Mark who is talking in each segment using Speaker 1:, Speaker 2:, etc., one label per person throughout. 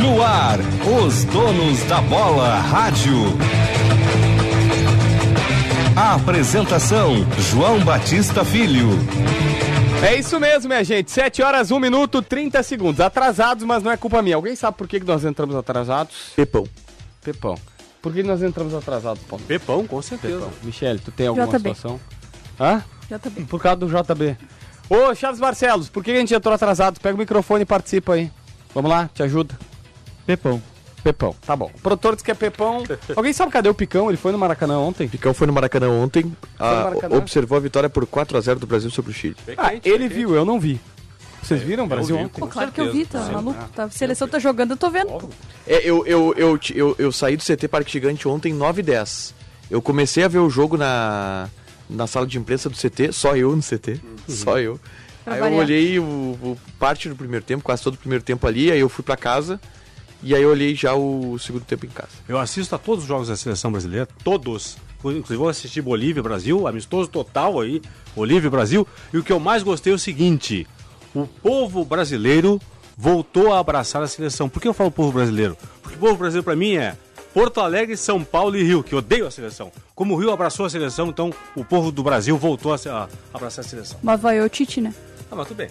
Speaker 1: No ar, os donos da bola rádio. Apresentação: João Batista Filho.
Speaker 2: É isso mesmo, minha gente. 7 horas, 1 minuto, 30 segundos. Atrasados, mas não é culpa minha. Alguém sabe por que que nós entramos atrasados?
Speaker 3: Pepão.
Speaker 2: Pepão. Por que nós entramos atrasados, Paulo?
Speaker 3: Pepão, com certeza.
Speaker 2: Michele, tu tem alguma
Speaker 4: JB.
Speaker 2: situação? Hã?
Speaker 4: JB.
Speaker 2: Por causa do JB. Ô, Chaves Barcelos, por que a gente entrou atrasado? Pega o microfone e participa aí. Vamos lá, te ajuda.
Speaker 3: Pepão.
Speaker 2: Pepão, tá bom. O produtor disse que é Pepão. Alguém sabe cadê o Picão? Ele foi no Maracanã ontem?
Speaker 3: Picão foi no Maracanã ontem, ah,
Speaker 2: Maracanã.
Speaker 3: observou a vitória por 4 a 0 do Brasil sobre o Chile.
Speaker 2: Ah, ele viu, eu não vi. Vocês viram o Brasil
Speaker 5: vi.
Speaker 2: ontem?
Speaker 4: Pô, claro que eu vi, tá maluco. Tá, a seleção tá jogando, eu tô vendo.
Speaker 3: É, eu, eu, eu, ti- eu, eu saí do CT Parque Gigante ontem 9 h 10. Eu comecei a ver o jogo na, na sala de imprensa do CT, só eu no CT,
Speaker 2: Uhum.
Speaker 3: só eu.
Speaker 4: Pra
Speaker 3: aí eu
Speaker 4: variar.
Speaker 3: olhei o, o parte do primeiro tempo, quase todo o primeiro tempo ali, aí eu fui pra casa e aí eu olhei já o segundo tempo em casa.
Speaker 5: Eu assisto a todos os jogos da seleção brasileira, todos. Inclusive, vou assistir Bolívia e Brasil, amistoso total aí, Bolívia e Brasil. E o que eu mais gostei é o seguinte: o povo brasileiro voltou a abraçar a seleção. Por que eu falo povo brasileiro? Porque o povo brasileiro pra mim é Porto Alegre, São Paulo e Rio, que odeio a seleção. Como o Rio abraçou a seleção, então o povo do Brasil voltou a, se- a abraçar a seleção.
Speaker 4: Mas vai o Tite, né?
Speaker 5: Ah, mas tudo bem.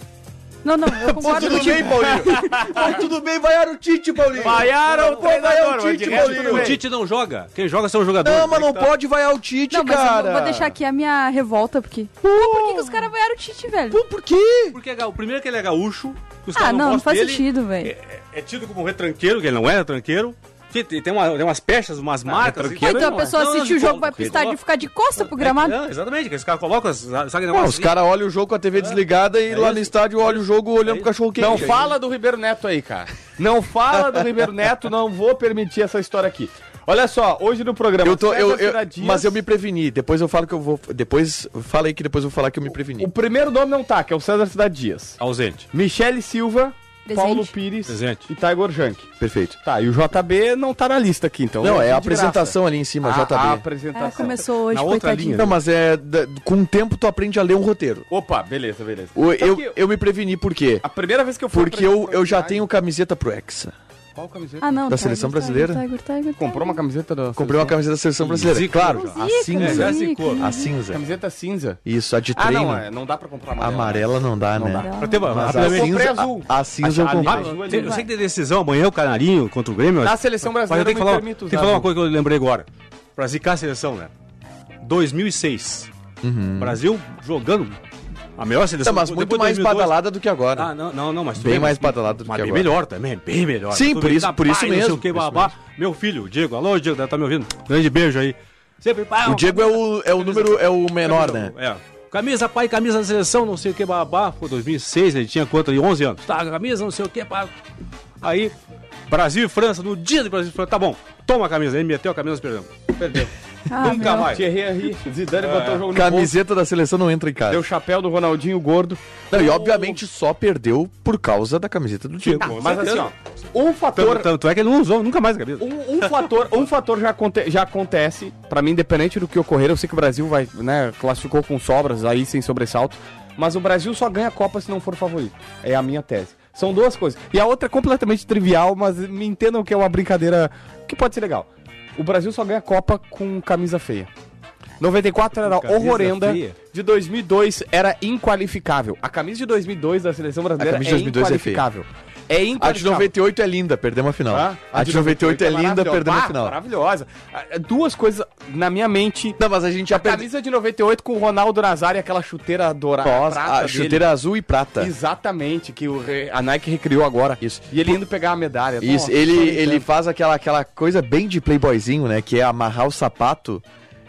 Speaker 4: Não, não, eu concordo contigo.
Speaker 3: Paulinho? tudo bem, vaiaram o Tite, Paulinho!
Speaker 2: Vaiaram o treinador,
Speaker 3: mas de resto tudo bem.
Speaker 5: O Tite não joga. Quem joga são os jogadores.
Speaker 2: é
Speaker 3: Não, mas não
Speaker 2: tá?
Speaker 3: pode vaiar o Tite,
Speaker 4: Não, mas eu
Speaker 3: cara!
Speaker 4: vou- vou deixar aqui a minha revolta, porque... Por que, que os caras ganharam o Tite, velho?
Speaker 3: Pô, por quê?
Speaker 5: Porque é ga- o primeiro é que ele é gaúcho, que os
Speaker 4: Ah,
Speaker 5: caras
Speaker 4: não, não
Speaker 5: gostam
Speaker 4: faz
Speaker 5: dele.
Speaker 4: sentido, velho.
Speaker 5: É, é tido como retranqueiro, que ele não é retranqueiro. Que Tem, tem, uma- tem umas pechas, umas marcas.
Speaker 4: Ah,
Speaker 5: assim.
Speaker 4: então a pessoa
Speaker 5: Não, não,
Speaker 4: assiste o
Speaker 5: não,
Speaker 4: jogo,
Speaker 5: não,
Speaker 4: vai pro
Speaker 5: não,
Speaker 4: estádio
Speaker 5: não,
Speaker 4: e ficar de costa pro
Speaker 5: não,
Speaker 4: gramado.
Speaker 5: É, não, exatamente, que os caras colocam, sabe, assim?
Speaker 3: Não, os caras olham o jogo com a
Speaker 2: É.
Speaker 3: TV desligada e lá no estádio olham o jogo olhando pro cachorro quente.
Speaker 2: Não fala do Ribeiro Neto aí, cara. Não fala do Ribeiro Neto, não vou permitir essa história aqui. Olha só, hoje no programa.
Speaker 3: Eu tô, eu,
Speaker 2: César
Speaker 3: eu-
Speaker 2: Cira Dias-
Speaker 3: mas eu me preveni. Depois eu falo que eu vou. Depois fala aí que depois eu vou falar que eu me preveni.
Speaker 2: O primeiro nome não tá, que é o César Cidade Dias.
Speaker 5: Ausente.
Speaker 2: Michele Silva,
Speaker 4: Presente.
Speaker 2: Paulo Pires
Speaker 5: Presente.
Speaker 2: e Tiger Junk.
Speaker 3: Perfeito.
Speaker 2: Tá, e o JB não tá na lista aqui, então.
Speaker 3: Não, é a
Speaker 2: de graça.
Speaker 3: apresentação ali em cima,
Speaker 2: Ah, A,
Speaker 3: JB.
Speaker 4: Ah,
Speaker 2: apresentação.
Speaker 4: começou hoje,
Speaker 5: Na outra
Speaker 4: coitadinho.
Speaker 5: linha.
Speaker 3: Não, mas é. da- Com o tempo tu aprende a ler um roteiro.
Speaker 2: Opa, beleza, beleza.
Speaker 3: O-
Speaker 2: Sabe
Speaker 3: eu,
Speaker 2: que
Speaker 3: eu me preveni por quê?
Speaker 2: A primeira vez que eu fui.
Speaker 3: Porque eu, eu já tenho camiseta pro Hexa.
Speaker 2: Qual camiseta?
Speaker 4: Ah, não.
Speaker 3: Da
Speaker 4: Tiger,
Speaker 3: seleção
Speaker 4: Tiger,
Speaker 3: brasileira?
Speaker 4: Tiger, Tiger,
Speaker 2: Comprou uma camiseta da.
Speaker 3: Comprei
Speaker 2: seleção?
Speaker 3: uma camiseta da seleção brasileira.
Speaker 5: Zica,
Speaker 3: Claro,
Speaker 5: já.
Speaker 3: a
Speaker 4: Zica,
Speaker 3: cinza.
Speaker 5: já zicou.
Speaker 4: zica.
Speaker 3: A cinza.
Speaker 2: Camiseta cinza.
Speaker 3: Isso, a de
Speaker 2: né? Ah,
Speaker 3: treino.
Speaker 2: não, é, não dá pra comprar amarela.
Speaker 3: Amarela não dá, né?
Speaker 4: dá.
Speaker 5: Pra ter,
Speaker 3: Mas a
Speaker 2: Eu comprei
Speaker 3: cinza,
Speaker 2: azul.
Speaker 3: a, a cinza eu
Speaker 2: A- a
Speaker 4: Tá
Speaker 3: comprei.
Speaker 2: azul ali
Speaker 5: Ah, eu sei que tem decisão amanhã, o Canarinho contra o Grêmio.
Speaker 2: Na seleção
Speaker 5: Mas eu
Speaker 2: brasileira
Speaker 5: tenho que
Speaker 2: eu me
Speaker 5: falar, tem
Speaker 2: permito
Speaker 5: que
Speaker 2: usar
Speaker 5: falar uma
Speaker 2: azul.
Speaker 5: coisa que eu lembrei agora. Pra zicar a seleção, né? 2006. Brasil jogando a melhor
Speaker 3: Uhum. Tá,
Speaker 5: seleção.
Speaker 3: mas
Speaker 5: Depois
Speaker 3: muito
Speaker 5: de
Speaker 3: mais
Speaker 5: 2002.
Speaker 3: badalada do que agora.
Speaker 5: Ah, não, não, não, mas tudo
Speaker 3: Bem mais
Speaker 5: mas-
Speaker 3: badalado do
Speaker 5: mas
Speaker 3: que
Speaker 5: bem
Speaker 3: agora.
Speaker 5: melhor também, bem melhor.
Speaker 3: Sim,
Speaker 5: Tudo
Speaker 3: por
Speaker 5: bem,
Speaker 3: isso- por isso
Speaker 5: papai, Não sei
Speaker 3: mesmo,
Speaker 5: o que,
Speaker 3: por isso
Speaker 5: babá. Meu filho, Diego. Alô, Diego, deve tá me ouvindo? um Grande beijo aí. Sempre, pá,
Speaker 3: O Diego é o, é o número, é o menor, né?
Speaker 5: É. Camisa, pai, camisa da seleção, não sei o que, babá. Pô, 2006, ele tinha quanto ali? 11 anos. Tá, camisa, não sei o que, pá. Aí, Brasil e França, no dia do Brasil e França, tá bom, toma a camisa. Ele meteu a camisa, nós perdemos.
Speaker 2: Perdeu.
Speaker 4: Ah,
Speaker 5: Nunca
Speaker 4: meu.
Speaker 5: mais.
Speaker 2: Thierry Henry, Zidane botou o jogo no bolso.
Speaker 3: Camiseta da seleção não entra em
Speaker 2: Deu
Speaker 3: casa.
Speaker 2: o chapéu do Ronaldinho gordo.
Speaker 3: Não, e obviamente só perdeu por causa da camiseta do Diego.
Speaker 2: Mas assim, ó, um fator,
Speaker 5: Tanto, tanto é que ele não usou nunca mais a camisa.
Speaker 2: um, um fator, um fator já, aconte- já acontece, pra mim, independente do que ocorrer, eu sei que o Brasil vai, né, classificou com sobras aí, sem sobressalto, mas o Brasil só ganha a Copa se não for favorito. É a minha tese. São duas coisas. E a outra é completamente trivial, mas me entendam que é uma brincadeira que pode ser legal. O Brasil só ganha a Copa com camisa feia. 94 era
Speaker 5: camisa
Speaker 2: horrorenda,
Speaker 5: feia?
Speaker 2: de 2002 era inqualificável. A camisa de 2002 da seleção brasileira
Speaker 3: camisa
Speaker 2: é
Speaker 3: de 2002 é feia.
Speaker 2: inqualificável. É
Speaker 3: A de
Speaker 2: inqualificável.
Speaker 3: 98 é linda, perdemos a final.
Speaker 2: Tá?
Speaker 3: A de 98 é linda,
Speaker 2: maravilhosa.
Speaker 3: perdemos a
Speaker 2: Bah,
Speaker 3: final.
Speaker 2: Maravilhosa. Ah, ah, Duas coisas na minha mente.
Speaker 3: Não, mas a gente já
Speaker 2: A
Speaker 3: perdeu.
Speaker 2: camisa de 98 com o Ronaldo Nazário e aquela chuteira dourada.
Speaker 3: Nossa,
Speaker 2: prata
Speaker 3: a
Speaker 2: dele.
Speaker 3: chuteira é azul e prata.
Speaker 2: Exatamente, que o re- a Nike recriou agora.
Speaker 3: Isso.
Speaker 2: E ele indo pegar a medalha.
Speaker 3: Isso,
Speaker 2: Nossa, então.
Speaker 3: ele,
Speaker 2: é só
Speaker 3: ele
Speaker 2: brincando.
Speaker 3: faz aquela, aquela coisa bem de playboyzinho, né? Que é amarrar o sapato,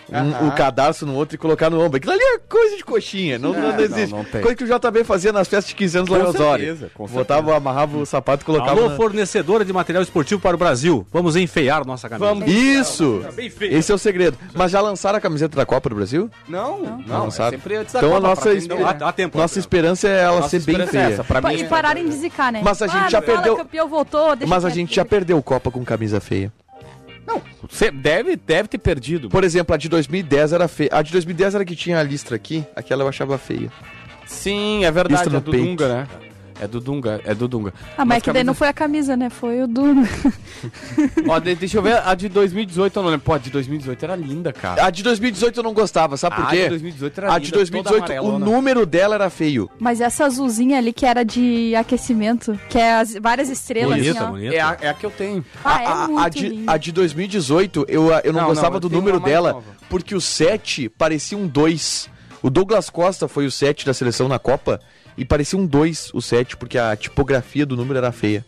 Speaker 3: um-
Speaker 2: Aham.
Speaker 3: o cadarço no outro e colocar no ombro. Aquilo ali é coisa de coxinha, não,
Speaker 2: É,
Speaker 3: não,
Speaker 2: não,
Speaker 3: existe.
Speaker 2: não tem.
Speaker 3: coisa que o JB fazia nas festas de 15 anos lá
Speaker 2: Com
Speaker 3: em Osório.
Speaker 2: certeza, com
Speaker 3: Botava, amarrava o sapato e colocava.
Speaker 5: Alô,
Speaker 3: na-
Speaker 5: fornecedora de material esportivo para o Brasil. Vamos enfeiar nossa camisa.
Speaker 2: Vamos.
Speaker 3: Isso!
Speaker 2: Tá
Speaker 5: bem feio.
Speaker 3: Esse é o segredo. Mas já lançaram a camiseta da Copa do Brasil?
Speaker 2: Não, não,
Speaker 3: não
Speaker 2: é
Speaker 3: sabe.
Speaker 2: sempre antes da
Speaker 3: Então a
Speaker 2: Copa,
Speaker 3: nossa,
Speaker 2: pra quem
Speaker 3: espe-
Speaker 2: deu-
Speaker 5: dá- dá tempo,
Speaker 3: nossa
Speaker 5: né?
Speaker 3: esperança é ela ser bem
Speaker 2: esperança é
Speaker 3: feia.
Speaker 2: essa, pra
Speaker 4: Pa-
Speaker 2: mim
Speaker 4: E
Speaker 2: é-
Speaker 4: pararem de zicar, né?
Speaker 3: Mas a gente já
Speaker 4: não fala,
Speaker 3: perdeu-
Speaker 4: campeão voltou, deixa
Speaker 3: Mas a
Speaker 4: quieto.
Speaker 3: gente já perdeu Copa com camisa feia.
Speaker 2: Não, você deve, deve ter perdido.
Speaker 3: Por exemplo, a de 2010 era feia. A de 2010 era que tinha a listra aqui, aquela eu achava feia.
Speaker 2: Sim, é
Speaker 3: Listra
Speaker 2: verdade,
Speaker 3: no
Speaker 2: é do
Speaker 3: peito.
Speaker 2: Dunga, né? É do Dunga, é do Dunga.
Speaker 4: Ah, mas é que daí não foi a camisa, né? Foi o do.
Speaker 2: Ó, de- deixa eu ver a de 2018, eu não lembro. Pô, a de 2018 era linda, cara.
Speaker 3: A de 2018 eu não gostava, sabe por
Speaker 2: Ah,
Speaker 3: quê?
Speaker 2: a de 2018 era
Speaker 3: A
Speaker 2: linda,
Speaker 3: de
Speaker 2: toda né?
Speaker 3: 2018, o
Speaker 2: amarelona.
Speaker 3: número dela era feio.
Speaker 4: Mas essa azulzinha ali que era de aquecimento, que é as, várias estrelas,
Speaker 5: Bonita,
Speaker 4: assim, ó.
Speaker 5: bonita.
Speaker 2: É a, é a que eu tenho.
Speaker 4: Ah, é
Speaker 3: a, a-
Speaker 4: muito
Speaker 3: a de,
Speaker 4: lindo.
Speaker 3: a de 2018, eu, eu não,
Speaker 2: Não,
Speaker 3: gostava
Speaker 2: não,
Speaker 3: do
Speaker 2: tem
Speaker 3: número
Speaker 2: uma mais
Speaker 3: dela,
Speaker 2: nova.
Speaker 3: porque o 7 parecia um 2. O Douglas Costa foi o 7 da seleção na Copa e parecia um 2 o 7, porque a tipografia do número era feia.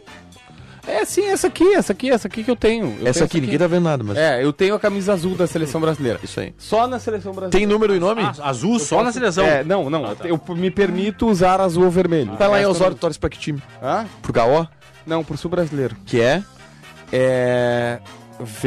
Speaker 2: É sim, essa aqui, essa aqui, essa aqui que eu tenho. Eu
Speaker 3: essa
Speaker 2: tenho
Speaker 3: aqui, ninguém tá vendo nada, mas
Speaker 2: É, eu tenho a camisa azul da seleção brasileira.
Speaker 3: isso aí.
Speaker 2: Só na seleção brasileira.
Speaker 3: Tem número e nome?
Speaker 5: Ah, azul só na seleção.
Speaker 2: É, não, não.
Speaker 3: Ah,
Speaker 2: Eu me permito usar azul ou vermelho.
Speaker 3: Vai tá. Ah, lá em
Speaker 2: Essa
Speaker 3: Osório, torce pra que time?
Speaker 2: eu não- Hã?
Speaker 3: Pro Gaó?
Speaker 2: Não, pro sul brasileiro.
Speaker 3: Que é
Speaker 2: É.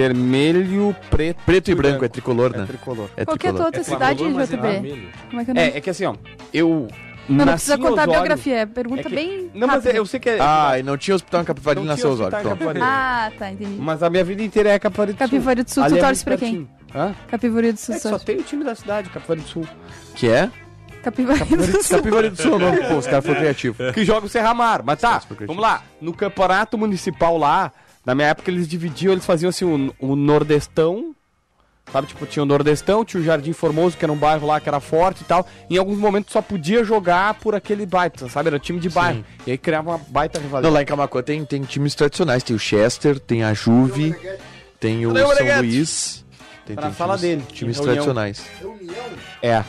Speaker 2: Vermelho, preto.
Speaker 3: preto e branco, é tricolor,
Speaker 2: É
Speaker 3: né?
Speaker 2: tricolor.
Speaker 3: É
Speaker 4: Qual que é a tua
Speaker 3: tricolor.
Speaker 4: outra
Speaker 5: É
Speaker 4: cidade,
Speaker 5: tricolor, mas é
Speaker 4: JB?
Speaker 5: vermelho.
Speaker 4: Como é que eu não...
Speaker 2: É, é que assim, ó. Eu.
Speaker 4: não, não
Speaker 2: nasci
Speaker 4: precisa
Speaker 2: em
Speaker 4: contar a
Speaker 2: Osório.
Speaker 4: biografia, é pergunta
Speaker 2: É que-
Speaker 4: bem
Speaker 2: Não, mas
Speaker 4: rápida.
Speaker 2: eu sei que é.
Speaker 3: Ah, e não tinha hospital em Capivari,
Speaker 2: não
Speaker 3: nasceu
Speaker 2: tinha hospital
Speaker 3: Osório.
Speaker 2: em
Speaker 3: Pronto.
Speaker 2: Capivari.
Speaker 4: Ah, tá, entendi.
Speaker 2: Mas a minha vida inteira é Capivari do Sul.
Speaker 4: Capivari do Sul,
Speaker 2: Ali
Speaker 4: tu
Speaker 2: é
Speaker 4: torce pra
Speaker 2: muito
Speaker 4: quem?
Speaker 2: pertinho. Hã?
Speaker 4: Capivari do Sul,
Speaker 2: É que só
Speaker 4: sorte.
Speaker 2: tem o time da cidade, Capivari do Sul.
Speaker 3: Que é?
Speaker 2: tá
Speaker 4: Capivari do Sul.
Speaker 3: Capivari do Sul, é o nome. Pô, os caras foram criativos.
Speaker 4: É.
Speaker 2: que joga o Serra Mar. Mas tá,
Speaker 3: Espaço pro
Speaker 2: vamos lá. No campeonato municipal lá, na minha época eles dividiam, eles faziam assim, o, o Nordestão. Sabe, tipo, tinha o Nordestão, tinha o Jardim Formoso, que era um bairro lá que era forte e tal. Em alguns momentos só podia jogar por aquele bairro, sabe? Era um time de bairro. E aí criava uma baita
Speaker 3: Não,
Speaker 2: rivalidade.
Speaker 3: lá em Camacuã tem, tem times tradicionais. Tem o Chester, tem a Juve, tem o São Luís. Tem,
Speaker 2: Tá na
Speaker 3: tem
Speaker 2: sala
Speaker 3: times,
Speaker 2: dele,
Speaker 3: Times
Speaker 2: em reunião.
Speaker 3: tradicionais.
Speaker 2: É.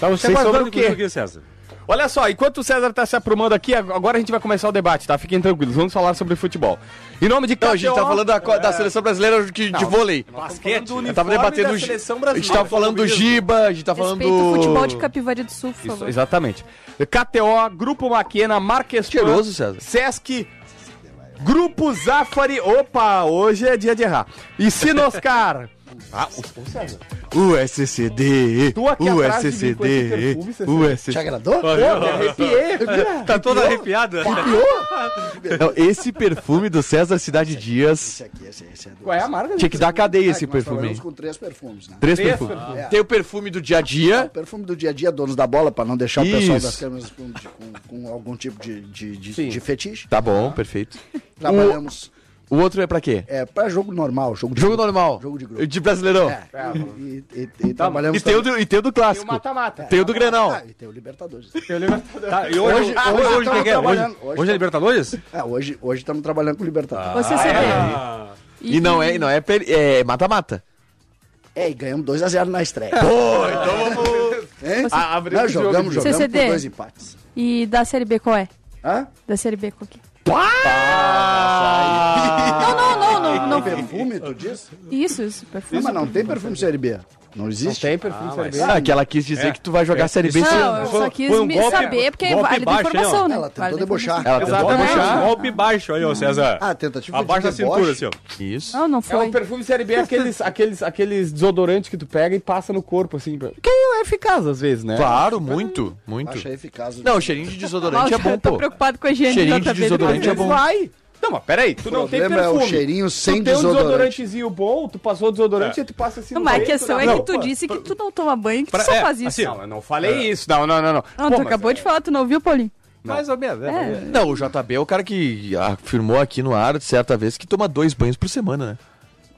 Speaker 2: Tá, você
Speaker 5: Vocês
Speaker 2: sobre
Speaker 5: sobre
Speaker 2: o quê?
Speaker 5: quê, César?
Speaker 2: Olha só, enquanto o César tá se aprumando aqui, ag- agora a gente vai começar o debate, tá? Fiquem tranquilos, vamos falar sobre futebol. Em nome de
Speaker 3: Não, a gente
Speaker 2: KTO,
Speaker 3: tava falando da, co- da seleção brasileira de, de
Speaker 2: um- É. Não. tá
Speaker 3: vôlei.
Speaker 5: Basquete.
Speaker 2: falando do
Speaker 3: Eu tava
Speaker 2: Uniforme
Speaker 3: debatendo
Speaker 2: da
Speaker 3: o gi-
Speaker 2: seleção
Speaker 3: A gente tava
Speaker 2: brasileira.
Speaker 3: falando do Giba, a gente tava falando
Speaker 4: Respeita o futebol de
Speaker 3: do.
Speaker 4: Capivari do Sul, por
Speaker 2: Isso,
Speaker 4: favor.
Speaker 2: exatamente. KTO, Grupo Maquena, Marques Pan,
Speaker 3: Cheiroso, César.
Speaker 2: Sesc, Grupo Zafari. Opa, hoje é dia de errar. E Sinoscar. ah, o César.
Speaker 3: USCD,
Speaker 2: Tu aqui atrás de mim com esse perfume, César.
Speaker 3: USCD.
Speaker 6: Te agradou?
Speaker 5: Tá toda arrepiada.
Speaker 3: Não, esse perfume do César Cidade Dias.
Speaker 6: Esse aqui, esse, esse é do...
Speaker 2: Qual é a marca?
Speaker 3: Tinha que dar cadeia esse
Speaker 6: Nós
Speaker 3: perfume.
Speaker 6: trabalhamos
Speaker 3: hein?
Speaker 6: com três perfumes, né?
Speaker 3: Três
Speaker 2: Três
Speaker 3: perfumes.
Speaker 2: perfumes.
Speaker 3: Tem o perfume do dia a dia.
Speaker 6: O perfume do dia a dia, donos da bola, para não deixar o pessoal
Speaker 3: Isso.
Speaker 6: das câmeras com, de- com- com algum tipo de, de, de-
Speaker 2: Sim.
Speaker 6: de fetiche.
Speaker 3: Tá bom, perfeito.
Speaker 6: Trabalhamos
Speaker 3: O outro é pra quê?
Speaker 6: é, para jogo normal, jogo de
Speaker 3: Jogo
Speaker 6: grupo.
Speaker 3: normal.
Speaker 6: Jogo de grupo.
Speaker 3: De brasileirão.
Speaker 6: É, e, e- e- e
Speaker 3: E
Speaker 6: trabalhamos
Speaker 3: tem, o do, e tem o do clássico.
Speaker 2: mata-mata.
Speaker 3: Tem o do Grenal.
Speaker 6: Ah, e tem o Libertadores.
Speaker 5: Tá, e hoje, hoje,
Speaker 6: Ah,
Speaker 5: hoje,
Speaker 6: hoje
Speaker 5: hoje, quem
Speaker 6: tamo
Speaker 5: que é? hoje,
Speaker 6: trabalhando, hoje
Speaker 5: hoje é
Speaker 6: tamo-
Speaker 5: Libertadores?
Speaker 6: É, hoje hoje estamos trabalhando com o Libertadores.
Speaker 2: Ah,
Speaker 4: Você
Speaker 2: é.
Speaker 4: CB.
Speaker 3: E não é, e não é, per- é mata-mata.
Speaker 6: É, e ganhamos 2x0 na estreia.
Speaker 3: Pô, então vamos.
Speaker 6: Hein?
Speaker 4: Você-
Speaker 6: Não, jogamos,
Speaker 4: Você
Speaker 6: jogamos por
Speaker 4: ceder?
Speaker 6: dois empates.
Speaker 4: E da Série B qual é?
Speaker 6: Hã?
Speaker 4: Da Série B qual que é?
Speaker 2: Ah, tá,
Speaker 4: Não, não, não, não, não.
Speaker 6: Perfume, tu disse?
Speaker 4: Isso, isso, perfume.
Speaker 6: Não, mas não tem perfume Série B. Não
Speaker 2: Não
Speaker 6: existe.
Speaker 2: tem perfil
Speaker 6: É
Speaker 2: de cerveja.
Speaker 3: Ah, que ela quis
Speaker 2: É.
Speaker 3: dizer que tu vai jogar Série B esse
Speaker 4: Não,
Speaker 3: ano.
Speaker 4: eu só quis
Speaker 5: Foi um
Speaker 4: me
Speaker 5: golpe-
Speaker 4: saber, porque é
Speaker 5: golpe
Speaker 4: válida
Speaker 5: baixo, hein, ó.
Speaker 4: informação, né?
Speaker 6: Ela tentou
Speaker 4: Válida
Speaker 6: debochar.
Speaker 4: informação.
Speaker 3: Ela tentou
Speaker 5: Exatamente.
Speaker 3: puxar.
Speaker 5: Golpe baixo aí, ó, César.
Speaker 6: Ah, tentativa
Speaker 5: Abaixo da
Speaker 6: de
Speaker 5: cintura,
Speaker 6: deboche.
Speaker 5: assim, ó.
Speaker 3: Isso.
Speaker 4: Não, não
Speaker 2: É
Speaker 4: foi.
Speaker 2: um perfume série B, é aqueles, aqueles, aqueles desodorantes que tu pega e passa no corpo, assim. pra- Que é eficaz às vezes, né?
Speaker 3: Claro, muito, muito.
Speaker 6: Achei eficaz.
Speaker 3: Não, o cheirinho de
Speaker 4: Mal,
Speaker 3: desodorante é bom,
Speaker 4: eu tô
Speaker 3: pô.
Speaker 4: preocupado com a higiene
Speaker 3: Cheirinho de
Speaker 4: JB,
Speaker 3: desodorante
Speaker 4: depois.
Speaker 3: é bom.
Speaker 2: Vai! Não, mas peraí, tu não tem
Speaker 6: problema é o
Speaker 2: perfume.
Speaker 6: cheirinho sem
Speaker 2: tu tem um
Speaker 6: desodorante.
Speaker 2: desodorantezinho bom, tu passou o desodorante
Speaker 5: É.
Speaker 2: e tu passa assim
Speaker 4: Não,
Speaker 2: no
Speaker 4: mas a
Speaker 2: peito,
Speaker 4: questão
Speaker 2: na
Speaker 4: é que
Speaker 2: roupa.
Speaker 4: tu disse que tu não toma banho e que tu
Speaker 5: Pra-
Speaker 4: só
Speaker 5: é,
Speaker 4: faz isso.
Speaker 5: assim, ó. é-
Speaker 2: Não, eu não falei isso. Não, não, não, não.
Speaker 4: Não,
Speaker 2: Pô,
Speaker 4: tu
Speaker 2: mas
Speaker 4: acabou de falar, tu não ouviu, Paulinho?
Speaker 5: Mais ou menos,
Speaker 4: É.
Speaker 5: né?
Speaker 3: Não, o JB é o cara que afirmou aqui no ar certa vez que toma dois banhos por semana, né?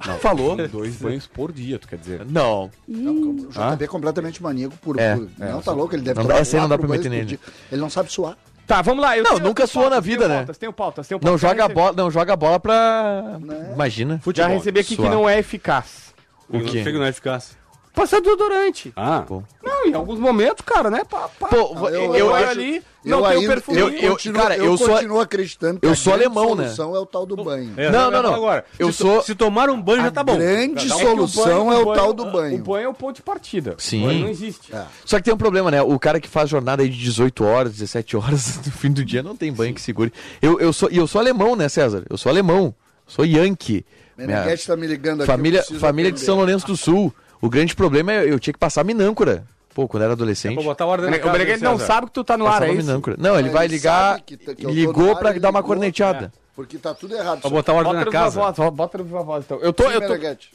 Speaker 3: Não. Falou.
Speaker 2: Dois banhos por dia, tu quer dizer.
Speaker 3: Não.
Speaker 6: O JB é completamente maníaco por.
Speaker 3: É.
Speaker 6: por- não, tá louco, ele deve
Speaker 3: Não,
Speaker 6: tomar
Speaker 3: essa aí não dá
Speaker 6: quatro
Speaker 3: pra
Speaker 6: banhos
Speaker 3: meter
Speaker 6: por
Speaker 3: nele.
Speaker 6: dia. Ele não sabe suar.
Speaker 2: Tá, vamos lá. eu
Speaker 3: Não,
Speaker 2: tenho-
Speaker 3: nunca
Speaker 2: tenho
Speaker 3: suou
Speaker 2: pautas,
Speaker 3: na vida,
Speaker 2: tenho
Speaker 3: né?
Speaker 2: Pautas, tenho pautas, tenho pautas.
Speaker 3: Não
Speaker 2: Já
Speaker 3: joga a
Speaker 2: recebi-
Speaker 3: bola, não joga a bola pra.
Speaker 6: Né?
Speaker 3: Imagina.
Speaker 2: Já recebi aqui
Speaker 3: suar.
Speaker 2: que não é eficaz.
Speaker 5: O que? Chega na eficácia.
Speaker 2: Passar desodorante.
Speaker 5: Ah,
Speaker 2: Não, em alguns momentos, cara, né? Pá, pá.
Speaker 3: Pô,
Speaker 6: Não,
Speaker 3: eu,
Speaker 2: eu
Speaker 3: eu
Speaker 2: olho
Speaker 3: acho.
Speaker 2: ali, não tem um o perfume.
Speaker 3: eu- eu-
Speaker 6: continuo,
Speaker 3: cara, eu sou-
Speaker 6: continuo acreditando que
Speaker 3: eu
Speaker 6: a
Speaker 3: sou
Speaker 6: grande
Speaker 3: alemão, né?
Speaker 6: solução é o tal do banho.
Speaker 5: É,
Speaker 3: Não,
Speaker 5: vai
Speaker 3: não, não.
Speaker 5: falar Agora.
Speaker 3: Eu
Speaker 5: se, to-
Speaker 3: sou-
Speaker 5: se tomar um banho já tá bom.
Speaker 6: grande
Speaker 2: É que o
Speaker 6: solução
Speaker 2: banho-
Speaker 6: é
Speaker 2: o
Speaker 6: o
Speaker 2: banho-
Speaker 6: tal do banho.
Speaker 2: O banho é o ponto de partida.
Speaker 3: Sim.
Speaker 2: O banho não existe.
Speaker 3: Só que tem um problema, né? O cara que faz jornada aí de 18 horas, 17 horas no fim do dia não tem banho que segure. Eu, eu sou, e eu sou alemão, né, César? Eu sou alemão. Sou Yankee. Minha
Speaker 6: Meneghete tá me ligando aqui. eu
Speaker 3: família,
Speaker 6: preciso
Speaker 3: família de
Speaker 6: atender.
Speaker 3: São Lourenço do Sul. O grande problema é eu tinha que passar minâncora. Pô, quando era adolescente.
Speaker 5: Vou botar ordem
Speaker 2: O
Speaker 5: na
Speaker 2: Brenegui- O Breguete não sabe que tu tá no ar,
Speaker 3: passava
Speaker 2: é isso?
Speaker 3: minâncora. Não, ele
Speaker 6: Ah, Ele
Speaker 3: vai ligar.
Speaker 6: sabe que tá- que eu tô no
Speaker 3: ligou
Speaker 6: ar,
Speaker 3: pra
Speaker 6: ele
Speaker 3: dar uma
Speaker 6: ligou.
Speaker 3: corneteada.
Speaker 6: Porque tá tudo errado.
Speaker 5: Vou botar ordem
Speaker 2: Bota
Speaker 5: na
Speaker 2: no Viva
Speaker 5: casa.
Speaker 2: Voz, ó, bota no Viva Voz, então.
Speaker 6: é
Speaker 2: Eu tô,
Speaker 6: Sim,
Speaker 2: eu tô,
Speaker 6: Meneghete.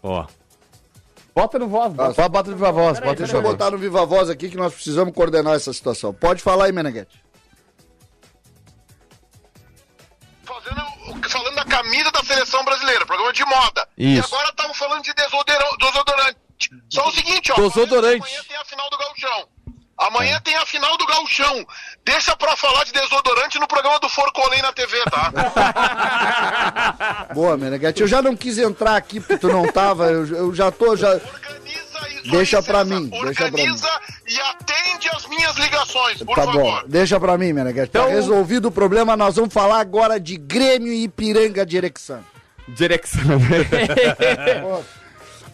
Speaker 5: Ó.
Speaker 2: Bota no voz, bota.
Speaker 3: Só bota no viva voz, bota no
Speaker 6: Deixa eu
Speaker 3: viva voz.
Speaker 6: botar no Viva Voz aqui que nós precisamos coordenar essa situação. Pode falar aí, Meneghete.
Speaker 7: fazendo- falando da camisa da seleção brasileira, programa de moda.
Speaker 3: Isso.
Speaker 7: E agora estavam falando de desodero- desodorante. Só o seguinte, ó.
Speaker 3: Desodorante.
Speaker 7: Amanhã tem a final do gauchão. Amanhã tem a final do gauchão. Deixa pra falar de desodorante no programa do Forcolém na TV, tá?
Speaker 6: Boa, Meneghete. Eu já não quis entrar aqui porque tu não tava. Eu, eu já tô. Já...
Speaker 7: Organiza isso.
Speaker 6: Deixa
Speaker 7: aí,
Speaker 6: pra
Speaker 7: César.
Speaker 6: mim, deixa pra mim.
Speaker 7: Organiza e atende as minhas ligações, por
Speaker 6: Tá bom.
Speaker 7: favor.
Speaker 6: Deixa pra mim, Meneghete. Tá
Speaker 3: Então-
Speaker 6: resolvido o problema, nós vamos falar agora de Grêmio e Ipiranga de Erexano.
Speaker 2: Direcção.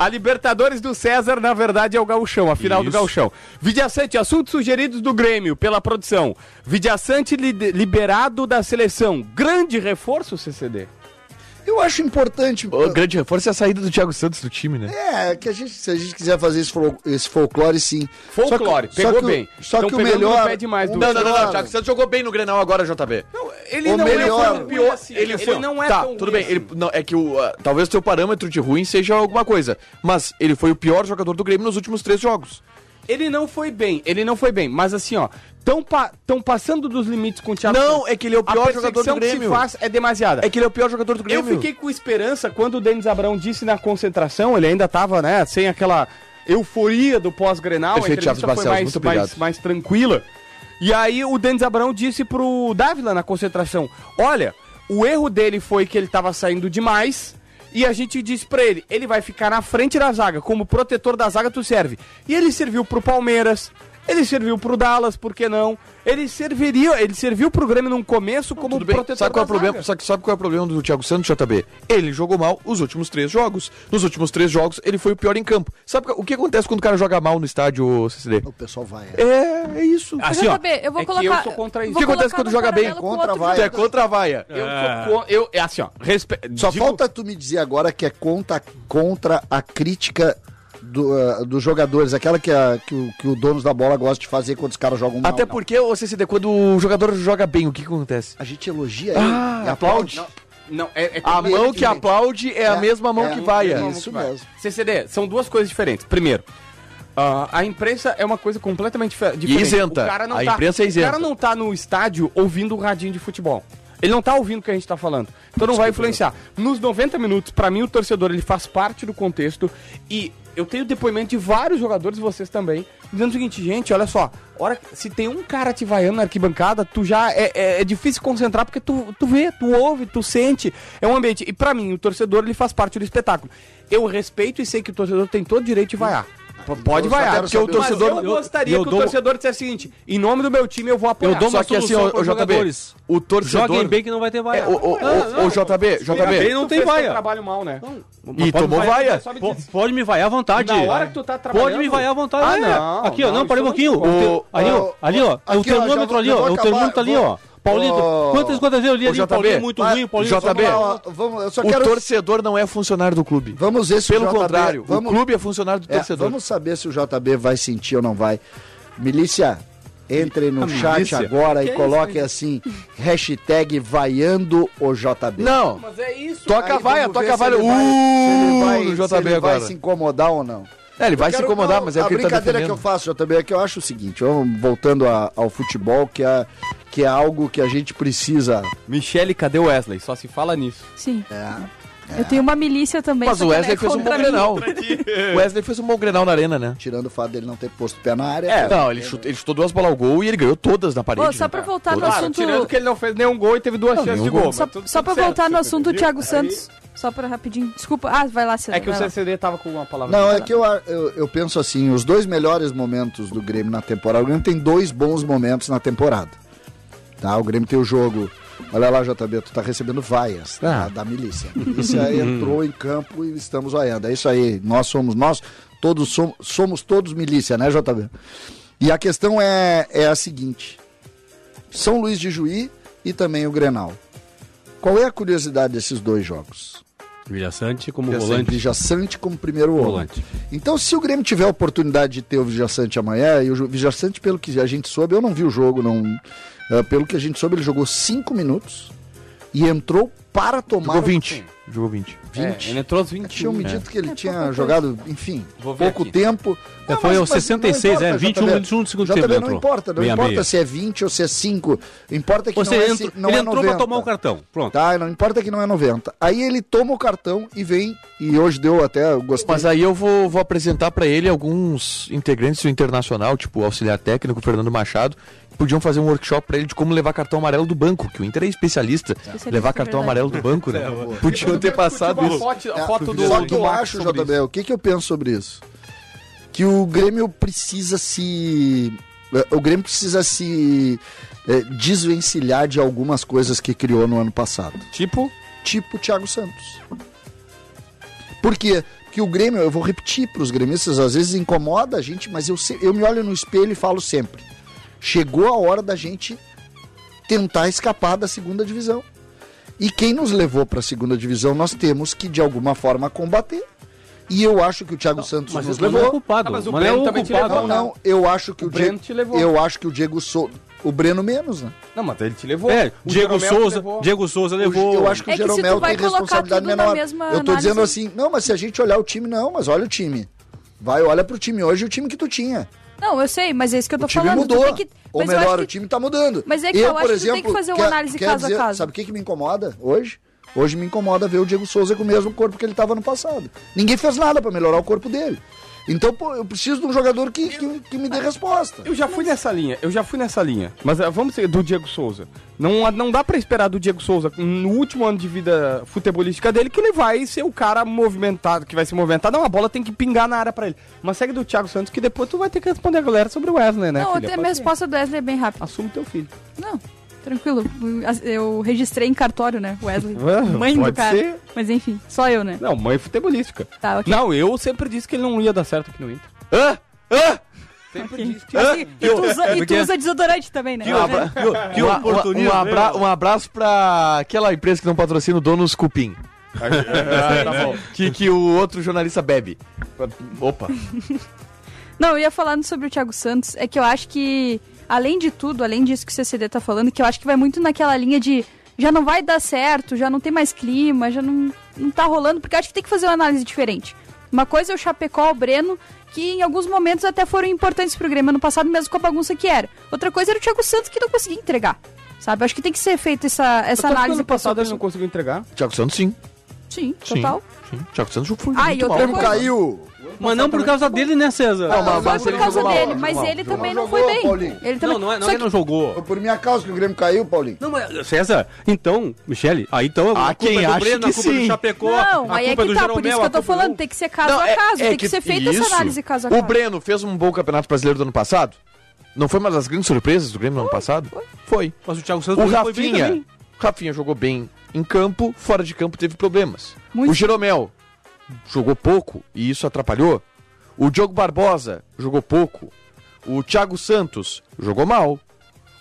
Speaker 2: A Libertadores do César, na verdade, é o Gauchão, a final do
Speaker 5: Isso.
Speaker 2: Gauchão. Vidiaçante, assuntos sugeridos do Grêmio pela produção. Vidiaçante li- liberado da seleção. Grande reforço, CCD.
Speaker 6: Eu acho importante.
Speaker 3: O grande reforço é a saída do Thiago Santos do time, né?
Speaker 6: É, que a gente, se a gente quiser fazer esse, fol- esse folclore, sim.
Speaker 2: Folclore, pegou
Speaker 6: Só que- só que o-
Speaker 2: bem.
Speaker 6: Só
Speaker 2: Tão
Speaker 6: que o
Speaker 2: pegando no
Speaker 6: melhor.
Speaker 2: pé demais do-
Speaker 6: Não, não, não, não,
Speaker 3: Thiago Santos jogou bem no Grenal agora, JB.
Speaker 2: Ele
Speaker 6: O
Speaker 2: não
Speaker 6: melhor-
Speaker 2: é tão pior assim. Ele,
Speaker 3: foi-
Speaker 2: não é
Speaker 3: tá,
Speaker 2: tão
Speaker 3: tudo
Speaker 2: ruim
Speaker 3: bem. Ele, não, é que o, ah, talvez o teu parâmetro de ruim seja alguma coisa. Mas ele foi o pior jogador do Grêmio nos últimos três jogos.
Speaker 2: Ele não foi bem, ele não foi bem, mas assim, ó, tão, pa- tão passando dos limites com o Thiago
Speaker 3: Não,
Speaker 2: Santos.
Speaker 3: é que ele é o pior
Speaker 2: a
Speaker 3: jogador do
Speaker 2: percepção que
Speaker 3: Grêmio.
Speaker 2: se faz é demasiada.
Speaker 3: É que ele é o pior jogador do
Speaker 2: eu
Speaker 3: Grêmio.
Speaker 2: fiquei com esperança quando o Denis Abrão disse na concentração, ele ainda tava, né, sem aquela euforia do pós-Grenal, a
Speaker 3: Perfeito, Thiago
Speaker 2: entrevista foi
Speaker 3: Barcelos,
Speaker 2: mais,
Speaker 3: muito obrigado.
Speaker 2: mais, mais tranquila. E aí o Denis Abrão disse pro Dávila na concentração, olha, o erro dele foi que ele tava saindo demais... E a gente disse pra ele, ele vai ficar na frente da zaga, como protetor da zaga tu serve. E ele serviu pro Palmeiras, ele serviu pro Dallas, por que não? Ele serviria, ele serviu pro Grêmio num começo como
Speaker 3: Tudo bem.
Speaker 2: protetor
Speaker 3: Sabe qual é
Speaker 2: da
Speaker 3: o problema?
Speaker 2: zaga.
Speaker 3: Só que sabe qual é o problema do Thiago Santos, JB? Ele jogou mal os últimos três jogos. Nos últimos três jogos, ele foi o pior em campo. Sabe o que acontece quando o cara joga mal no estádio, CCD?
Speaker 6: O pessoal vai. é.
Speaker 3: É, é isso.
Speaker 2: Assim, ó,
Speaker 4: JB, eu vou
Speaker 2: é que
Speaker 4: colocar.
Speaker 2: eu sou contra isso.
Speaker 4: vou
Speaker 3: O que acontece
Speaker 4: colocar
Speaker 3: quando
Speaker 4: no
Speaker 3: joga bem?
Speaker 4: paralelo com
Speaker 6: Contra
Speaker 4: outro
Speaker 6: vai.
Speaker 3: Tu é
Speaker 4: jogador.
Speaker 3: contra a vaia.
Speaker 2: Eu sou con- eu é assim, ó, respe...
Speaker 6: Só
Speaker 2: digo-
Speaker 6: falta tu me dizer agora que é contra, contra a crítica do, ah, dos jogadores, aquela que, a, que, o, que o dono da bola gosta de fazer quando os caras jogam mal.
Speaker 3: Até porque, ô CCD, quando o jogador joga bem, o que que acontece?
Speaker 6: A gente elogia ele
Speaker 3: Ah,
Speaker 6: e aplaude.
Speaker 2: Não, não, é, é
Speaker 3: A
Speaker 6: Primeiro
Speaker 3: mão
Speaker 6: que
Speaker 3: que
Speaker 6: vem.
Speaker 3: aplaude é a
Speaker 6: É,
Speaker 3: mesma mão
Speaker 6: é
Speaker 2: um
Speaker 3: que
Speaker 6: a
Speaker 3: vaia.
Speaker 6: mesma mão. Isso mesmo.
Speaker 2: CCD, são duas coisas diferentes. Primeiro, ah, a imprensa é uma coisa completamente fe- diferente.
Speaker 3: isenta.
Speaker 2: O cara não
Speaker 3: A
Speaker 2: tá,
Speaker 3: imprensa é
Speaker 2: O
Speaker 3: isenta.
Speaker 2: cara não tá no estádio ouvindo o radinho de futebol. Ele não tá ouvindo o que a gente tá falando. Então não vai influenciar. Nos 90 minutos, pra mim, o torcedor ele faz parte do contexto e eu tenho depoimento de vários jogadores, vocês também, dizendo o seguinte, gente, olha só, hora, que- se tem um cara te vaiando na arquibancada, tu já é, é, é difícil concentrar porque tu, tu vê, tu ouve, tu sente, é um ambiente. E pra mim, o torcedor ele faz parte do espetáculo. Eu respeito e sei que o torcedor tem todo direito de vaiar. P- Pode
Speaker 6: eu só
Speaker 2: vaiar,
Speaker 6: quero
Speaker 2: porque o
Speaker 6: saber-
Speaker 2: torcedor
Speaker 5: Mas eu gostaria que o
Speaker 2: torcedor dissesse o seguinte: em nome do meu time eu vou apoiar.
Speaker 5: Eu dou
Speaker 3: Só
Speaker 5: uma
Speaker 3: que assim,
Speaker 5: solução
Speaker 3: ó,
Speaker 5: pros
Speaker 3: o JB,
Speaker 5: jogadores.
Speaker 3: o torcedor...
Speaker 5: Joguem bem que não vai ter
Speaker 3: É,
Speaker 5: vaia.
Speaker 3: o, o, o, o JB, JB,
Speaker 5: bem, não tem vaia.
Speaker 2: trabalho mal, né?
Speaker 3: e tomou vaia.
Speaker 5: Po- pode me vaiar à vontade.
Speaker 2: Na hora que tu tá trabalhando.
Speaker 5: Pode me vaiar à vontade.
Speaker 2: Ah,
Speaker 5: é.
Speaker 2: não,
Speaker 5: Aqui, ó.
Speaker 2: não,
Speaker 5: Não, parei um
Speaker 2: isso eu
Speaker 6: é
Speaker 5: pouquinho.
Speaker 2: não
Speaker 5: O- ali, ó.
Speaker 6: Ô,
Speaker 5: Ali, ó.
Speaker 3: é
Speaker 6: aqui, ó,
Speaker 5: O
Speaker 6: já
Speaker 5: termômetro
Speaker 6: vou-
Speaker 5: ali,
Speaker 6: eu
Speaker 5: ó.
Speaker 6: vou
Speaker 5: O termômetro
Speaker 6: acabar,
Speaker 5: ali,
Speaker 6: eu
Speaker 5: ó. Paulito,
Speaker 6: Ô,
Speaker 5: quantas quantas vezes eu li
Speaker 3: ô,
Speaker 6: um
Speaker 5: ali?
Speaker 3: JB,
Speaker 5: Paulinho é muito
Speaker 3: vai-
Speaker 5: ruim, Paulinho
Speaker 3: JB,
Speaker 5: só
Speaker 3: Saber.
Speaker 6: Vamos, lá, vamos, eu só
Speaker 3: o
Speaker 6: quero.
Speaker 3: torcedor não é funcionário do clube.
Speaker 6: Vamos ver se
Speaker 3: Pelo
Speaker 6: o JB
Speaker 3: contrário,
Speaker 6: vamos-
Speaker 3: o clube é funcionário do
Speaker 6: É,
Speaker 3: torcedor.
Speaker 6: vamos saber se o JB vai sentir ou não vai. Milícia, entre no chat
Speaker 5: milícia?
Speaker 6: agora
Speaker 3: é
Speaker 6: e coloque assim, hashtag vaiando o JB.
Speaker 3: Não,
Speaker 2: Mas é isso.
Speaker 3: toca a
Speaker 6: Aí
Speaker 3: vaia,
Speaker 6: vamos ver
Speaker 3: toca a
Speaker 6: se
Speaker 3: vaia.
Speaker 6: ele vai-
Speaker 3: Uh,
Speaker 6: se ele vai-
Speaker 3: JB
Speaker 6: se ele vai
Speaker 3: agora.
Speaker 6: se incomodar ou não.
Speaker 3: É, ele vai se
Speaker 6: Quero-
Speaker 3: incomodar,
Speaker 6: não,
Speaker 3: mas é
Speaker 6: a
Speaker 3: o que ele tá
Speaker 6: brincadeira que
Speaker 3: defendendo.
Speaker 6: eu faço, JB, é que eu acho o seguinte, vamos, voltando a- ao futebol, que é, que é algo que a gente precisa.
Speaker 2: Michele, cadê o Wesley? Só se fala nisso.
Speaker 4: Sim.
Speaker 6: É,
Speaker 4: Eu tenho uma milícia também.
Speaker 3: Mas
Speaker 4: só
Speaker 3: o
Speaker 4: que ela
Speaker 3: Wesley
Speaker 4: é
Speaker 3: fez um bom
Speaker 4: contra mim.
Speaker 3: Grenal. O Wesley fez um bom Grenal na arena, né?
Speaker 6: tirando o fato dele não ter posto o pé na área.
Speaker 3: É, não, ele, chuta- ele chutou duas bolas ao gol e ele ganhou todas na parede.
Speaker 4: Ô, só pra
Speaker 3: né?
Speaker 4: voltar no
Speaker 3: Todas.
Speaker 4: assunto.
Speaker 2: Tirando que ele não fez nenhum gol e teve duas chances de
Speaker 3: nenhum
Speaker 2: gol.
Speaker 3: gol.
Speaker 2: mas
Speaker 4: Só,
Speaker 2: tudo-
Speaker 4: só pra
Speaker 2: tudo certo,
Speaker 4: voltar no
Speaker 2: você
Speaker 4: assunto do
Speaker 2: entendeu?
Speaker 4: Thiago Santos. Só pra rapidinho. Desculpa. Ah, vai lá, Cida.
Speaker 2: É que o
Speaker 4: vai lá.
Speaker 2: CCD tava com uma palavra.
Speaker 6: Não, é que eu, eu, eu penso assim, os dois melhores momentos do Grêmio na temporada, o Grêmio tem dois bons momentos na temporada. Tá? O Grêmio tem o jogo. Olha lá, JB, tu tá recebendo vaias tá? da milícia. A milícia entrou em campo e estamos vaiando. É isso aí, nós somos nós, todos somos, somos todos milícia, né, JB? E a questão é, é a seguinte: São Luís de Juí e também o Grenal. Qual é a curiosidade desses dois jogos?
Speaker 5: Vilha Sante como
Speaker 6: Vija Sante-
Speaker 5: volante.
Speaker 6: Vija Sante como primeiro volante.
Speaker 5: Volante.
Speaker 6: Então, se o Grêmio tiver a oportunidade de ter o Vijaçante amanhã, e o Ju- Vijaçante, pelo que a gente soube, eu não vi o jogo, não. eh, pelo que a gente soube, ele jogou cinco minutos. e entrou para tomar.
Speaker 3: Jogou 20. Jogou 20.
Speaker 6: 20.
Speaker 2: É, ele entrou aos
Speaker 6: Tinha
Speaker 2: 21.
Speaker 6: medido que ele tinha jogado, enfim,
Speaker 2: Vou ver
Speaker 6: pouco
Speaker 2: aqui.
Speaker 6: tempo.
Speaker 5: É, foi aos 66, é, 21
Speaker 6: JB.
Speaker 5: minutos, um do segundo
Speaker 6: JB,
Speaker 5: tempo ele
Speaker 6: Não
Speaker 5: entrou.
Speaker 6: importa, não
Speaker 5: Meia,
Speaker 6: importa
Speaker 5: meia.
Speaker 6: se é 20 ou se é 5. Importa que
Speaker 5: Você
Speaker 6: não é,
Speaker 5: entra,
Speaker 6: se- não
Speaker 5: ele
Speaker 6: é
Speaker 5: entrou
Speaker 6: 90.
Speaker 5: pra tomar o cartão. Pronto.
Speaker 6: Tá, não importa que não é 90. Aí ele toma o cartão e vem, e hoje deu até, eu gostei.
Speaker 3: Mas aí eu vou, vou apresentar pra ele alguns integrantes do Internacional, tipo o auxiliar técnico, o Fernando Machado, que podiam fazer um workshop pra ele de como levar cartão amarelo do banco, que o Inter é especialista,
Speaker 4: Especialista, é
Speaker 3: levar cartão
Speaker 4: verdade.
Speaker 3: amarelo do banco,
Speaker 5: É,
Speaker 3: né? Podiam ter passado
Speaker 2: Uma
Speaker 3: isso.
Speaker 2: foto, a
Speaker 6: É,
Speaker 2: foto do,
Speaker 6: Só que
Speaker 2: do
Speaker 6: eu
Speaker 2: Max
Speaker 6: acho,
Speaker 2: sobre
Speaker 6: JB, o que, que eu penso sobre isso? Que o Grêmio precisa se. eh, O Grêmio precisa se eh, desvencilhar de algumas coisas que criou no ano passado.
Speaker 2: isso. Tipo,
Speaker 6: Tipo o Thiago Santos. Por quê? Porque o Grêmio, eu vou repetir para os gremistas, às vezes incomoda a gente, mas eu, se- eu me olho no espelho e falo sempre: chegou a hora da gente tentar escapar da segunda divisão. E quem nos levou para a segunda divisão, nós temos que, de alguma forma, combater. E eu acho que o Thiago Santos
Speaker 5: Mas
Speaker 6: nos
Speaker 5: ele não é o
Speaker 6: levou.
Speaker 5: culpado.
Speaker 2: Ah, mas o
Speaker 5: Mané é
Speaker 2: Breno
Speaker 5: o
Speaker 2: também te
Speaker 5: culpado.
Speaker 6: Não,
Speaker 2: levou,
Speaker 6: não, eu acho que o,
Speaker 2: O Breno
Speaker 6: Diego.
Speaker 2: te levou.
Speaker 6: Eu acho que o Diego Sou. O Breno menos, né?
Speaker 2: não, mas ele te levou.
Speaker 5: É,
Speaker 2: O
Speaker 5: Diego
Speaker 2: Jeromel te
Speaker 5: Souza,
Speaker 2: levou.
Speaker 5: Diego Souza levou.
Speaker 6: Eu acho que
Speaker 4: É
Speaker 6: o
Speaker 4: que se tu
Speaker 6: Jeromel
Speaker 4: vai
Speaker 6: tem
Speaker 4: colocar
Speaker 6: responsabilidade
Speaker 4: tudo na
Speaker 6: menor.
Speaker 4: mesma
Speaker 6: eu tô
Speaker 4: análise-
Speaker 6: dizendo assim, não, mas se a gente olhar o time, não, mas olha o time. Vai, olha pro time hoje o time que tu tinha.
Speaker 4: Não, eu sei, mas é isso que eu tô
Speaker 6: O time
Speaker 4: falando. tu
Speaker 6: mudou.
Speaker 4: tem que-
Speaker 6: Ou
Speaker 4: mas eu acho
Speaker 6: melhor, o
Speaker 4: que-
Speaker 6: time tá mudando.
Speaker 4: Mas é que eu acho que tu tem que fazer uma
Speaker 6: quer-
Speaker 4: análise
Speaker 6: quer
Speaker 4: caso a caso.
Speaker 6: Sabe o que, que me incomoda hoje? Hoje me incomoda ver o Diego Souza com o mesmo corpo que ele tava no passado. Ninguém fez nada pra melhorar o corpo dele. Então, pô, eu preciso de um jogador que, que, que me dê resposta.
Speaker 2: Eu já fui nessa linha, eu já fui nessa linha. Mas ah, vamos ser do Diego Souza. Não, não dá pra esperar do Diego Souza no último ano de vida futebolística dele que ele vai ser o cara movimentado, que vai se movimentar. Não, a bola tem que pingar na área pra ele. Mas segue do Thiago Santos que depois tu vai ter que responder a galera sobre o Wesley, né? filha?
Speaker 4: Não, a
Speaker 2: Pode
Speaker 4: minha
Speaker 2: ser.
Speaker 4: resposta do Wesley é bem rápida.
Speaker 2: Assume teu filho.
Speaker 4: Não, tranquilo. Eu registrei em cartório, né, Wesley.
Speaker 2: Ah,
Speaker 4: Mãe do
Speaker 2: pode
Speaker 4: cara.
Speaker 2: ser.
Speaker 4: Mas enfim, só eu, né?
Speaker 2: Não, mãe futebolística.
Speaker 4: Tá, ok.
Speaker 2: Não, eu sempre disse que ele não ia dar certo aqui no Inter. tá
Speaker 3: Hã? Hã?
Speaker 4: ok. Assim, e tu usa, e tu usa desodorante também,
Speaker 2: Ah,
Speaker 4: né?
Speaker 3: abra-
Speaker 5: Ah, Que
Speaker 3: um a-
Speaker 5: oportunismo,
Speaker 3: Um, abra-
Speaker 5: né?
Speaker 3: um abraço pra aquela empresa que não patrocina o Donos Cupim.
Speaker 5: Ah, tá
Speaker 3: que, que o outro jornalista bebe. Opa.
Speaker 4: Não, eu ia falando sobre o Thiago Santos, é que eu acho que, além de tudo, além disso que o CCD tá falando, que eu acho que vai muito naquela linha de já não vai dar certo, já não tem mais clima, já não, não tá rolando, porque eu acho que tem que fazer uma análise diferente. Uma coisa é o Chapecó, o Breno, que em alguns momentos até foram importantes pro Grêmio ano passado, mesmo com a bagunça que era. Outra coisa era o Thiago Santos que não conseguia entregar. Sabe? Eu Acho que tem que ser feita essa, essa
Speaker 2: Tanto que
Speaker 4: análise
Speaker 2: ano passado
Speaker 4: pessoa a
Speaker 2: ele não conseguiu entregar.
Speaker 3: Thiago Santos, sim.
Speaker 4: pessoa. Sim,
Speaker 3: Sim.
Speaker 4: total.
Speaker 3: sim. Thiago Santos um foi
Speaker 4: Ah, e
Speaker 3: muito
Speaker 4: outra
Speaker 3: mal.
Speaker 4: coisa.
Speaker 6: Caiu!
Speaker 5: Mas não por causa dele, né, César?
Speaker 3: Não, mas-
Speaker 4: Não
Speaker 3: mas
Speaker 4: por
Speaker 3: ele
Speaker 4: causa
Speaker 3: jogou mal,
Speaker 4: dele,
Speaker 3: jogou
Speaker 4: mas
Speaker 3: mal,
Speaker 4: ele
Speaker 3: jogou
Speaker 4: também
Speaker 6: mal.
Speaker 4: não foi
Speaker 6: Jogou,
Speaker 4: bem.
Speaker 6: Paulinho.
Speaker 4: Ele também...
Speaker 5: Não, não é, não
Speaker 4: Só
Speaker 5: é
Speaker 4: que-
Speaker 5: não jogou.
Speaker 6: Foi por minha causa que o Grêmio caiu, Paulinho.
Speaker 5: Não, mas, César, então, Michele, ah, então
Speaker 3: Há
Speaker 5: a culpa
Speaker 3: quem
Speaker 5: é do
Speaker 3: ache
Speaker 5: Breno,
Speaker 3: que
Speaker 5: a culpa é do
Speaker 3: sim.
Speaker 5: Chapecó,
Speaker 4: Não,
Speaker 5: a
Speaker 4: aí é
Speaker 5: culpa
Speaker 4: que
Speaker 5: do
Speaker 4: tá, por
Speaker 5: Jeromel,
Speaker 4: isso que
Speaker 5: a
Speaker 4: eu tô
Speaker 5: culpa do-
Speaker 4: falando, tem que ser caso
Speaker 3: Não,
Speaker 4: a
Speaker 3: é-
Speaker 4: caso,
Speaker 3: é
Speaker 4: tem que, ser feita
Speaker 3: isso.
Speaker 4: essa análise caso a caso.
Speaker 3: O Breno fez um bom campeonato brasileiro do ano passado? Não foi uma das grandes surpresas do Grêmio no ano passado? Foi.
Speaker 5: Mas o Thiago Santos
Speaker 3: O
Speaker 5: foi bem
Speaker 3: Rafinha.
Speaker 5: também.
Speaker 3: O Rafinha jogou bem em campo, fora de campo teve problemas.
Speaker 4: Muito.
Speaker 3: O Jeromel jogou pouco e isso atrapalhou. O Diogo Barbosa jogou pouco. O Thiago Santos jogou mal.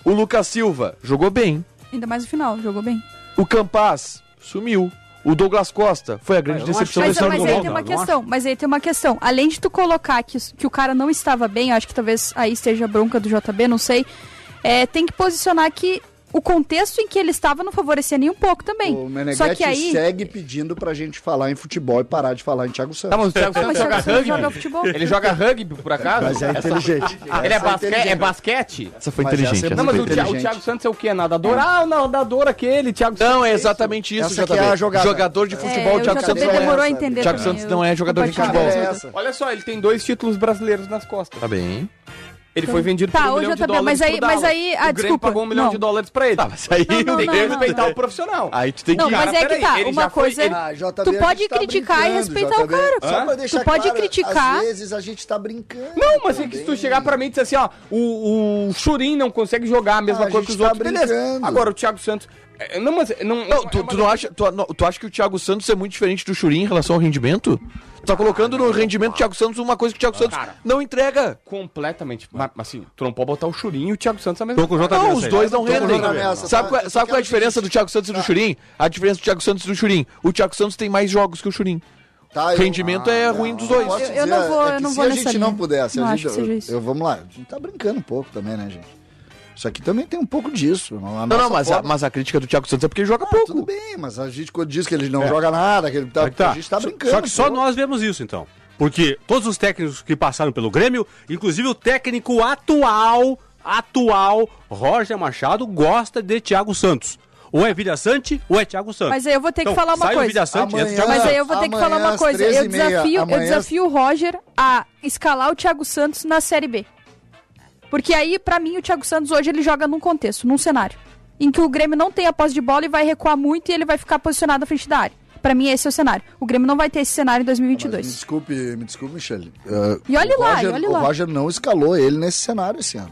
Speaker 3: O Lucas Silva jogou bem.
Speaker 4: Ainda mais no final, jogou bem.
Speaker 3: O Campaz sumiu. O Douglas Costa foi a grande
Speaker 5: Ah, eu não
Speaker 3: decepção
Speaker 5: acho-
Speaker 4: Mas,
Speaker 3: desse ano
Speaker 4: mas
Speaker 3: do
Speaker 4: aí
Speaker 5: jogou
Speaker 4: tem
Speaker 3: Grêmio.
Speaker 5: mal,
Speaker 4: uma
Speaker 5: não, não
Speaker 4: questão, mas aí tem uma questão. Além de tu colocar que, os- que o cara não estava bem, eu acho que talvez aí esteja a bronca do JB, não sei. É, tem que posicionar que o contexto em que ele estava não favorecia nem um pouco também.
Speaker 6: O Meneghetti
Speaker 4: Só que aí.
Speaker 6: segue pedindo pra gente falar em futebol e parar de falar em Thiago Santos.
Speaker 2: Tá, mas o Thiago
Speaker 4: Ah, mas
Speaker 2: Santos joga
Speaker 4: Thiago Santos joga
Speaker 2: rugby.
Speaker 4: futebol.
Speaker 2: Ele joga rugby, por acaso?
Speaker 6: Mas é inteligente.
Speaker 2: Ah, ele é,
Speaker 6: Essa
Speaker 2: basque-
Speaker 6: inteligente.
Speaker 2: é basquete?
Speaker 3: Essa foi
Speaker 6: Mas essa
Speaker 3: inteligente.
Speaker 6: é
Speaker 3: essa
Speaker 2: Não,
Speaker 6: muito
Speaker 3: foi
Speaker 2: mas o,
Speaker 3: inteligente.
Speaker 2: Thi- o Thiago Santos é o quê? Nadador? Ah, o nadador aquele, Thiago
Speaker 3: Não, é exatamente isso,
Speaker 6: Essa que
Speaker 3: JB.
Speaker 6: é a jogada.
Speaker 3: Jogador de
Speaker 4: É,
Speaker 3: futebol,
Speaker 4: o
Speaker 3: Thiago
Speaker 4: JB
Speaker 3: Santos não
Speaker 4: demorou a
Speaker 3: é.
Speaker 6: essa.
Speaker 4: entender.
Speaker 3: Thiago
Speaker 4: também,
Speaker 3: Santos
Speaker 4: eu
Speaker 3: não é jogador de
Speaker 4: compartilho
Speaker 3: futebol.
Speaker 4: dessa
Speaker 6: É
Speaker 4: mesma-
Speaker 6: essa.
Speaker 2: Olha só, ele tem dois títulos brasileiros nas costas.
Speaker 3: Tá bem.
Speaker 2: Ele foi vendido
Speaker 4: Tá,
Speaker 2: por um
Speaker 4: hoje
Speaker 2: milhão
Speaker 4: eu
Speaker 2: de
Speaker 4: também,
Speaker 2: dólares
Speaker 4: mas aí-
Speaker 2: pro
Speaker 4: mas
Speaker 2: Dallas.
Speaker 4: aí-
Speaker 2: o
Speaker 4: ah,
Speaker 2: Grêmio
Speaker 4: desculpa,
Speaker 2: pagou um milhão
Speaker 4: não.
Speaker 2: de dólares pra ele.
Speaker 3: Tá, mas aí.
Speaker 4: Não, não,
Speaker 2: tem
Speaker 4: não,
Speaker 2: que
Speaker 4: não,
Speaker 2: respeitar
Speaker 4: não.
Speaker 2: o profissional.
Speaker 3: Aí tu tem
Speaker 4: Não,
Speaker 3: que.
Speaker 2: Cara,
Speaker 4: mas é que
Speaker 2: peraí,
Speaker 4: tá.
Speaker 2: ele
Speaker 4: Uma
Speaker 2: já foi-
Speaker 4: coisa.
Speaker 2: ele-
Speaker 6: Ah, JB,
Speaker 4: Tu
Speaker 6: a gente
Speaker 4: pode
Speaker 6: tá
Speaker 4: criticar e
Speaker 6: brincando,
Speaker 4: respeitar o
Speaker 6: JB.
Speaker 4: cara.
Speaker 6: Só pra deixar
Speaker 4: Tu pode
Speaker 6: claro,
Speaker 4: criticar.
Speaker 6: Às vezes a gente tá brincando.
Speaker 2: Não, mas é que se tu chegar pra mim e dizer assim, ó, o, o Churin não consegue jogar a mesma
Speaker 6: Ah, a
Speaker 2: coisa que
Speaker 6: gente
Speaker 2: os
Speaker 6: tá
Speaker 2: outros, beleza.
Speaker 6: brincando.
Speaker 2: Agora, o Thiago Santos... é, Não, mas... Não,
Speaker 3: Não, tu, tu não acha, tu, não, tu acha que o Thiago Santos é muito diferente do Churin em relação ao rendimento? Tu tá colocando no rendimento do Thiago Santos uma coisa que o Thiago Santos
Speaker 2: cara.
Speaker 3: não entrega.
Speaker 2: Completamente. Mas, assim, tu não pode botar o Churin e o Thiago Santos a mesma
Speaker 5: Tô com o JB.
Speaker 3: Não,
Speaker 5: nessa
Speaker 3: os
Speaker 5: aí.
Speaker 3: dois não
Speaker 6: Tô
Speaker 3: rendem.
Speaker 6: jogando nessa,
Speaker 3: Sabe,
Speaker 6: tá?
Speaker 3: qual, é- sabe qual é a
Speaker 6: Quero
Speaker 3: diferença do
Speaker 6: dizer-
Speaker 3: Thiago Santos e do Churin? A diferença do Thiago Santos e do Churin. O Thiago Santos tem mais jogos que o Churin.
Speaker 6: Tá, eu-
Speaker 3: rendimento é ruim dos dois.
Speaker 6: Posso é
Speaker 4: Eu- eu não vou- eu
Speaker 6: que
Speaker 4: não
Speaker 6: se
Speaker 4: vou
Speaker 6: a
Speaker 4: nessa
Speaker 6: gente
Speaker 4: linha.
Speaker 6: não pudesse,
Speaker 4: Não
Speaker 6: a
Speaker 4: acho
Speaker 6: gente,
Speaker 4: que seja isso.
Speaker 6: eu, vamos lá, a gente tá brincando um pouco também, né, gente? Isso aqui também tem um pouco disso.
Speaker 3: Não,
Speaker 6: Não,
Speaker 3: não, mas a, mas a crítica do Thiago Santos é porque joga pouco.
Speaker 6: tá Tudo bem, mas a gente quando diz que ele não joga nada, que ele tá,
Speaker 5: Aí que tá.
Speaker 6: a gente tá
Speaker 5: Só-
Speaker 6: brincando.
Speaker 5: Só que só
Speaker 6: pô.
Speaker 5: nós vemos isso, então. Porque todos os técnicos que passaram pelo Grêmio, inclusive o técnico atual, atual, Roger Machado, gosta de Thiago Santos. Ou é Vida Sante, ou é Thiago Santos.
Speaker 4: Mas aí eu vou ter que falar uma
Speaker 5: sai
Speaker 4: coisa.
Speaker 5: O Vida Sante, entra o Thiago
Speaker 4: Mas
Speaker 5: Santos.
Speaker 4: aí eu vou ter que
Speaker 6: Amanhã
Speaker 4: falar uma
Speaker 6: às
Speaker 4: coisa.
Speaker 6: 13h30,
Speaker 4: Eu desafio, eu
Speaker 6: amanhã às-
Speaker 4: desafio o Roger a escalar o Thiago Santos na Série B. Porque aí, pra mim, o Thiago Santos hoje ele joga num contexto, num cenário. Em que o Grêmio não tem a posse de bola e vai recuar muito e ele vai ficar posicionado à frente da área. Pra mim, esse é o cenário. O Grêmio não vai ter esse cenário em
Speaker 6: Mas me
Speaker 4: 2022.
Speaker 6: desculpe, me desculpe, Ah, Michel.
Speaker 4: E olha lá, e olha lá.
Speaker 6: O Roger não escalou ele nesse cenário esse ano.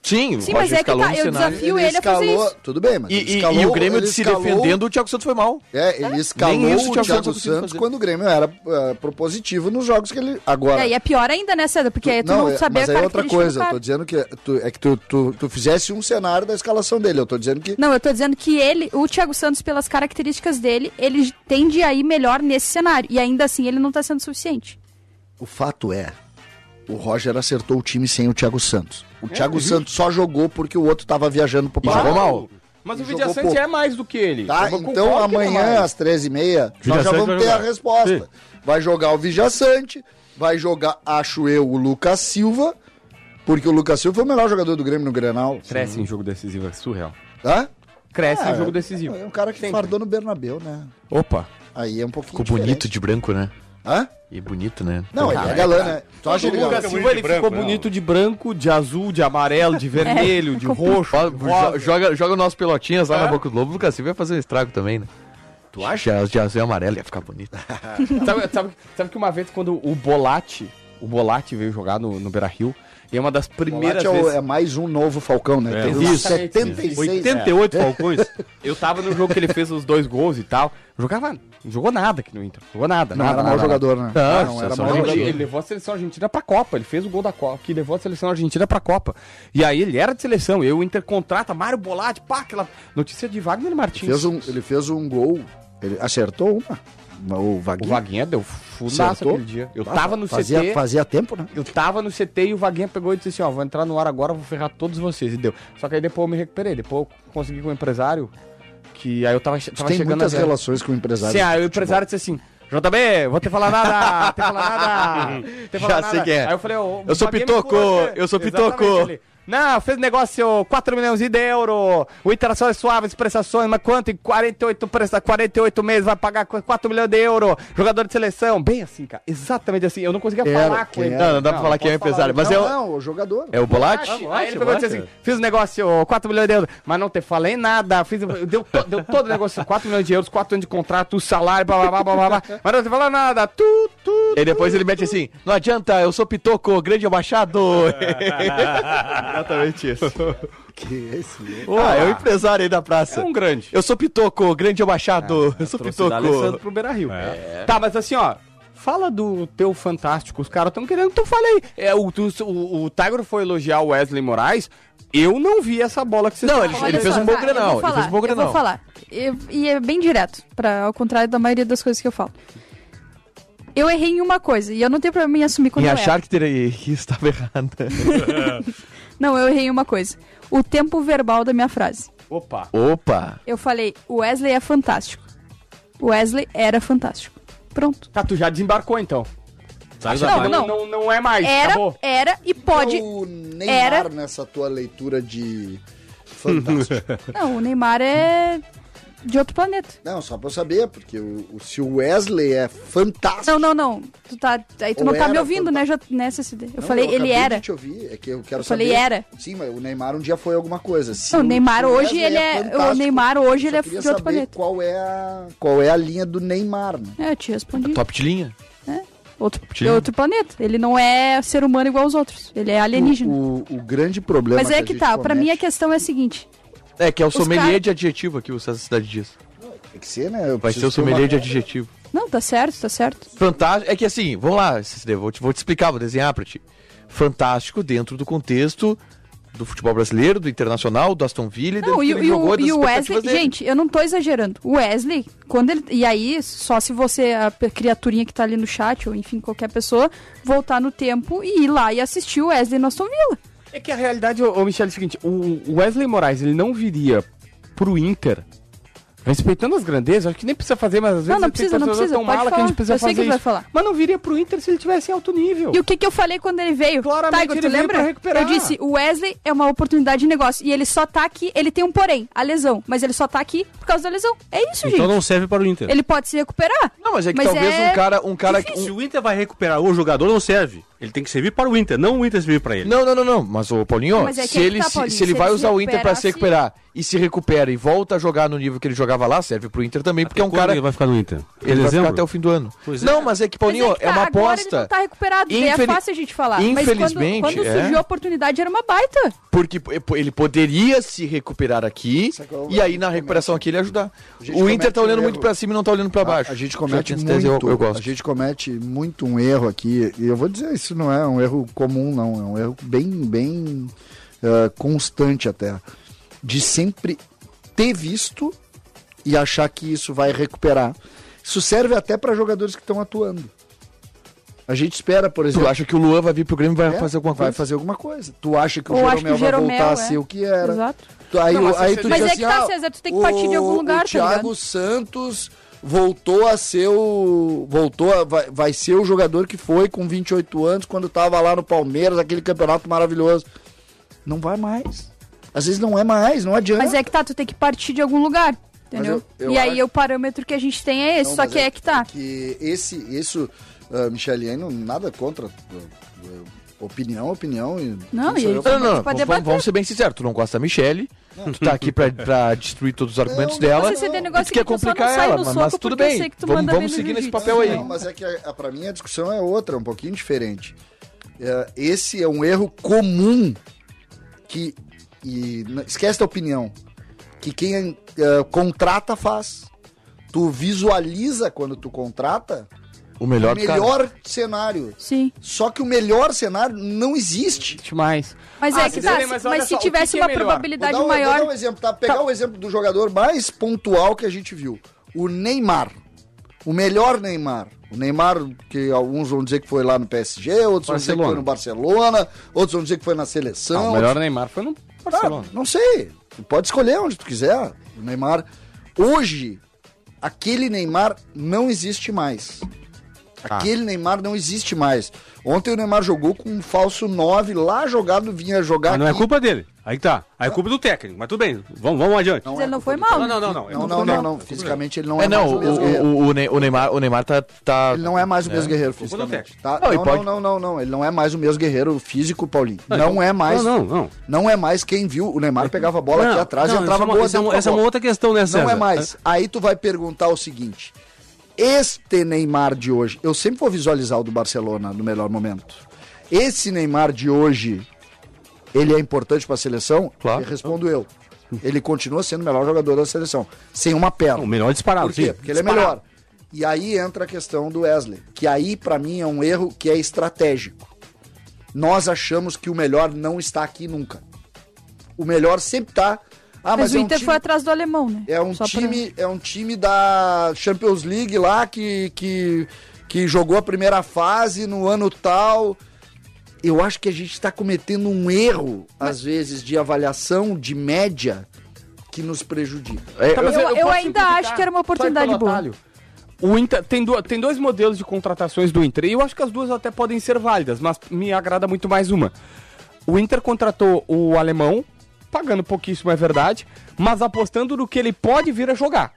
Speaker 3: Sim, o
Speaker 4: Sim,
Speaker 3: Roger
Speaker 4: mas é que
Speaker 3: escalou
Speaker 4: tá,
Speaker 6: um
Speaker 3: no
Speaker 4: eu
Speaker 3: cenário.
Speaker 4: desafio- ele a fazer isso.
Speaker 6: Tudo bem, mas
Speaker 3: E,
Speaker 6: ele
Speaker 3: e-
Speaker 6: escalou,
Speaker 3: e o Grêmio
Speaker 6: ele
Speaker 3: se
Speaker 6: escalou-
Speaker 3: defendendo, o Thiago Santos foi mal.
Speaker 6: É, ele escalou
Speaker 3: Nem isso o Thiago
Speaker 6: o Thiago,
Speaker 3: Santos conseguiu
Speaker 6: Santos
Speaker 3: fazer.
Speaker 6: quando o Grêmio era eh, propositivo nos jogos que ele agora.
Speaker 4: E aí é pior ainda, né, Cedro? Porque aí tu não,
Speaker 6: é-
Speaker 4: saber
Speaker 6: mas
Speaker 4: a
Speaker 6: aí é outra
Speaker 4: característica do
Speaker 6: coisa. Eu
Speaker 4: cara.
Speaker 6: tô dizendo que tu, é que tu, tu, tu fizesse um cenário da escalação dele. Eu tô dizendo que
Speaker 4: Não, eu tô dizendo que ele, o Thiago Santos, pelas características dele, ele tende a ir melhor nesse cenário. E ainda assim, ele não tá sendo suficiente.
Speaker 6: O fato é, o Roger acertou o time sem o Thiago Santos. O Thiago Santos só jogou porque o outro tava viajando pro Paraná.
Speaker 3: Jogou mal.
Speaker 2: Mas o
Speaker 6: Jogou
Speaker 2: Vidia Sante
Speaker 6: pouco.
Speaker 2: é mais do que ele.
Speaker 6: Tá?
Speaker 2: Jogou com
Speaker 6: Então
Speaker 2: qual que não é
Speaker 6: amanhã
Speaker 2: mais?
Speaker 6: às 13h30
Speaker 5: Vija
Speaker 6: nós já
Speaker 5: Sante
Speaker 6: vamos
Speaker 5: vai
Speaker 6: ter a
Speaker 5: jogar.
Speaker 6: resposta.
Speaker 5: Sim.
Speaker 6: Vai jogar o Vijaçante, vai jogar, acho eu, o Lucas Silva, porque o Lucas Silva foi o melhor jogador do Grêmio no Grenal.
Speaker 2: Cresce em jogo decisivo, é surreal.
Speaker 6: Hã?
Speaker 2: Cresce
Speaker 6: Ah,
Speaker 2: em jogo decisivo.
Speaker 6: É um cara que fardou no Bernabéu, né?
Speaker 2: Opa.
Speaker 6: Aí é um pouquinho
Speaker 3: Ficou bonito
Speaker 6: diferente.
Speaker 3: de branco, né?
Speaker 6: Hã?
Speaker 3: E bonito, né?
Speaker 6: Não, ele é galã, né? Tu acha
Speaker 2: O
Speaker 6: ele
Speaker 2: Lucas
Speaker 6: galã?
Speaker 2: Silva ele
Speaker 6: né,
Speaker 2: ficou bonito de branco, de azul, de amarelo,
Speaker 6: É,
Speaker 2: de vermelho, de roxo.
Speaker 3: Ó,
Speaker 2: de
Speaker 3: jo-
Speaker 2: rosa.
Speaker 3: joga, joga o nosso Pelotinhas lá na boca do lobo, o Lucas Silva vai fazer um estrago também, né? Tu acha? De azul e amarelo ia ficar bonito.
Speaker 2: sabe, sabe- sabe que uma vez quando o Bolatti, o Bolatti veio jogar no, no Beira Rio, e é uma das primeiras
Speaker 6: Primeiras é, o-
Speaker 2: vezes. É,
Speaker 6: é mais um novo Falcão, né? Tem uns
Speaker 2: Isso.
Speaker 6: 76.
Speaker 2: um.
Speaker 5: 88
Speaker 6: É.
Speaker 5: Falcões.
Speaker 2: Eu tava no jogo que ele fez os dois gols e tal. Jogava. Não jogou nada aqui no Inter. Jogou nada.
Speaker 6: Não
Speaker 2: nada,
Speaker 6: era
Speaker 2: nada,
Speaker 6: mau
Speaker 2: nada.
Speaker 6: jogador, né?
Speaker 3: Não,
Speaker 6: Não, era
Speaker 3: só-
Speaker 6: mau
Speaker 2: Não, ele,
Speaker 6: jogador.
Speaker 2: ele levou a seleção argentina pra Copa. Ele fez o gol da Copa, que levou a seleção argentina pra Copa. E aí ele era de seleção. E aí o Inter contrata Mário Bolatti, pá, aquela notícia de Wagner Martins.
Speaker 6: Fez um, ele fez um gol, ele acertou uma. uma- O
Speaker 2: O
Speaker 6: Vaguinho.
Speaker 2: Vaguinha deu fudaço
Speaker 6: Acertou.
Speaker 2: aquele dia. Eu tava no
Speaker 6: fazia,
Speaker 2: CT.
Speaker 6: Fazia tempo, né?
Speaker 2: Eu tava no CT e o Vaguinha pegou e disse assim, ó, vou entrar no ar agora, vou ferrar todos vocês. E deu. Só que aí depois eu me recuperei. Depois eu consegui com o empresário, que aí eu tava, che-
Speaker 6: Tu
Speaker 2: tava
Speaker 6: tem
Speaker 2: chegando...
Speaker 6: muitas
Speaker 2: a-
Speaker 6: relações com empresários.
Speaker 2: Sim, aí o empresário disse assim, JB, vou te falar nada, te falar nada, te falar
Speaker 3: Já
Speaker 2: nada.
Speaker 3: sei quem é.
Speaker 2: Aí eu falei, ô,
Speaker 3: Eu sou
Speaker 2: Vaguinha me
Speaker 3: pitoco,
Speaker 2: curou, né?
Speaker 3: eu sou
Speaker 2: Exatamente,
Speaker 3: pitoco.
Speaker 2: ele, Não, fez negócio 4 milhões de euro, o Internacional é suave, as prestações, mas quanto em 48, presta, 48 meses vai pagar 4 milhões de euro, jogador de seleção, bem assim, cara, exatamente assim, eu não conseguia
Speaker 6: Era,
Speaker 2: falar com
Speaker 6: quem
Speaker 2: ele.
Speaker 6: era?
Speaker 3: Não, não dá pra falar
Speaker 2: não
Speaker 3: quem é
Speaker 2: posso
Speaker 3: empresário, mas
Speaker 6: Não,
Speaker 3: é o,
Speaker 6: não, o um, jogador.
Speaker 3: é o Bolatti?
Speaker 2: Aí ele pegou e disse assim, fiz um negócio, ó, 4 milhões de euros, mas não te falei nada, fiz, deu, to- deu todo o negócio, 4 milhões de euros, 4 anos de contrato, salário, blá, blá, blá, blá, blá, blá, mas não te falei nada, tu, tu,
Speaker 3: E aí depois ele mete assim, não adianta, eu sou Pitoco, grande abaixado. Exatamente isso.
Speaker 6: Que é esse? né?
Speaker 3: Ah, é o empresário aí da praça.
Speaker 2: é um grande.
Speaker 3: Eu sou Pitoco,
Speaker 2: é
Speaker 3: grande abaixado. eu sou
Speaker 2: Ah, Trouxe o D'Alessandro
Speaker 3: Pitoco.
Speaker 2: pro Beira-Rio. Tá, mas assim, ó, fala do teu Fantástico, os caras estão querendo, então fala aí, é, o, tu- o, o Tiger foi elogiar o Wesley Moraes, eu não vi essa bola que você
Speaker 3: Não, ele-
Speaker 4: Olha
Speaker 3: fez
Speaker 4: só,
Speaker 3: um bom
Speaker 4: tá,
Speaker 3: Grenal,
Speaker 4: eu vou
Speaker 3: ele fez
Speaker 4: falar,
Speaker 3: um bom
Speaker 4: Eu
Speaker 3: Grenal.
Speaker 4: vou falar. Eu- e é bem direto, pra, ao contrário da maioria das coisas que eu falo. Eu errei em uma coisa, e eu não é. tenho problema em assumir quando
Speaker 3: E
Speaker 4: eu
Speaker 3: achar
Speaker 4: erro.
Speaker 3: que, teria, que estava errada.
Speaker 4: Não, eu errei em uma coisa. O tempo verbal da minha frase.
Speaker 2: Opa.
Speaker 3: Opa.
Speaker 4: Eu falei, o Wesley é fantástico. O Wesley era fantástico. Pronto.
Speaker 2: Tá, tu já desembarcou então.
Speaker 5: Saiu
Speaker 4: Não,
Speaker 2: Não,
Speaker 5: da não,
Speaker 2: não, não, é mais,
Speaker 4: Era,
Speaker 2: acabou.
Speaker 4: era e pode...
Speaker 6: O Neymar
Speaker 4: Era-
Speaker 6: nessa tua leitura de fantástico.
Speaker 4: Não, o Neymar é de outro planeta.
Speaker 6: não, só pra eu saber, porque o, o- se o Wesley é fantástico.
Speaker 4: Não, não, não. Tu tá, aí tu
Speaker 6: Ou
Speaker 4: não tá
Speaker 6: era
Speaker 4: me ouvindo, né, J- né, CCD? Eu falei, ele
Speaker 6: acabei
Speaker 4: era.
Speaker 6: De te ouvir, é que eu quero
Speaker 4: Eu falei,
Speaker 6: saber.
Speaker 4: era.
Speaker 6: Sim, mas o Neymar um dia foi alguma coisa. Se
Speaker 4: Não, o Neymar
Speaker 6: se
Speaker 4: hoje,
Speaker 6: Wesley
Speaker 4: ele é-
Speaker 6: fantástico,
Speaker 4: o Neymar hoje,
Speaker 6: eu
Speaker 4: ele é
Speaker 6: queria
Speaker 4: de outro
Speaker 6: saber
Speaker 4: planeta.
Speaker 6: Qual é a qual é a linha do Neymar, né?
Speaker 4: É, eu te respondi.
Speaker 3: Top de linha.
Speaker 4: Outro, é outro planeta. Ele não é ser humano igual aos outros. Ele é alienígena.
Speaker 6: O, o- o grande problema
Speaker 4: Mas é que
Speaker 6: a gente
Speaker 4: tá, pra mim a
Speaker 6: comete-
Speaker 4: questão é a seguinte.
Speaker 3: É, que é o sommelier
Speaker 4: cara-
Speaker 3: de adjetivo aqui, o César Cidade diz.
Speaker 6: Tem que ser, né? Eu
Speaker 3: Vai
Speaker 6: preciso
Speaker 3: ser o
Speaker 6: ter
Speaker 3: sommelier
Speaker 6: uma-
Speaker 3: de adjetivo.
Speaker 4: Não, tá certo, tá certo.
Speaker 3: Fantástico. É que assim, vamos lá, CCD, vou te, vou te explicar, vou desenhar pra ti. Fantástico dentro do contexto do futebol brasileiro, do internacional, do Aston Villa,
Speaker 4: Não,
Speaker 3: do
Speaker 4: e,
Speaker 3: que ele
Speaker 4: e o,
Speaker 3: das
Speaker 4: e o Wesley,
Speaker 3: expectativas dele.
Speaker 4: gente, eu não tô exagerando. O Wesley, quando ele. E aí, só se você, a pe- criaturinha que tá ali no chat, ou enfim, qualquer pessoa, voltar no tempo e ir lá e assistir o Wesley no Aston Villa.
Speaker 2: É que a realidade, ô, ô, Michel, é o seguinte: o Wesley Moraes ele não viria pro Inter. Respeitando as grandezas, acho que nem precisa fazer, mas às vezes
Speaker 4: não
Speaker 2: ele tem
Speaker 4: precisa, não
Speaker 2: torcedor
Speaker 4: precisa,
Speaker 2: tão
Speaker 4: pode
Speaker 2: mala que a gente
Speaker 4: falar.
Speaker 2: precisa
Speaker 4: Eu sei
Speaker 2: fazer
Speaker 4: que ele vai
Speaker 2: isso.
Speaker 4: falar.
Speaker 2: Mas não viria pro Inter se ele tivesse em alto nível.
Speaker 4: E o que, que eu falei quando ele veio?
Speaker 2: Claramente
Speaker 4: Taigo,
Speaker 2: ele
Speaker 4: tu
Speaker 2: veio pra
Speaker 4: lembra?
Speaker 2: recuperar.
Speaker 4: Eu disse, o Wesley é uma oportunidade de negócio. E ele só tá aqui, ele tem um porém, a lesão. Mas ele só tá aqui por causa da lesão. É isso,
Speaker 5: Então
Speaker 4: gente.
Speaker 5: não serve para o Inter.
Speaker 4: Ele pode se recuperar.
Speaker 3: Não, mas é que talvez um cara, um cara que.
Speaker 5: Se o Inter vai recuperar o jogador, não serve. Ele tem que servir para o Inter, não o Inter servir para ele.
Speaker 3: Não, não, não, não. Mas o Paulinho,
Speaker 4: Não, mas é que
Speaker 3: se,
Speaker 4: aí
Speaker 3: ele,
Speaker 4: tá,
Speaker 3: se-
Speaker 4: Paulinho,
Speaker 3: se ele
Speaker 4: se
Speaker 3: vai
Speaker 4: ele
Speaker 3: usar
Speaker 4: se
Speaker 3: o Inter pra se
Speaker 4: recuperar,
Speaker 3: recuperar e se recupera e volta a jogar no nível que ele jogava lá, serve pro Inter também, porque é um
Speaker 5: Quando
Speaker 3: cara.
Speaker 5: ele vai ficar no Inter. Em
Speaker 3: Ele vai ficar
Speaker 5: dezembro?
Speaker 3: até o fim do ano.
Speaker 5: Pois é.
Speaker 3: Não, mas é que,
Speaker 4: Mas
Speaker 3: Paulinho,
Speaker 4: que
Speaker 3: é,
Speaker 4: tá,
Speaker 3: uma
Speaker 4: Agora ele
Speaker 3: aposta.
Speaker 4: não tá recuperado, daí
Speaker 3: Infeli-
Speaker 4: é fácil a gente falar.
Speaker 3: Infelizmente,
Speaker 4: Mas quando, quando
Speaker 3: é.
Speaker 4: surgiu a oportunidade, era uma baita.
Speaker 3: Porque é, ele poderia se recuperar aqui
Speaker 6: Sabe qual é o
Speaker 3: e aí na
Speaker 6: comete?
Speaker 3: recuperação aqui ele ajudar.
Speaker 6: gente
Speaker 3: O Inter
Speaker 6: comete
Speaker 3: tá olhando
Speaker 6: um
Speaker 3: muito
Speaker 6: erro.
Speaker 3: pra cima e não tá olhando pra baixo.
Speaker 6: A, a gente
Speaker 3: Já
Speaker 6: comete
Speaker 3: tem
Speaker 6: muito,
Speaker 3: essa tese, eu, eu
Speaker 6: a
Speaker 3: gosto.
Speaker 6: gente comete muito um erro aqui, e eu vou dizer, isso não é um erro comum não, é um erro bem bem eh, constante até de sempre ter visto e achar que isso vai recuperar. Isso serve até para jogadores que estão atuando. A gente espera, por
Speaker 3: Tu
Speaker 6: exemplo,
Speaker 3: acha que o Luan vai vir pro Grêmio e vai fazer alguma coisa?
Speaker 6: É? vai fazer alguma coisa. Tu acha que o
Speaker 4: Ou acho que
Speaker 6: Jeromel
Speaker 4: o
Speaker 6: vai
Speaker 4: Jeromel,
Speaker 6: voltar a
Speaker 4: é.
Speaker 6: ser o que era.
Speaker 4: Exato.
Speaker 6: Tu- Aí,
Speaker 2: Não, mas
Speaker 6: o- aí
Speaker 2: você-
Speaker 6: tu
Speaker 4: Mas
Speaker 6: diz
Speaker 4: é que
Speaker 6: assim,
Speaker 4: tá,
Speaker 6: ah,
Speaker 4: César, tu tem que partir de algum lugar,
Speaker 6: O
Speaker 4: tá ligado?
Speaker 6: Thiago Santos voltou a ser o. Voltou a. Vai, vai ser o jogador que foi com 28 anos, quando tava lá no Palmeiras, aquele campeonato maravilhoso. Não vai mais. Às vezes não é mais, não adianta.
Speaker 4: Mas é que tá, tu tem que partir de algum lugar. Entendeu?
Speaker 6: Mas eu- eu
Speaker 4: e aí
Speaker 6: acho-
Speaker 4: o parâmetro que a gente tem é esse,
Speaker 6: Não,
Speaker 4: só
Speaker 6: mas
Speaker 4: que é, que tá.
Speaker 6: Que esse, isso, ah, Micheliano, nada contra. ah, ah, Opinião, opinião. e
Speaker 4: Não,
Speaker 6: quem sou
Speaker 4: e
Speaker 6: eu
Speaker 4: ele-
Speaker 3: Não,
Speaker 6: pra-
Speaker 3: não, não.
Speaker 4: Pra
Speaker 3: Vamos,
Speaker 4: debater.
Speaker 3: vamos ser bem sinceros. Tu não gosta da Michelle. Tu tá aqui pra, pra destruir todos os argumentos
Speaker 6: Não, assim,
Speaker 3: dela.
Speaker 4: Você
Speaker 3: e
Speaker 4: tem
Speaker 3: tu
Speaker 4: negócio
Speaker 3: quer
Speaker 4: seguinte, eu só não
Speaker 3: complicar
Speaker 4: saio
Speaker 3: ela,
Speaker 4: no
Speaker 3: mas,
Speaker 4: soco
Speaker 3: mas tudo
Speaker 4: porque eu
Speaker 3: bem.
Speaker 4: sei que tu
Speaker 3: vamos
Speaker 4: manda bem
Speaker 3: vamos
Speaker 4: no
Speaker 3: seguir nesse
Speaker 4: jiu-jitsu.
Speaker 3: papel aí.
Speaker 6: Não, mas é que a, a, pra mim a discussão é outra, um pouquinho diferente. É, esse é um erro comum que. E, n- esquece da opinião. Que quem é, contrata faz. Tu visualiza quando tu contrata
Speaker 3: O melhor,
Speaker 6: o
Speaker 3: cara.
Speaker 6: melhor cenário.
Speaker 4: Sim.
Speaker 6: Só que o melhor cenário não existe.
Speaker 2: mais.
Speaker 4: Mas
Speaker 2: Ah,
Speaker 4: é que
Speaker 2: Cecília,
Speaker 4: tá.
Speaker 2: mas
Speaker 4: Mas,
Speaker 2: olha só,
Speaker 4: se
Speaker 2: o que
Speaker 4: tivesse
Speaker 2: que é
Speaker 4: uma
Speaker 2: melhor?
Speaker 4: probabilidade
Speaker 6: Vou dar um- vou
Speaker 4: maior.
Speaker 6: dar um exemplo, tá? Pegar o exemplo do jogador mais pontual que a gente viu. O Neymar. O melhor Neymar. O Neymar, que alguns vão dizer que foi lá no PSG, outros vão dizer que foi no Barcelona, outros vão dizer que foi na seleção.
Speaker 2: Ah, o melhor Neymar foi no Barcelona.
Speaker 6: Ah, não sei. Tu pode escolher onde tu quiser. O Neymar. Hoje, aquele Neymar não existe mais. Aquele Neymar não existe mais. Ontem o Neymar jogou com um falso 9 lá jogado, vinha jogar.
Speaker 5: Mas não é
Speaker 6: aqui.
Speaker 5: culpa dele. Aí que tá. Aí é culpa do técnico. Mas tudo bem. Vamos, vamos adiante.
Speaker 4: Mas ele não foi
Speaker 6: culpa
Speaker 4: mal.
Speaker 5: Não, não, não. Não, é
Speaker 6: Não,
Speaker 5: culpa
Speaker 6: não,
Speaker 5: dele.
Speaker 6: não, não. Fisicamente ele não é,
Speaker 3: É, não,
Speaker 6: mais o mesmo
Speaker 3: o,
Speaker 6: guerreiro.
Speaker 3: o, o, Ne- o Neymar, o Neymar tá. tá...
Speaker 6: Ele não é mais o mesmo guerreiro
Speaker 5: culpa do
Speaker 6: fisicamente. Tá?
Speaker 3: Não,
Speaker 6: Não,
Speaker 3: e
Speaker 6: não,
Speaker 3: pode-
Speaker 6: não, não, não. Ele não é mais o mesmo guerreiro físico, Paulinho. Não, é mais.
Speaker 5: Não, não, não.
Speaker 6: Não é mais quem viu. O Neymar pegava a bola
Speaker 5: Não,
Speaker 6: aqui atrás
Speaker 5: não,
Speaker 6: e entrava
Speaker 5: essa é uma-
Speaker 6: boa
Speaker 5: essa é uma-
Speaker 6: dentro da
Speaker 5: essa é uma
Speaker 6: bola.
Speaker 5: outra questão, né, César?
Speaker 6: Não é mais. Aí tu vai perguntar o seguinte: este Neymar de hoje, eu sempre vou visualizar o do Barcelona no melhor momento. Esse Neymar de hoje, ele é importante para a seleção?
Speaker 3: Claro.
Speaker 6: E respondo eu. Ele continua sendo o melhor jogador da seleção, sem uma perna.
Speaker 5: O melhor disparado,
Speaker 6: Por quê?
Speaker 5: sim.
Speaker 6: Porque ele é melhor. E aí entra a questão do Wesley, que aí pra mim é um erro que é estratégico. Nós achamos que o melhor não está aqui nunca. O melhor sempre tá. Ah,
Speaker 4: Mas,
Speaker 6: mas,
Speaker 4: o
Speaker 6: é um
Speaker 4: Inter
Speaker 6: time,
Speaker 4: foi atrás do alemão, né?
Speaker 6: é um
Speaker 4: Só pra-
Speaker 6: time, é um time da Champions League lá que, que que jogou a primeira fase no ano tal. Eu acho que a gente está cometendo um erro às vezes de avaliação de média que nos prejudica.
Speaker 3: É,
Speaker 2: Tá, mas
Speaker 4: Eu- eu
Speaker 2: posso
Speaker 4: ainda
Speaker 2: simplificar.
Speaker 4: acho que era uma oportunidade
Speaker 2: Sabe pelo
Speaker 4: boa.
Speaker 2: atalho? O Inter, tem, do- tem dois modelos de contratações do Inter, e eu acho que as duas até podem ser válidas, mas me agrada muito mais uma. O Inter contratou o alemão, pagando pouquíssimo, é verdade, mas apostando no que ele pode vir a jogar.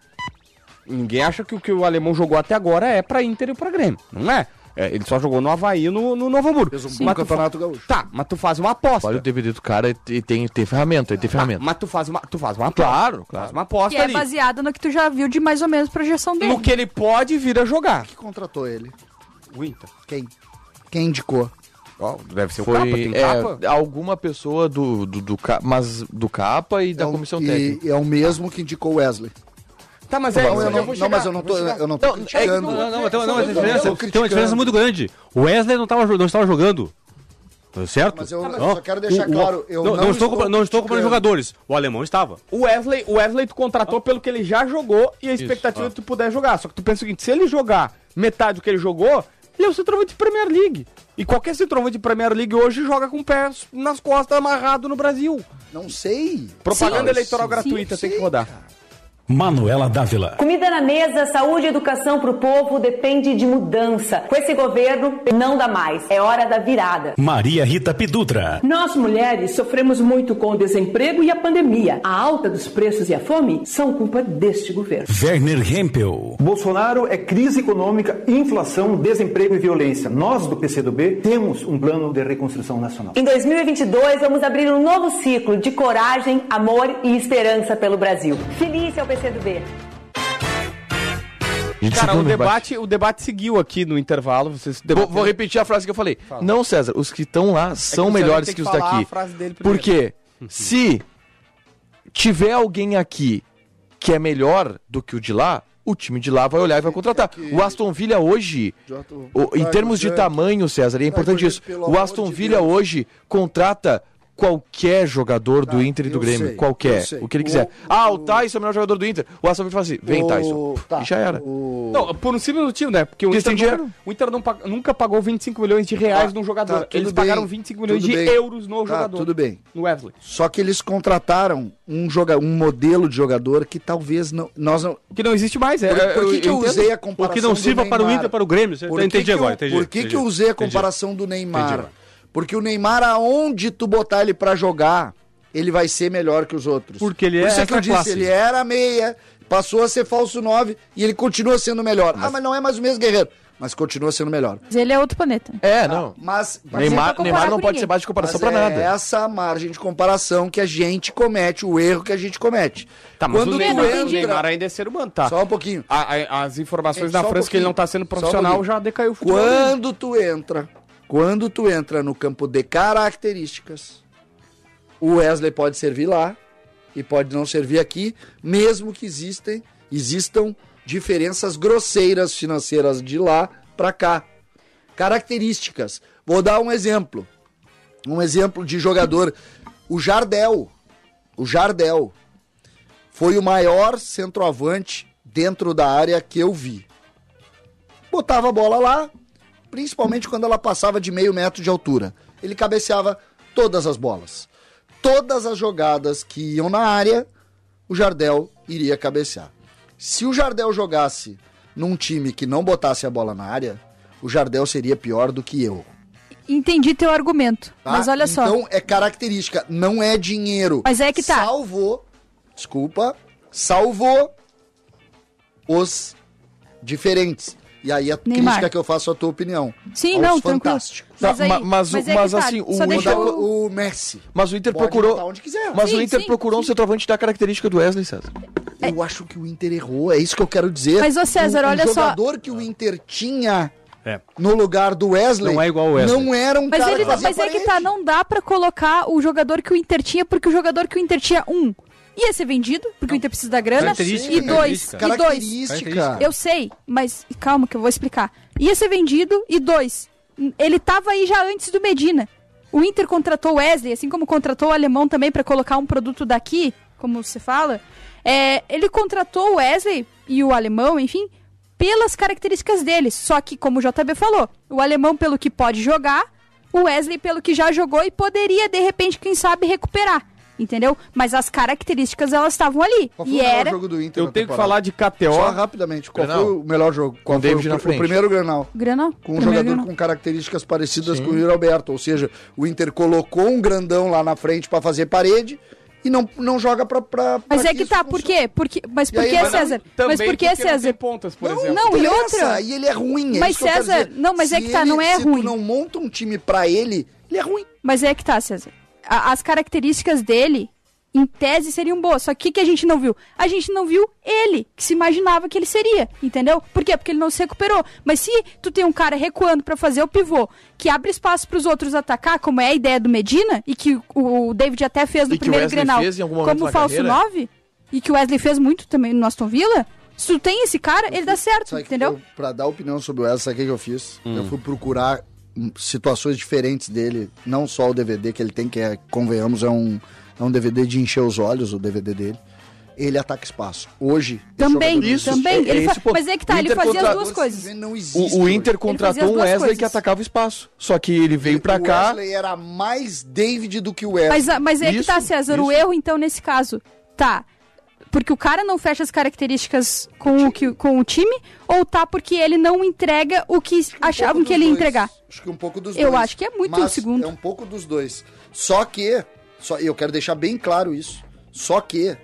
Speaker 2: Ninguém acha que o que o alemão jogou até agora é pra Inter e pra Grêmio, não é? É, ele só jogou no Havaí e no, no Novo Hamburgo.
Speaker 6: Fez um
Speaker 2: Mas
Speaker 6: bom
Speaker 2: tu
Speaker 6: campeonato
Speaker 2: fa-
Speaker 6: gaúcho.
Speaker 2: Tá, mas tu faz uma aposta.
Speaker 3: Olha o DVD do cara e tem, tem ferramenta, ele tem
Speaker 2: Tá,
Speaker 3: ferramenta.
Speaker 2: mas tu faz uma, tu faz uma aposta. Claro, claro. Faz uma aposta
Speaker 4: Que é
Speaker 2: ali.
Speaker 4: baseado no que tu já viu de mais ou menos projeção dele.
Speaker 2: No que ele pode vir a jogar.
Speaker 6: que contratou ele?
Speaker 2: O Inter.
Speaker 6: Quem? Quem indicou?
Speaker 2: Deve ser
Speaker 3: Foi
Speaker 2: o Capa, tem
Speaker 3: é,
Speaker 2: Capa?
Speaker 3: alguma pessoa do, do, do Ca- mas do capa e da
Speaker 6: É um-
Speaker 3: comissão
Speaker 6: e
Speaker 3: técnica.
Speaker 6: é o mesmo que indicou o Wesley.
Speaker 2: Tá, mas é,
Speaker 6: não, eu
Speaker 2: eu
Speaker 6: não,
Speaker 2: vou
Speaker 6: não,
Speaker 2: chegar,
Speaker 6: mas eu não tô, eu não tô
Speaker 3: Não, é que
Speaker 6: criticando.
Speaker 5: Não, não, tem, uma- não,
Speaker 6: São
Speaker 5: mas
Speaker 6: dois
Speaker 5: tem uma
Speaker 6: modelos
Speaker 5: diferença, tem uma diferença
Speaker 6: criticando.
Speaker 5: muito grande. O Wesley não estava não estava jogando. Tá Certo?
Speaker 6: Mas eu-
Speaker 5: Não,
Speaker 6: eu só quero deixar
Speaker 5: o- o-
Speaker 6: claro,
Speaker 5: não,
Speaker 6: eu
Speaker 5: não estou,
Speaker 6: não estou
Speaker 5: compra- não estou comprando
Speaker 6: criticando.
Speaker 5: jogadores. O alemão estava.
Speaker 2: O Wesley, o Wesley tu contratou pelo que ele já jogou e a expectativa é que tu puder jogar. Só que tu pensa o seguinte, se ele jogar metade do que ele jogou, Ele é o centroavante de Premier League. E qualquer centroavante de Premier League hoje joga com o pé nas costas amarrado no Brasil.
Speaker 6: Não sei.
Speaker 2: Propaganda
Speaker 6: Sim,
Speaker 2: eleitoral
Speaker 6: sim,
Speaker 2: gratuita,
Speaker 6: sim,
Speaker 2: tem que rodar.
Speaker 6: cara.
Speaker 1: Manuela Dávila.
Speaker 8: Comida na mesa, saúde e educação para o povo depende de mudança. Com esse governo, não dá mais. É hora da virada.
Speaker 1: Maria Rita Pidutra.
Speaker 9: Nós mulheres sofremos muito com o desemprego e a pandemia. A alta dos preços e a fome são culpa deste governo.
Speaker 1: Werner Hempel.
Speaker 10: Bolsonaro é crise econômica, inflação, desemprego e violência. Nós do PCdoB temos um plano de reconstrução nacional.
Speaker 8: Em 2022, vamos abrir um novo ciclo de coragem, amor e esperança pelo Brasil. Feliz é o PCdoB.
Speaker 3: Gente,
Speaker 2: Cara, o
Speaker 3: segundo
Speaker 2: debate, o debate seguiu aqui no intervalo. Vocês
Speaker 3: Vou, vou repetir a frase que eu falei. Não, César, os que estão
Speaker 6: É
Speaker 3: lá são
Speaker 2: o César
Speaker 3: melhores
Speaker 2: tem
Speaker 3: que,
Speaker 2: que
Speaker 3: os
Speaker 2: falar
Speaker 3: daqui.
Speaker 2: a frase dele primeiro.
Speaker 3: Por quê?
Speaker 6: Uhum.
Speaker 3: Se tiver alguém aqui que é melhor do que o de lá, o time de lá vai olhar e vai contratar. O Aston Villa hoje, o- em termos de tamanho, César, e é importante
Speaker 6: Jorge,
Speaker 3: isso.
Speaker 6: pelo
Speaker 3: O
Speaker 6: amor
Speaker 3: Aston
Speaker 6: de
Speaker 3: Villa
Speaker 6: Deus.
Speaker 3: hoje contrata qualquer jogador do
Speaker 6: Tá,
Speaker 3: Inter e do
Speaker 6: eu
Speaker 3: Grêmio,
Speaker 6: sei,
Speaker 3: qualquer,
Speaker 6: eu sei.
Speaker 3: o que ele quiser.
Speaker 6: O-
Speaker 3: ah, o Tyson é o melhor jogador do Inter. O Aston Villa fala assim, vem
Speaker 6: O-
Speaker 3: Tyson,
Speaker 6: tá,
Speaker 3: e já era.
Speaker 6: o-
Speaker 2: Não, por um simples motivo, né? Porque o
Speaker 3: Porque
Speaker 2: Inter,
Speaker 3: eles têm
Speaker 2: nunca,
Speaker 3: dinheiro.
Speaker 2: o Inter não pa- nunca pagou 25 milhões de reais
Speaker 6: Tá,
Speaker 2: num jogador.
Speaker 6: tá, tudo
Speaker 2: Eles pagaram
Speaker 6: bem,
Speaker 2: 25 milhões
Speaker 6: tudo
Speaker 2: de
Speaker 6: bem.
Speaker 2: euros no
Speaker 6: Tá,
Speaker 2: jogador.
Speaker 6: tudo bem.
Speaker 2: No Wesley.
Speaker 6: Só que eles contrataram um, joga... um modelo de jogador que talvez não... nós não.
Speaker 2: Que não existe mais, é.
Speaker 6: Por, por que, que eu
Speaker 2: entendo.
Speaker 6: usei a
Speaker 5: O
Speaker 6: comparação?
Speaker 5: que não
Speaker 6: do
Speaker 5: sirva para o
Speaker 6: Neymar?
Speaker 5: Inter, para o Grêmio. Você-
Speaker 6: Por que
Speaker 5: entendi
Speaker 6: que eu-
Speaker 5: agora, entendi.
Speaker 6: Por que, que
Speaker 5: entendi.
Speaker 6: eu usei a
Speaker 5: Entendi.
Speaker 6: comparação do Neymar?
Speaker 5: Entendi.
Speaker 6: Porque o Neymar, aonde tu botar ele pra jogar, ele vai ser melhor que os outros.
Speaker 5: Porque ele é
Speaker 6: Por isso que eu disse,
Speaker 5: extra-classe.
Speaker 6: ele era meia, passou a ser falso nove e ele continua sendo melhor. Ah, mas não é mais o mesmo guerreiro. Mas continua sendo melhor.
Speaker 4: Mas ele é outro planeta.
Speaker 3: É, não.
Speaker 6: Mas, mas
Speaker 4: não é pra
Speaker 3: Neymar, Neymar
Speaker 4: comparar
Speaker 3: não
Speaker 4: com
Speaker 3: pode
Speaker 4: ninguém.
Speaker 3: ser base de comparação
Speaker 6: mas
Speaker 3: para
Speaker 6: é
Speaker 3: nada.
Speaker 6: essa margem de comparação que a gente comete, o erro que a gente comete.
Speaker 2: Tá, mas o
Speaker 6: tu
Speaker 2: Neymar,
Speaker 4: entra-
Speaker 2: o Neymar ainda é ser humano, tá?
Speaker 6: Só um pouquinho.
Speaker 2: A- a- as informações
Speaker 6: Só
Speaker 2: da
Speaker 6: um
Speaker 2: França que ele
Speaker 6: pouquinho.
Speaker 2: não tá sendo
Speaker 6: Só um
Speaker 2: profissional
Speaker 6: pouquinho.
Speaker 2: já decaiu o futebol. dele.
Speaker 6: Quando tu entra, quando tu entra no campo de características, o Wesley pode servir lá e pode não servir aqui, mesmo que existem, existam diferenças grosseiras financeiras de lá pra cá. Características. Vou dar um exemplo. Um exemplo de jogador, o Jardel. O Jardel foi o maior centroavante dentro da área que eu vi. Botava a bola lá, principalmente quando ela passava de meio metro de altura. Ele cabeceava todas as bolas. Todas as jogadas que iam na área, o Jardel iria cabecear. Se o Jardel jogasse num time que não botasse a bola na área, o Jardel seria pior do que eu.
Speaker 4: Entendi teu argumento.
Speaker 6: tá?
Speaker 4: Mas olha só.
Speaker 6: Então é característica, não é dinheiro.
Speaker 4: Mas é que tá.
Speaker 6: Salvou, desculpa, salvou os diferentes. E aí a
Speaker 4: Neymar.
Speaker 6: crítica que eu faço à tua opinião.
Speaker 4: Sim, não,
Speaker 6: aos
Speaker 4: tranquilo.
Speaker 6: fantásticos.
Speaker 4: Mas,
Speaker 3: Tá,
Speaker 4: aí,
Speaker 3: ma- mas o- mas
Speaker 4: que tá,
Speaker 3: assim, o-
Speaker 4: só deixa
Speaker 3: o-
Speaker 6: Deixa
Speaker 4: eu-
Speaker 6: o, o Messi.
Speaker 3: Mas o Inter
Speaker 6: Pode
Speaker 3: procurou.
Speaker 6: botar um- onde quiser.
Speaker 3: Mas o
Speaker 4: Sim,
Speaker 3: Inter
Speaker 4: sim,
Speaker 3: procurou um
Speaker 4: sim.
Speaker 3: centroavante da característica do Wesley, César.
Speaker 6: Eu acho que o Inter errou, é isso que eu quero dizer.
Speaker 4: Mas, ô, César,
Speaker 6: o,
Speaker 4: olha
Speaker 6: o
Speaker 4: só.
Speaker 6: jogador que o Inter tinha
Speaker 5: É.
Speaker 6: no lugar do Wesley
Speaker 5: Não é igual o Wesley.
Speaker 6: Não era um
Speaker 4: Mas,
Speaker 6: cara
Speaker 4: ele,
Speaker 6: que fazia
Speaker 4: mas é que
Speaker 6: parede.
Speaker 4: tá, não dá pra colocar o jogador que o Inter tinha, porque o jogador que o Inter tinha, um, ia ser vendido, porque o Inter precisa da grana,
Speaker 5: Característica,
Speaker 4: e dois, e dois,
Speaker 6: Característica.
Speaker 4: Eu sei, mas calma que eu vou explicar. Ia ser vendido e dois, n- ele tava aí já antes do Medina. O Inter contratou o Wesley, assim como contratou o alemão também pra colocar um produto daqui, como se fala. É, ele contratou o Wesley e o alemão, enfim, pelas características deles. Só que, como o JB falou, o alemão pelo que pode jogar, o Wesley pelo que já jogou e poderia, de repente, quem sabe, recuperar. Entendeu? Mas as características elas estavam ali.
Speaker 6: Qual foi
Speaker 4: E
Speaker 6: o melhor
Speaker 4: era
Speaker 6: jogo do Inter
Speaker 2: Eu
Speaker 6: na
Speaker 2: tenho que
Speaker 6: temporada?
Speaker 2: falar de KTO.
Speaker 6: Só rapidamente, qual
Speaker 3: Grenal.
Speaker 6: foi o melhor jogo? Qual
Speaker 3: Com
Speaker 6: foi
Speaker 3: David
Speaker 6: o,
Speaker 3: na
Speaker 6: pr-
Speaker 3: frente.
Speaker 6: o primeiro Granal?
Speaker 4: Granal.
Speaker 6: Com um
Speaker 4: Primeiro
Speaker 6: jogador
Speaker 4: Grenal.
Speaker 6: com características parecidas com o Yuri Alberto. Ou seja, o Inter colocou um grandão lá na frente pra fazer parede e não, não joga pra. pra
Speaker 4: Mas
Speaker 6: pra
Speaker 4: é que
Speaker 6: isso
Speaker 4: tá, por
Speaker 6: funcione.
Speaker 4: quê? Porque, mas por
Speaker 6: aí,
Speaker 4: que,
Speaker 6: mas não-
Speaker 4: César?
Speaker 2: Também
Speaker 4: Mas por
Speaker 2: porque
Speaker 4: que,
Speaker 2: não tem
Speaker 4: César?
Speaker 2: pontas, por
Speaker 6: Não,
Speaker 2: exemplo.
Speaker 4: Não, um e
Speaker 6: interessa,
Speaker 4: outra?
Speaker 6: E ele é ruim. é
Speaker 4: Mas,
Speaker 6: isso que eu quero
Speaker 4: César,
Speaker 6: dizer.
Speaker 4: não, mas é
Speaker 6: Se
Speaker 4: que tá,
Speaker 6: ele-
Speaker 4: não é
Speaker 6: se
Speaker 4: ruim.
Speaker 6: tu não monta um time pra ele, ele é ruim.
Speaker 4: Mas é que tá, César. A- as características dele, em tese, seriam boas. Só que o que que a gente não viu? A gente não viu ele, que se imaginava que ele seria, entendeu? Por quê? Porque ele não se recuperou. Mas se tu tem um cara recuando pra fazer o pivô, que abre espaço pros outros atacar, como é a ideia do Medina, e que o o David até fez no
Speaker 3: E que o
Speaker 4: primeiro
Speaker 3: Wesley
Speaker 4: Grenal,
Speaker 3: fez em algum momento
Speaker 4: como
Speaker 3: na
Speaker 4: falso
Speaker 3: carreira.
Speaker 4: 9, e que o Wesley fez muito também no Aston Villa, se tu tem esse cara, ele dá certo,
Speaker 6: Sabe que
Speaker 4: entendeu?
Speaker 6: eu, pra dar opinião sobre o Wesley, sabe o que que eu fiz? Eu fui procurar hum, situações diferentes dele, não só o DVD que ele tem, que é, convenhamos, é um, é um DVD de encher os olhos, o DVD dele. ele ataca espaço. Hoje, esse
Speaker 4: Também,
Speaker 6: jogador não
Speaker 3: Isso,
Speaker 6: existe.
Speaker 4: também.
Speaker 3: é-
Speaker 4: ele
Speaker 3: é
Speaker 4: fa-
Speaker 3: esse o ponto.
Speaker 4: Mas é que tá,
Speaker 3: O
Speaker 4: ele
Speaker 3: Inter
Speaker 4: fazia as
Speaker 3: contra-
Speaker 4: duas coisas.
Speaker 6: Não existe.
Speaker 3: O, o
Speaker 6: hoje.
Speaker 4: fazia as
Speaker 3: Inter contratou um
Speaker 4: duas
Speaker 3: Wesley
Speaker 4: coisas.
Speaker 3: que atacava o espaço. Só que ele veio pra
Speaker 6: o
Speaker 3: cá.
Speaker 6: Wesley era mais David do que o Wesley.
Speaker 4: Mas, a- mas é que
Speaker 3: Isso,
Speaker 4: tá, César, o
Speaker 3: isso.
Speaker 4: erro, então, nesse caso, tá. Porque o cara não fecha as características com o, que, com o time, ou tá porque ele não entrega o que um achavam
Speaker 6: Um pouco
Speaker 4: que ele ia
Speaker 6: dos dois.
Speaker 4: entregar?
Speaker 6: Acho que um pouco dos
Speaker 4: Eu
Speaker 6: dois.
Speaker 4: acho que é muito
Speaker 6: Mas
Speaker 4: o segundo.
Speaker 6: É um pouco dos dois. Só que, só, eu quero deixar bem claro isso. Só que,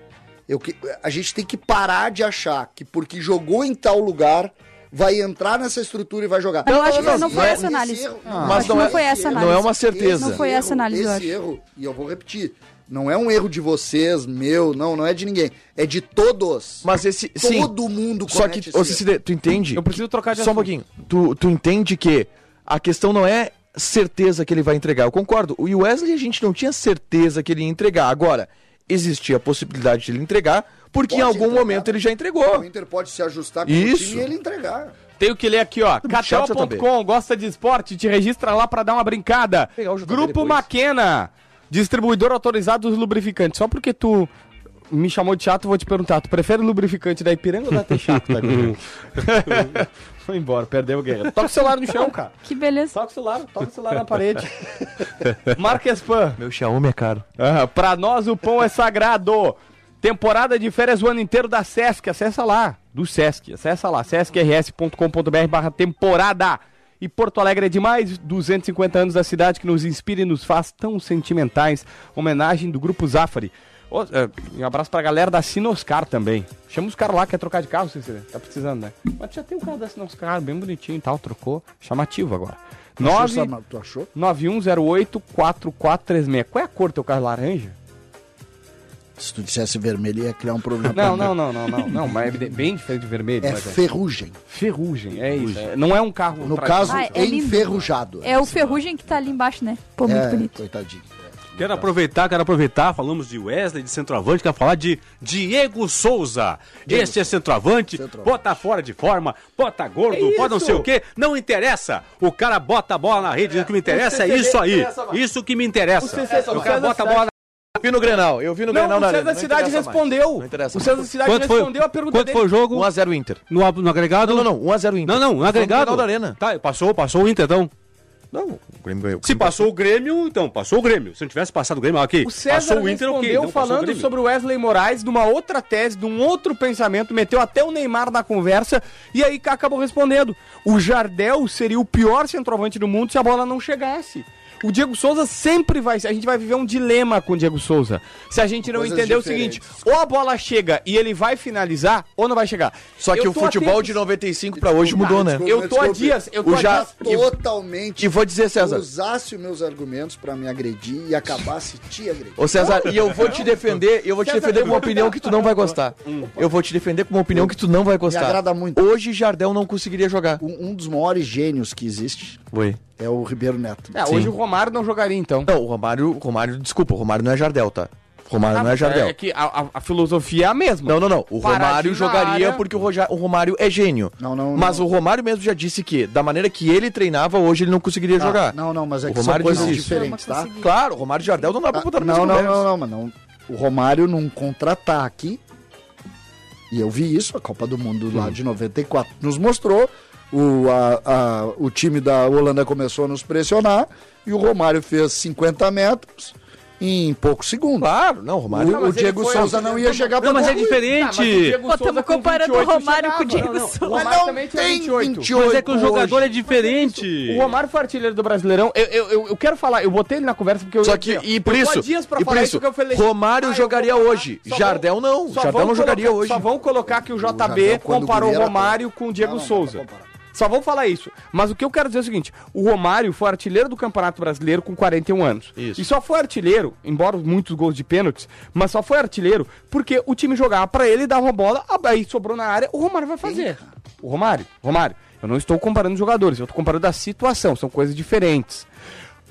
Speaker 6: eu, que- a gente tem que parar de achar que porque jogou em tal lugar, vai entrar nessa estrutura e vai jogar.
Speaker 4: Não, acho que não foi
Speaker 6: é-
Speaker 4: essa análise. Ah.
Speaker 6: esse erro-
Speaker 3: Mas
Speaker 4: acho que não foi essa
Speaker 6: esse erro-
Speaker 4: análise.
Speaker 3: Não é uma certeza.
Speaker 4: Não foi essa análise, eu
Speaker 6: Esse
Speaker 4: acho.
Speaker 6: erro, e eu vou repetir, não é um erro de vocês, meu, não, não é de ninguém. É de todos.
Speaker 3: Mas esse. Sim.
Speaker 6: Todo mundo
Speaker 3: Só
Speaker 6: comete
Speaker 3: que,
Speaker 6: esse
Speaker 3: ô,
Speaker 6: erro.
Speaker 3: Cecília, tu entende?
Speaker 2: Eu preciso trocar de
Speaker 3: Só um pouquinho. Tu, tu entende que a questão não é certeza que ele vai entregar. Eu concordo. O Wesley a gente não tinha certeza que ele ia entregar. Agora, existia a possibilidade de ele entregar, porque em
Speaker 6: Pode
Speaker 3: algum
Speaker 6: entregar.
Speaker 3: momento ele já
Speaker 6: O
Speaker 3: entregou.
Speaker 6: Inter pode se ajustar com
Speaker 3: Isso.
Speaker 6: o time e ele entregar.
Speaker 2: Tenho que ler aqui, ó.
Speaker 3: Muito chato,
Speaker 2: KTO.com, gosta de esporte? Te registra lá pra dar uma brincada.
Speaker 3: Pegar o JB
Speaker 2: Grupo
Speaker 3: depois.
Speaker 2: Maquena, distribuidor autorizado dos lubrificantes. Só porque tu me chamou de chato, eu vou te perguntar. Tu prefere o lubrificante da Ipiranga ou da Texaco? Tá, Guerreiro? Foi embora, perdeu o guerreiro. Toca o celular no chão, cara.
Speaker 4: Que beleza.
Speaker 2: Toca o celular, toca o celular na parede. Marca Spam.
Speaker 3: Meu Xiaomi é caro.
Speaker 2: Aham, Pra nós o pão é sagrado. Temporada de férias o ano inteiro da Sesc. Acessa lá, do Sesc. Acessa lá, sescrs.com.br barra temporada. E Porto Alegre é demais, 250 anos da cidade que nos inspira e nos faz tão sentimentais. Homenagem do Grupo Zafari. Ô, é, Um abraço pra galera da Sinoscar também. Chama os caras lá, quer trocar de carro, Cícero? Tá precisando, né? Mas já tem o carro da Sinoscar, bem bonitinho e tal, trocou. Chamativo agora.
Speaker 6: Achou,
Speaker 2: Nove...
Speaker 6: Samar, Tu achou?
Speaker 2: 9108-4436. Qual é a cor do teu carro? Laranja?
Speaker 6: Se tu dissesse vermelho, ia criar um problema. pra
Speaker 2: Não,
Speaker 6: mim.
Speaker 2: não, não, não, não. não mas é bem diferente de vermelho.
Speaker 6: É
Speaker 2: mas é.
Speaker 6: ferrugem.
Speaker 2: Ferrugem, é isso. é. Não é um carro.
Speaker 6: No
Speaker 2: tradicional.
Speaker 6: caso,
Speaker 4: Ah, é lindo.
Speaker 6: enferrujado. né?
Speaker 4: É o ferrugem que tá ali embaixo, né? Pô, muito
Speaker 6: É,
Speaker 4: bonito.
Speaker 6: coitadinho.
Speaker 5: Quero aproveitar, quero aproveitar, falamos de Wesley, de centroavante, quero falar de Diego Souza. Este é centroavante, bota fora de forma, bota gordo, bota não sei o quê, não interessa. O cara bota a bola na rede, o que me interessa é isso aí. Isso que me interessa. O cara bota a bola na
Speaker 3: Eu vi no Grenal, eu vi no
Speaker 2: Não,
Speaker 3: Grenal
Speaker 2: o
Speaker 3: na
Speaker 2: César
Speaker 3: arena,
Speaker 2: da
Speaker 3: não
Speaker 2: Cidade
Speaker 3: interessa mais.
Speaker 2: respondeu.
Speaker 3: Não interessa
Speaker 2: O César da Cidade
Speaker 5: Quanto foi-
Speaker 2: respondeu a pergunta
Speaker 5: Quanto
Speaker 2: dele.
Speaker 5: foi o jogo?
Speaker 3: 1x0 Inter.
Speaker 5: No, no agregado?
Speaker 3: Não, não, não, 1x0 Inter.
Speaker 5: Não, não, no agregado.
Speaker 3: Final da Arena.
Speaker 5: Tá, passou, passou o Inter, então.
Speaker 3: Não, o Grêmio ganhou.
Speaker 5: Se passou o Grêmio, então, passou o Grêmio. Se não tivesse passado o Grêmio, ok.
Speaker 2: O César
Speaker 5: passou o Inter, ok.
Speaker 2: respondeu
Speaker 5: Não passou o
Speaker 2: falando
Speaker 5: Grêmio.
Speaker 2: sobre o Wesley Moraes, de uma outra tese, de um outro pensamento, meteu até o Neymar na conversa, e aí Cá acabou respondendo. O Jardel seria o pior centroavante do mundo se a bola não chegasse. O Diego Souza sempre vai ser. A gente vai viver um dilema com o Diego Souza. Se a gente não
Speaker 6: Coisas
Speaker 2: entender o seguinte:
Speaker 6: diferentes.
Speaker 2: ou a bola chega e ele vai finalizar, ou não vai chegar.
Speaker 3: Só que
Speaker 2: Eu
Speaker 3: o
Speaker 2: tô
Speaker 3: futebol
Speaker 2: atento-
Speaker 3: de 95 pra hoje mudou, né?
Speaker 6: desculpa.
Speaker 2: Eu tô a dias. Eu tô
Speaker 3: O
Speaker 2: a
Speaker 3: Jar-
Speaker 2: dias-
Speaker 6: Totalmente.
Speaker 3: E vou dizer, César.
Speaker 6: usasse os meus argumentos pra me agredir e acabasse te agredir.
Speaker 3: Ô César, e eu vou te defender, eu vou te
Speaker 2: César,
Speaker 3: defender com uma
Speaker 2: eu vou-
Speaker 3: opinião que tu não vai gostar. Eu vou te defender com uma opinião que tu não vai gostar.
Speaker 6: agrada muito.
Speaker 3: Hoje Jardel não conseguiria jogar.
Speaker 6: Um, um dos maiores gênios que existe
Speaker 3: Oi.
Speaker 6: é o Ribeiro Neto.
Speaker 2: É, hoje o Romário não jogaria então.
Speaker 3: Não, o Romário, o Romário, desculpa, o Romário não é Jardel, tá? O Romário não é Jardel.
Speaker 2: É que a, a- a filosofia é a mesma.
Speaker 3: Não, não, não. O
Speaker 2: Paradinho
Speaker 3: Romário
Speaker 2: na
Speaker 3: jogaria
Speaker 2: área.
Speaker 3: porque o, Roja- o Romário é gênio.
Speaker 6: Não, não,
Speaker 3: Mas
Speaker 6: não.
Speaker 3: o Romário mesmo já disse que, da maneira que ele treinava, hoje ele não conseguiria
Speaker 6: Tá,
Speaker 3: jogar.
Speaker 6: Não, não, mas é
Speaker 3: O
Speaker 6: que são
Speaker 3: Romário
Speaker 6: coisas
Speaker 3: disse isso.
Speaker 6: diferentes, tá?
Speaker 3: Claro, o Romário e Jardel não dá pra
Speaker 6: Tá,
Speaker 3: botar na
Speaker 6: não,
Speaker 3: mesma
Speaker 6: não,
Speaker 3: conversa.
Speaker 6: não, não, mas não. O Romário num contra-ataque, e eu vi isso, a Copa do Mundo lá de 94 nos mostrou. O, a- a- o time da Holanda começou a nos pressionar e o Romário fez 50 metros em poucos segundos.
Speaker 3: Claro, não, o Romário.
Speaker 6: o o Diego Souza não ia chegar pra
Speaker 5: Não, mas é
Speaker 6: gol.
Speaker 3: Tá,
Speaker 5: diferente.
Speaker 4: Pô, tamo comparando o Romário com o Diego Souza.
Speaker 6: Mas
Speaker 2: Romário
Speaker 6: não
Speaker 2: também tinha
Speaker 6: tem
Speaker 2: 28.
Speaker 6: 28.
Speaker 5: Mas é que o jogador é diferente.
Speaker 2: O Romário foi artilheiro do Brasileirão. Eu, eu, eu, eu quero falar, eu botei ele na conversa porque eu.
Speaker 3: Só
Speaker 2: ia
Speaker 3: que,
Speaker 2: dizer, ó,
Speaker 3: e por
Speaker 2: eu tô há
Speaker 3: isso,
Speaker 2: dias pra
Speaker 3: e por
Speaker 2: falar
Speaker 3: isso,
Speaker 2: que eu falei,
Speaker 3: Romário
Speaker 2: ah, eu
Speaker 3: jogaria
Speaker 2: vou falar,
Speaker 3: hoje,
Speaker 2: só vão-
Speaker 3: Jardel não,
Speaker 2: só
Speaker 3: Jardel
Speaker 2: vão
Speaker 3: não jogaria
Speaker 2: colocar-
Speaker 3: hoje.
Speaker 2: Só vão colocar que o JB
Speaker 6: Jardel, quando tá.
Speaker 2: comparou o
Speaker 6: goleiro,
Speaker 2: Romário com o Diego
Speaker 6: Não, não dá
Speaker 2: Souza.
Speaker 6: pra comparar.
Speaker 2: Só vão falar isso. Mas o que eu quero dizer é o seguinte: o Romário foi artilheiro do Campeonato Brasileiro com 41 anos.
Speaker 3: Isso.
Speaker 2: E só foi artilheiro, embora muitos gols de pênaltis, mas só foi artilheiro porque o time jogava pra ele, dava uma bola, ah, aí sobrou na área, o Romário vai fazer. O Romário, Romário, eu não estou comparando os jogadores, eu estou comparando a situação, são coisas diferentes.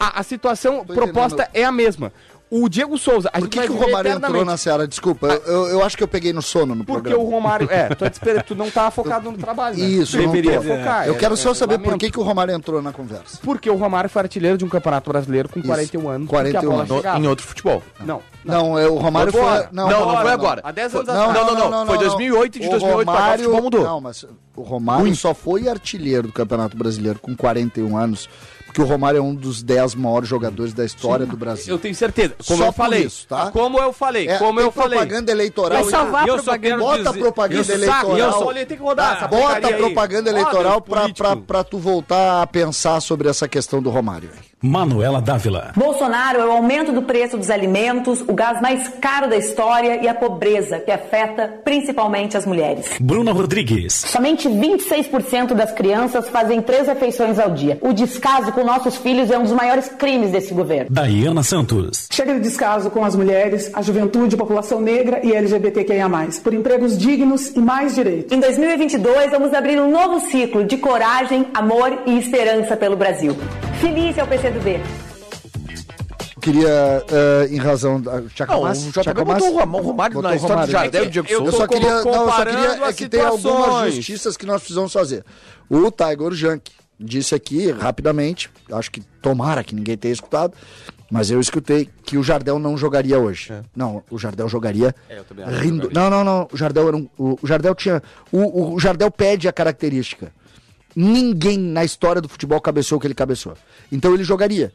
Speaker 2: A, a situação
Speaker 6: Tô
Speaker 2: proposta
Speaker 6: entendendo.
Speaker 2: é a mesma. O Diego Souza. A
Speaker 6: Por
Speaker 2: gente
Speaker 6: que,
Speaker 2: vai
Speaker 6: que o
Speaker 2: viver
Speaker 6: Romário entrou
Speaker 2: eternamente.
Speaker 6: na Seara? Desculpa, eu, eu- eu acho que eu peguei no sono no
Speaker 2: Porque
Speaker 6: programa.
Speaker 2: o Romário. É, tu, é desesper- tu não tá focado no trabalho. Né?
Speaker 6: Isso, não
Speaker 2: deveria
Speaker 6: tô.
Speaker 2: focar.
Speaker 6: Eu
Speaker 2: é,
Speaker 6: quero só
Speaker 2: é,
Speaker 6: saber por
Speaker 2: lamento.
Speaker 6: que, que o Romário entrou na conversa.
Speaker 2: Porque o Romário foi artilheiro de um campeonato brasileiro com 41 anos. porque
Speaker 6: 41
Speaker 2: a bola
Speaker 6: anos.
Speaker 3: No-
Speaker 2: chegava.
Speaker 3: em outro futebol.
Speaker 2: Não.
Speaker 6: Não, é, o Romário foi.
Speaker 2: Agora.
Speaker 3: Não, não, foi agora.
Speaker 2: Há 10 anos
Speaker 3: Foi-
Speaker 2: atrás.
Speaker 3: Não, não, não, Foi 2008 e de
Speaker 6: O
Speaker 3: 2008 pra cá o futebol mudou.
Speaker 6: Não, mas o Romário só foi artilheiro do Campeonato Brasileiro com 41 anos, porque o Romário é um dos 10 maiores jogadores da história do Brasil.
Speaker 2: Eu tenho certeza. Como
Speaker 6: Só
Speaker 2: eu
Speaker 6: por
Speaker 2: falei.
Speaker 6: isso, tá?
Speaker 2: Como eu falei.
Speaker 6: É,
Speaker 2: como
Speaker 6: tem
Speaker 2: eu falei.
Speaker 6: propaganda eleitoral.
Speaker 4: Vai salvar
Speaker 5: E
Speaker 4: a
Speaker 5: eu só
Speaker 4: propaganda.
Speaker 5: quero
Speaker 6: Bota
Speaker 5: dizer-
Speaker 6: propaganda
Speaker 5: eu só-
Speaker 6: eleitoral.
Speaker 5: e eu só-
Speaker 2: Olha, tem que rodar essa
Speaker 6: Tá, Bota
Speaker 2: porcaria aí.
Speaker 6: propaganda
Speaker 2: Olha,
Speaker 6: eleitoral pra,
Speaker 5: político.
Speaker 6: pra, pra tu voltar a pensar sobre essa questão do Romário. velho.
Speaker 1: Manuela Dávila.
Speaker 8: Bolsonaro é o aumento do preço dos alimentos, o gás mais caro da história e a pobreza que afeta principalmente as mulheres.
Speaker 1: Bruna Rodrigues.
Speaker 8: Somente 26% das crianças fazem três refeições ao dia. O descaso com nossos filhos é um dos maiores crimes desse governo.
Speaker 1: Daiana Santos.
Speaker 9: Chega de descaso com as mulheres, a juventude, a população negra e LGBTQIA+, por empregos dignos e mais direitos.
Speaker 8: Em 2022, vamos abrir um novo ciclo de coragem, amor e esperança pelo Brasil. Feliz é o PCdoB.
Speaker 6: Eu queria, eh, em razão da.
Speaker 3: Não, o
Speaker 6: Chacomás,
Speaker 3: JB
Speaker 6: Chacomás-
Speaker 3: botou o Ramon- Romário na
Speaker 6: botou o
Speaker 3: história do
Speaker 6: Romário.
Speaker 3: Jardel, Diego
Speaker 6: Eu,
Speaker 3: Souza.
Speaker 6: só
Speaker 2: tô
Speaker 6: queria. Não, eu só
Speaker 2: comparando
Speaker 6: queria. É
Speaker 2: as
Speaker 6: que tem algumas
Speaker 2: situações.
Speaker 6: justiças que nós precisamos fazer. O Tiger Junk disse aqui, rapidamente, acho que tomara que ninguém tenha escutado, mas eu escutei que o Jardel não jogaria hoje.
Speaker 3: É.
Speaker 6: Não, o Jardel jogaria. rindo. Não, não, não. O Jardel era um. O o Jardel tinha. O, o Jardel pede a característica. Ninguém na história do futebol cabeceou o que ele cabeceou. Então ele jogaria.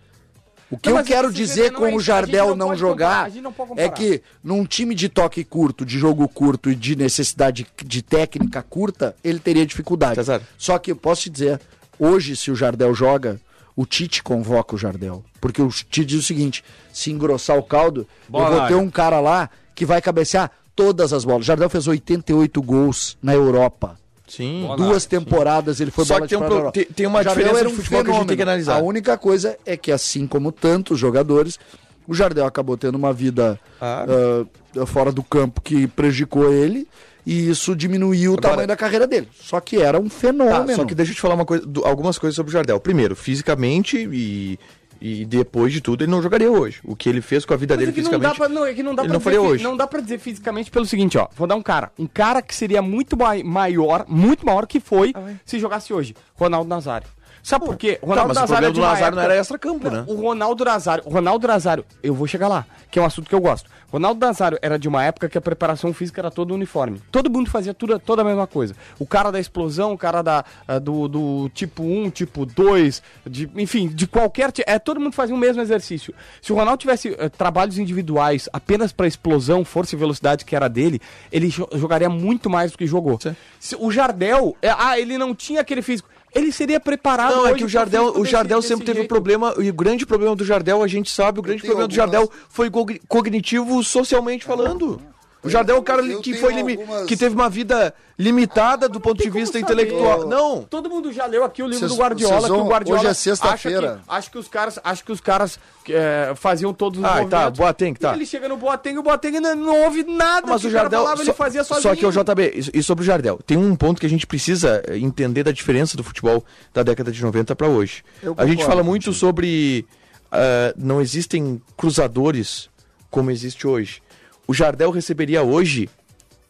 Speaker 6: O que
Speaker 2: Não,
Speaker 6: eu
Speaker 2: mas
Speaker 6: quero
Speaker 2: isso
Speaker 6: dizer
Speaker 2: não
Speaker 6: com
Speaker 2: é-
Speaker 6: o
Speaker 2: a
Speaker 6: Jardel
Speaker 2: gente não
Speaker 6: não,
Speaker 2: pode comparar, a
Speaker 6: jogar
Speaker 2: gente não pode comparar.
Speaker 6: é que num time de toque curto, de jogo curto e de necessidade de técnica curta, ele teria dificuldade.
Speaker 3: Cesar.
Speaker 6: Só que eu posso te dizer, hoje se o Jardel joga, o Tite convoca o Jardel, porque o Tite diz o seguinte: se engrossar o caldo,
Speaker 5: Bola na
Speaker 6: eu vou ter
Speaker 5: área.
Speaker 6: um cara lá que vai cabecear todas as bolas. O Jardel fez 88 gols na Europa.
Speaker 3: Sim.
Speaker 6: Duas temporadas ele foi
Speaker 3: Só
Speaker 6: bola
Speaker 3: que tem
Speaker 6: de
Speaker 3: um
Speaker 6: prata
Speaker 3: pro-
Speaker 6: na
Speaker 3: tem-
Speaker 6: Europa.
Speaker 3: tem uma
Speaker 6: O Jardel
Speaker 3: diferença
Speaker 6: era um
Speaker 3: de futebol que a gente tem que
Speaker 6: fenômeno.
Speaker 3: analisar.
Speaker 6: A única coisa é que, assim como tantos jogadores, o Jardel acabou tendo uma vida ah, fora do campo que prejudicou ele e isso diminuiu o
Speaker 3: Agora-
Speaker 6: tamanho da carreira dele. Só que era um fenômeno.
Speaker 3: Tá, só que deixa eu te falar uma coisa, do- algumas coisas sobre o Jardel. Primeiro, fisicamente e, e depois de tudo, ele não jogaria hoje. O que ele fez com a vida
Speaker 2: Mas
Speaker 3: dele
Speaker 2: é que não dá
Speaker 3: fisicamente.
Speaker 2: pra, não, é que não dá
Speaker 3: ele
Speaker 2: pra
Speaker 3: não
Speaker 2: dizer,
Speaker 3: faria
Speaker 2: fi-
Speaker 3: hoje.
Speaker 2: não dá pra dizer fisicamente pelo seguinte, ó. Vou dar um cara. Um cara que seria muito mai- maior, muito maior que foi se jogasse hoje. Ronaldo Nazário. Sabe por quê?
Speaker 3: Tá,
Speaker 2: Ronaldo
Speaker 3: mas o problema
Speaker 2: é de
Speaker 3: do
Speaker 2: uma
Speaker 3: Nazário não
Speaker 2: época-
Speaker 3: era extra-campo, né?
Speaker 2: O Ronaldo Nazário, o Ronaldo Nazário, eu vou chegar lá, que é um assunto que eu gosto. Ronaldo Nazário era de uma época que a preparação física era todo uniforme. Todo mundo fazia tudo, toda a mesma coisa. O cara da explosão, o cara da, ah, do, do tipo 1, tipo 2, de, enfim, de qualquer. ti- É, todo mundo fazia o mesmo exercício. Se o Ronaldo tivesse eh, trabalhos individuais apenas pra explosão, força e velocidade que era dele, ele jo- jogaria muito mais do que jogou. Se- o Jardel, é, ah, ele não tinha aquele físico. Ele seria preparado.
Speaker 3: Não,
Speaker 2: hoje
Speaker 3: é que o
Speaker 2: pro
Speaker 3: Jardel,
Speaker 2: físico
Speaker 3: o
Speaker 2: desse-
Speaker 3: Jardel
Speaker 2: desse
Speaker 3: sempre teve um
Speaker 2: jeito.
Speaker 3: problema, e o grande problema do Jardel, a gente sabe, o grande
Speaker 6: tenho
Speaker 3: problema do
Speaker 6: algumas-
Speaker 3: Jardel foi cogni- cognitivo socialmente falando. O Jardel é um cara
Speaker 6: eu
Speaker 3: que,
Speaker 6: tenho
Speaker 3: foi limi-
Speaker 6: algumas-
Speaker 3: que teve uma vida limitada do ponto de vista intelectual. Não,
Speaker 2: Todo mundo já leu aqui o livro
Speaker 6: Vocês-
Speaker 2: do Guardiola,
Speaker 6: vocês
Speaker 2: que
Speaker 6: vão-
Speaker 2: o Guardiola
Speaker 6: hoje é
Speaker 2: acha que-
Speaker 6: sexta-feira.
Speaker 2: Acho que os caras, acho que os caras eh, faziam todos os
Speaker 3: Ah, tá,
Speaker 2: movimentos.
Speaker 3: Boateng, tá.
Speaker 2: E ele chega no Boateng, o Boateng não, não ouve nada
Speaker 3: mas
Speaker 2: que
Speaker 3: o Jardel.
Speaker 2: falava, ele fazia sozinho.
Speaker 3: só que o JB, e- e sobre o Jardel, tem um ponto que a gente precisa eh, entender da diferença do futebol da década de 90 pra hoje.
Speaker 6: Eu
Speaker 3: A gente
Speaker 6: concordo
Speaker 3: fala muito sobre ah, não existem cruzadores como existe hoje. O Jardel receberia hoje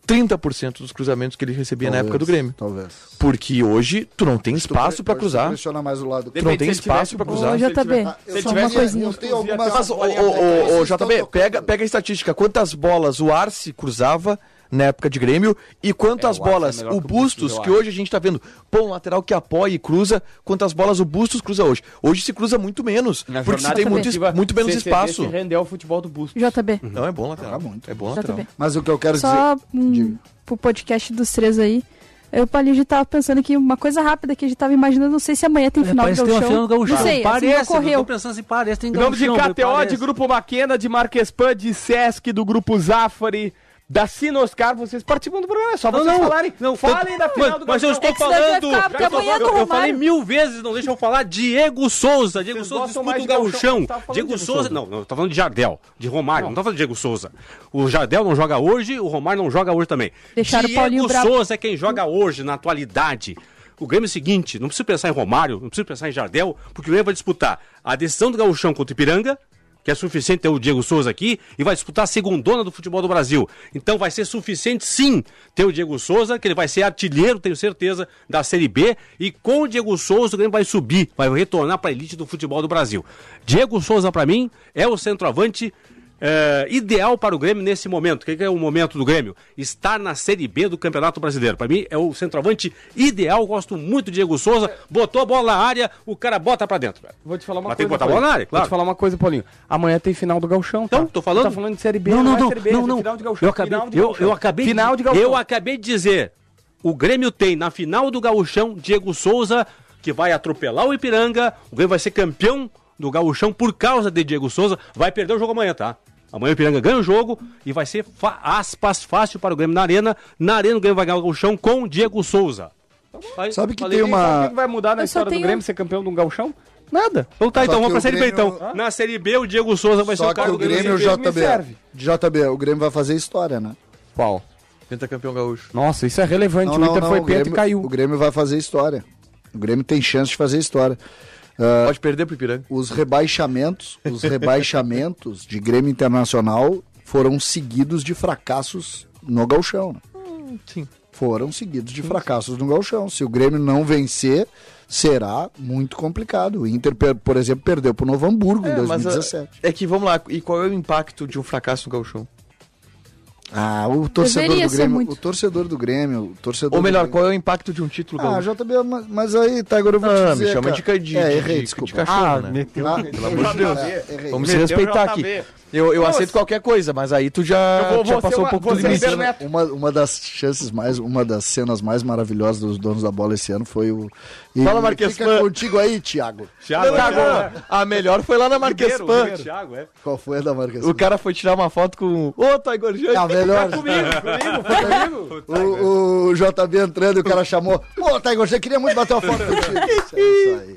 Speaker 3: 30% dos cruzamentos que ele recebia na época do Grêmio.
Speaker 6: Talvez.
Speaker 3: Porque hoje tu não tem espaço pra
Speaker 6: Hoje tu
Speaker 3: cruzar. Tu
Speaker 6: Pressiona mais o lado.
Speaker 3: não tem
Speaker 2: Depende se ele
Speaker 3: espaço
Speaker 2: tivesse
Speaker 3: pra
Speaker 2: bola,
Speaker 3: cruzar.
Speaker 4: Ô, JB,
Speaker 6: Ah, eu
Speaker 2: Se
Speaker 6: só
Speaker 2: tivesse-
Speaker 6: vi-
Speaker 2: coisinha.
Speaker 6: eu tenho algumas
Speaker 3: Mas, ô, ô, ô, ô, JB, pega, pega a estatística. Quantas bolas o Arce cruzava na época de Grêmio e quantas
Speaker 2: o Arce é
Speaker 3: bolas
Speaker 2: melhor
Speaker 3: o
Speaker 2: que o Bustos,
Speaker 3: Bustos,
Speaker 2: eu
Speaker 3: que
Speaker 2: acho.
Speaker 3: hoje a gente tá vendo, pô, um lateral que apoia e cruza, quantas bolas o Bustos cruza hoje. Hoje se cruza muito menos,
Speaker 2: Na
Speaker 3: porque se
Speaker 2: jornada
Speaker 3: tem muito, es-
Speaker 2: coletiva,
Speaker 3: muito menos
Speaker 2: CCD
Speaker 3: espaço.
Speaker 2: se rendeu ao futebol do Busto.
Speaker 4: JB,
Speaker 3: Não, é bom lateral.
Speaker 6: muito.
Speaker 3: É bom lateral.
Speaker 4: JB.
Speaker 6: Mas o que eu quero
Speaker 4: Só
Speaker 6: dizer.
Speaker 4: um,
Speaker 6: Diga.
Speaker 4: pro podcast dos três aí. Eu, Palígio, tava pensando que uma coisa rápida que a gente tava imaginando, não sei se amanhã tem final do
Speaker 11: parece que tem uma
Speaker 4: Gauchão.
Speaker 11: final do
Speaker 4: Não
Speaker 11: Gauchão.
Speaker 4: sei, assim,
Speaker 5: Parece, eu
Speaker 4: ocorreu.
Speaker 5: tô pensando assim, parece, tem
Speaker 2: Em nome de
Speaker 5: gauchão, meu,
Speaker 2: KTO, de
Speaker 5: parece.
Speaker 2: Grupo Maquena, de Marquespan, de Sesc, do Grupo Zafari, da Sinoscar, vocês participam do programa, é só vocês falarem.
Speaker 5: não,
Speaker 2: falem da final do
Speaker 5: Mas eu
Speaker 2: Gauchão.
Speaker 5: estou
Speaker 4: É que senão a gente vai
Speaker 5: falando.
Speaker 4: ficar até
Speaker 5: eu, tô
Speaker 4: amanhã
Speaker 5: falando-
Speaker 4: do
Speaker 5: eu- eu falei
Speaker 4: Romário.
Speaker 5: mil vezes, não deixa eu falar. Diego Souza. Diego
Speaker 2: Vocês
Speaker 5: Souza
Speaker 2: gostam
Speaker 5: escuta
Speaker 2: mais
Speaker 5: o
Speaker 2: de Gauchão.
Speaker 5: gauchão.
Speaker 2: Você tava falando
Speaker 5: Diego
Speaker 2: de Diego
Speaker 5: Souza.
Speaker 2: Souza.
Speaker 5: Não, não, eu tô falando de Jardel, de Romário. Não, tô falando de Diego Souza. O Jardel não joga hoje, o Romário não joga hoje também.
Speaker 4: Deixaram o
Speaker 5: Diego
Speaker 4: Paulinho bravo.
Speaker 5: Souza é quem joga hoje, na atualidade. O Grêmio é o seguinte, não precisa pensar em Romário, não precisa pensar em Jardel, porque o Grêmio vai disputar a decisão do Gauchão contra o Ipiranga, que é suficiente ter o Diego Souza aqui e vai disputar a segundona do futebol do Brasil. Então vai ser suficiente sim ter o Diego Souza, que ele vai ser artilheiro, tenho certeza, da Série B e com o Diego Souza o Grêmio vai subir, vai retornar para a elite do futebol do Brasil. Diego Souza para mim é o centroavante é, ideal para o Grêmio nesse momento. O que, que é o momento do Grêmio? Estar na Série B do Campeonato Brasileiro. Para mim, é o centroavante ideal. Gosto muito do Diego Souza. Botou a bola na área, o cara bota para dentro. velho.
Speaker 2: Vou te falar uma
Speaker 5: Mas tem
Speaker 2: coisa.
Speaker 5: que botar a
Speaker 2: Paulinho.
Speaker 5: bola na área,
Speaker 2: Vou
Speaker 5: claro.
Speaker 2: te falar uma coisa, Paulinho. Amanhã tem final do Galchão.
Speaker 5: Então, tô falando.
Speaker 2: Tá falando de Série B,
Speaker 5: não, não,
Speaker 2: é
Speaker 5: não,
Speaker 2: Série B,
Speaker 5: não,
Speaker 2: é
Speaker 5: não.
Speaker 2: Final de Galchão.
Speaker 5: eu acabei,
Speaker 2: final de
Speaker 5: eu,
Speaker 2: Gauchão.
Speaker 5: eu acabei
Speaker 2: Final de Galchão.
Speaker 5: Eu acabei de dizer, o Grêmio tem na final do Gaúchão Diego Souza que vai atropelar o Ipiranga, o Grêmio vai ser campeão do Gaúchão por causa de Diego Souza, vai perder o jogo amanhã, tá? Amanhã o Ipiranga ganha o jogo e vai ser fa- aspas fácil para o Grêmio na Arena. Na Arena o Grêmio vai ganhar o Gaúchão com Diego Souza. Aí,
Speaker 6: Sabe que
Speaker 5: falei,
Speaker 6: tem
Speaker 2: Sabe o
Speaker 6: uma.
Speaker 2: que vai mudar na
Speaker 4: Eu só
Speaker 2: história
Speaker 4: tenho-
Speaker 2: do Grêmio ser campeão de um Galchão? Nada.
Speaker 5: Então tá,
Speaker 6: Só
Speaker 5: então
Speaker 6: que
Speaker 5: vamos pra
Speaker 6: o
Speaker 5: Série B
Speaker 6: Grêmio-
Speaker 5: então. Na Série B o Diego Souza vai ser é o
Speaker 6: Só que
Speaker 5: cara
Speaker 6: o
Speaker 5: do Grêmio.
Speaker 6: Grêmio
Speaker 2: me serve.
Speaker 6: JB. JB, o Grêmio vai fazer história, né?
Speaker 2: Qual?
Speaker 3: Pentacampeão gaúcho.
Speaker 2: Nossa, isso é relevante. o Inter foi
Speaker 6: o
Speaker 2: penta e
Speaker 6: Grêmio,
Speaker 2: caiu.
Speaker 6: o Grêmio vai fazer história. O Grêmio tem chance de fazer história. Ah,
Speaker 3: Pode perder pro Ipiranga.
Speaker 6: os rebaixamentos, os rebaixamentos de Grêmio Internacional foram seguidos de fracassos no Galchão.
Speaker 3: sim.
Speaker 6: Foram seguidos de fracassos no Galchão. Se o Grêmio não vencer, será muito complicado. O Inter, per- por exemplo, perdeu pro Novo Hamburgo em
Speaker 3: É, mas,
Speaker 6: 2017.
Speaker 3: é que vamos lá, e qual é o impacto de um fracasso no gauchão?
Speaker 6: Ah, o torcedor
Speaker 4: Deveria
Speaker 6: do
Speaker 4: ser
Speaker 6: Grêmio,
Speaker 4: muito.
Speaker 6: o torcedor do Grêmio, o torcedor
Speaker 3: Ou melhor,
Speaker 6: do Grêmio.
Speaker 3: qual é o impacto de um título
Speaker 6: Ah,
Speaker 3: gaúcho?
Speaker 6: JB, mas, mas aí, tá, agora eu vou te
Speaker 3: Ah, me
Speaker 6: dizer,
Speaker 3: chama
Speaker 6: cara.
Speaker 3: de ca- de-
Speaker 6: É,
Speaker 3: de-
Speaker 6: errei,
Speaker 3: de-
Speaker 6: desculpa.
Speaker 3: de cachorro.
Speaker 6: Ah,
Speaker 3: né?
Speaker 11: Meteu.
Speaker 6: ah,
Speaker 11: Pelo
Speaker 6: eu
Speaker 11: amor de Deus.
Speaker 6: já- é, errei.
Speaker 3: Vamos se
Speaker 11: Meteu
Speaker 3: respeitar
Speaker 11: o
Speaker 3: aqui.
Speaker 11: JB.
Speaker 3: Eu, eu
Speaker 2: Não,
Speaker 3: aceito
Speaker 2: eu-
Speaker 3: qualquer coisa, mas aí tu já,
Speaker 2: Eu vou-
Speaker 3: já
Speaker 2: vou ser
Speaker 3: passou um
Speaker 2: uma- é
Speaker 3: pouco
Speaker 2: vou
Speaker 3: do
Speaker 2: ser
Speaker 3: limite.
Speaker 2: Pedro Neto.
Speaker 6: né? Uma, uma das chances mais, uma das cenas mais maravilhosas dos donos da bola esse ano foi o. E
Speaker 3: Fala, Marques
Speaker 6: Fica
Speaker 3: Pan.
Speaker 6: contigo aí, Thiago.
Speaker 3: Não, tá bom. A melhor foi lá na Marquespan.
Speaker 5: Thiago, é.
Speaker 6: Qual foi a da Marques
Speaker 3: O
Speaker 6: Pan?
Speaker 3: cara foi tirar uma foto com. Ô, tá, Tiger
Speaker 6: É a
Speaker 3: Jane!
Speaker 6: melhor. O,
Speaker 3: né?
Speaker 6: o JB entrando e o cara chamou. Pô, Tiger, você queria muito bater uma foto contigo. Isso aí.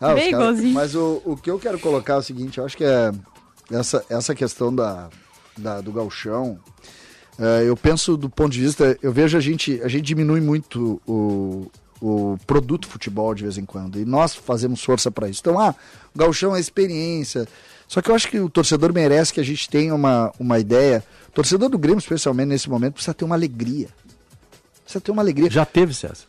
Speaker 6: Ah, os
Speaker 4: Bem
Speaker 6: cara-
Speaker 4: igualzinho.
Speaker 6: mas o, o que eu quero colocar é o seguinte, eu acho que é essa, essa questão da, da- do galchão, é, eu penso do ponto de vista, eu vejo a gente, a gente diminui muito o, o produto futebol de vez em quando, e nós fazemos força para isso. Então, ah, o galchão é experiência, só que eu acho que o torcedor merece que a gente tenha uma, uma ideia, o torcedor do Grêmio, especialmente nesse momento, precisa ter uma alegria. Precisa ter uma alegria.
Speaker 5: Já teve, César.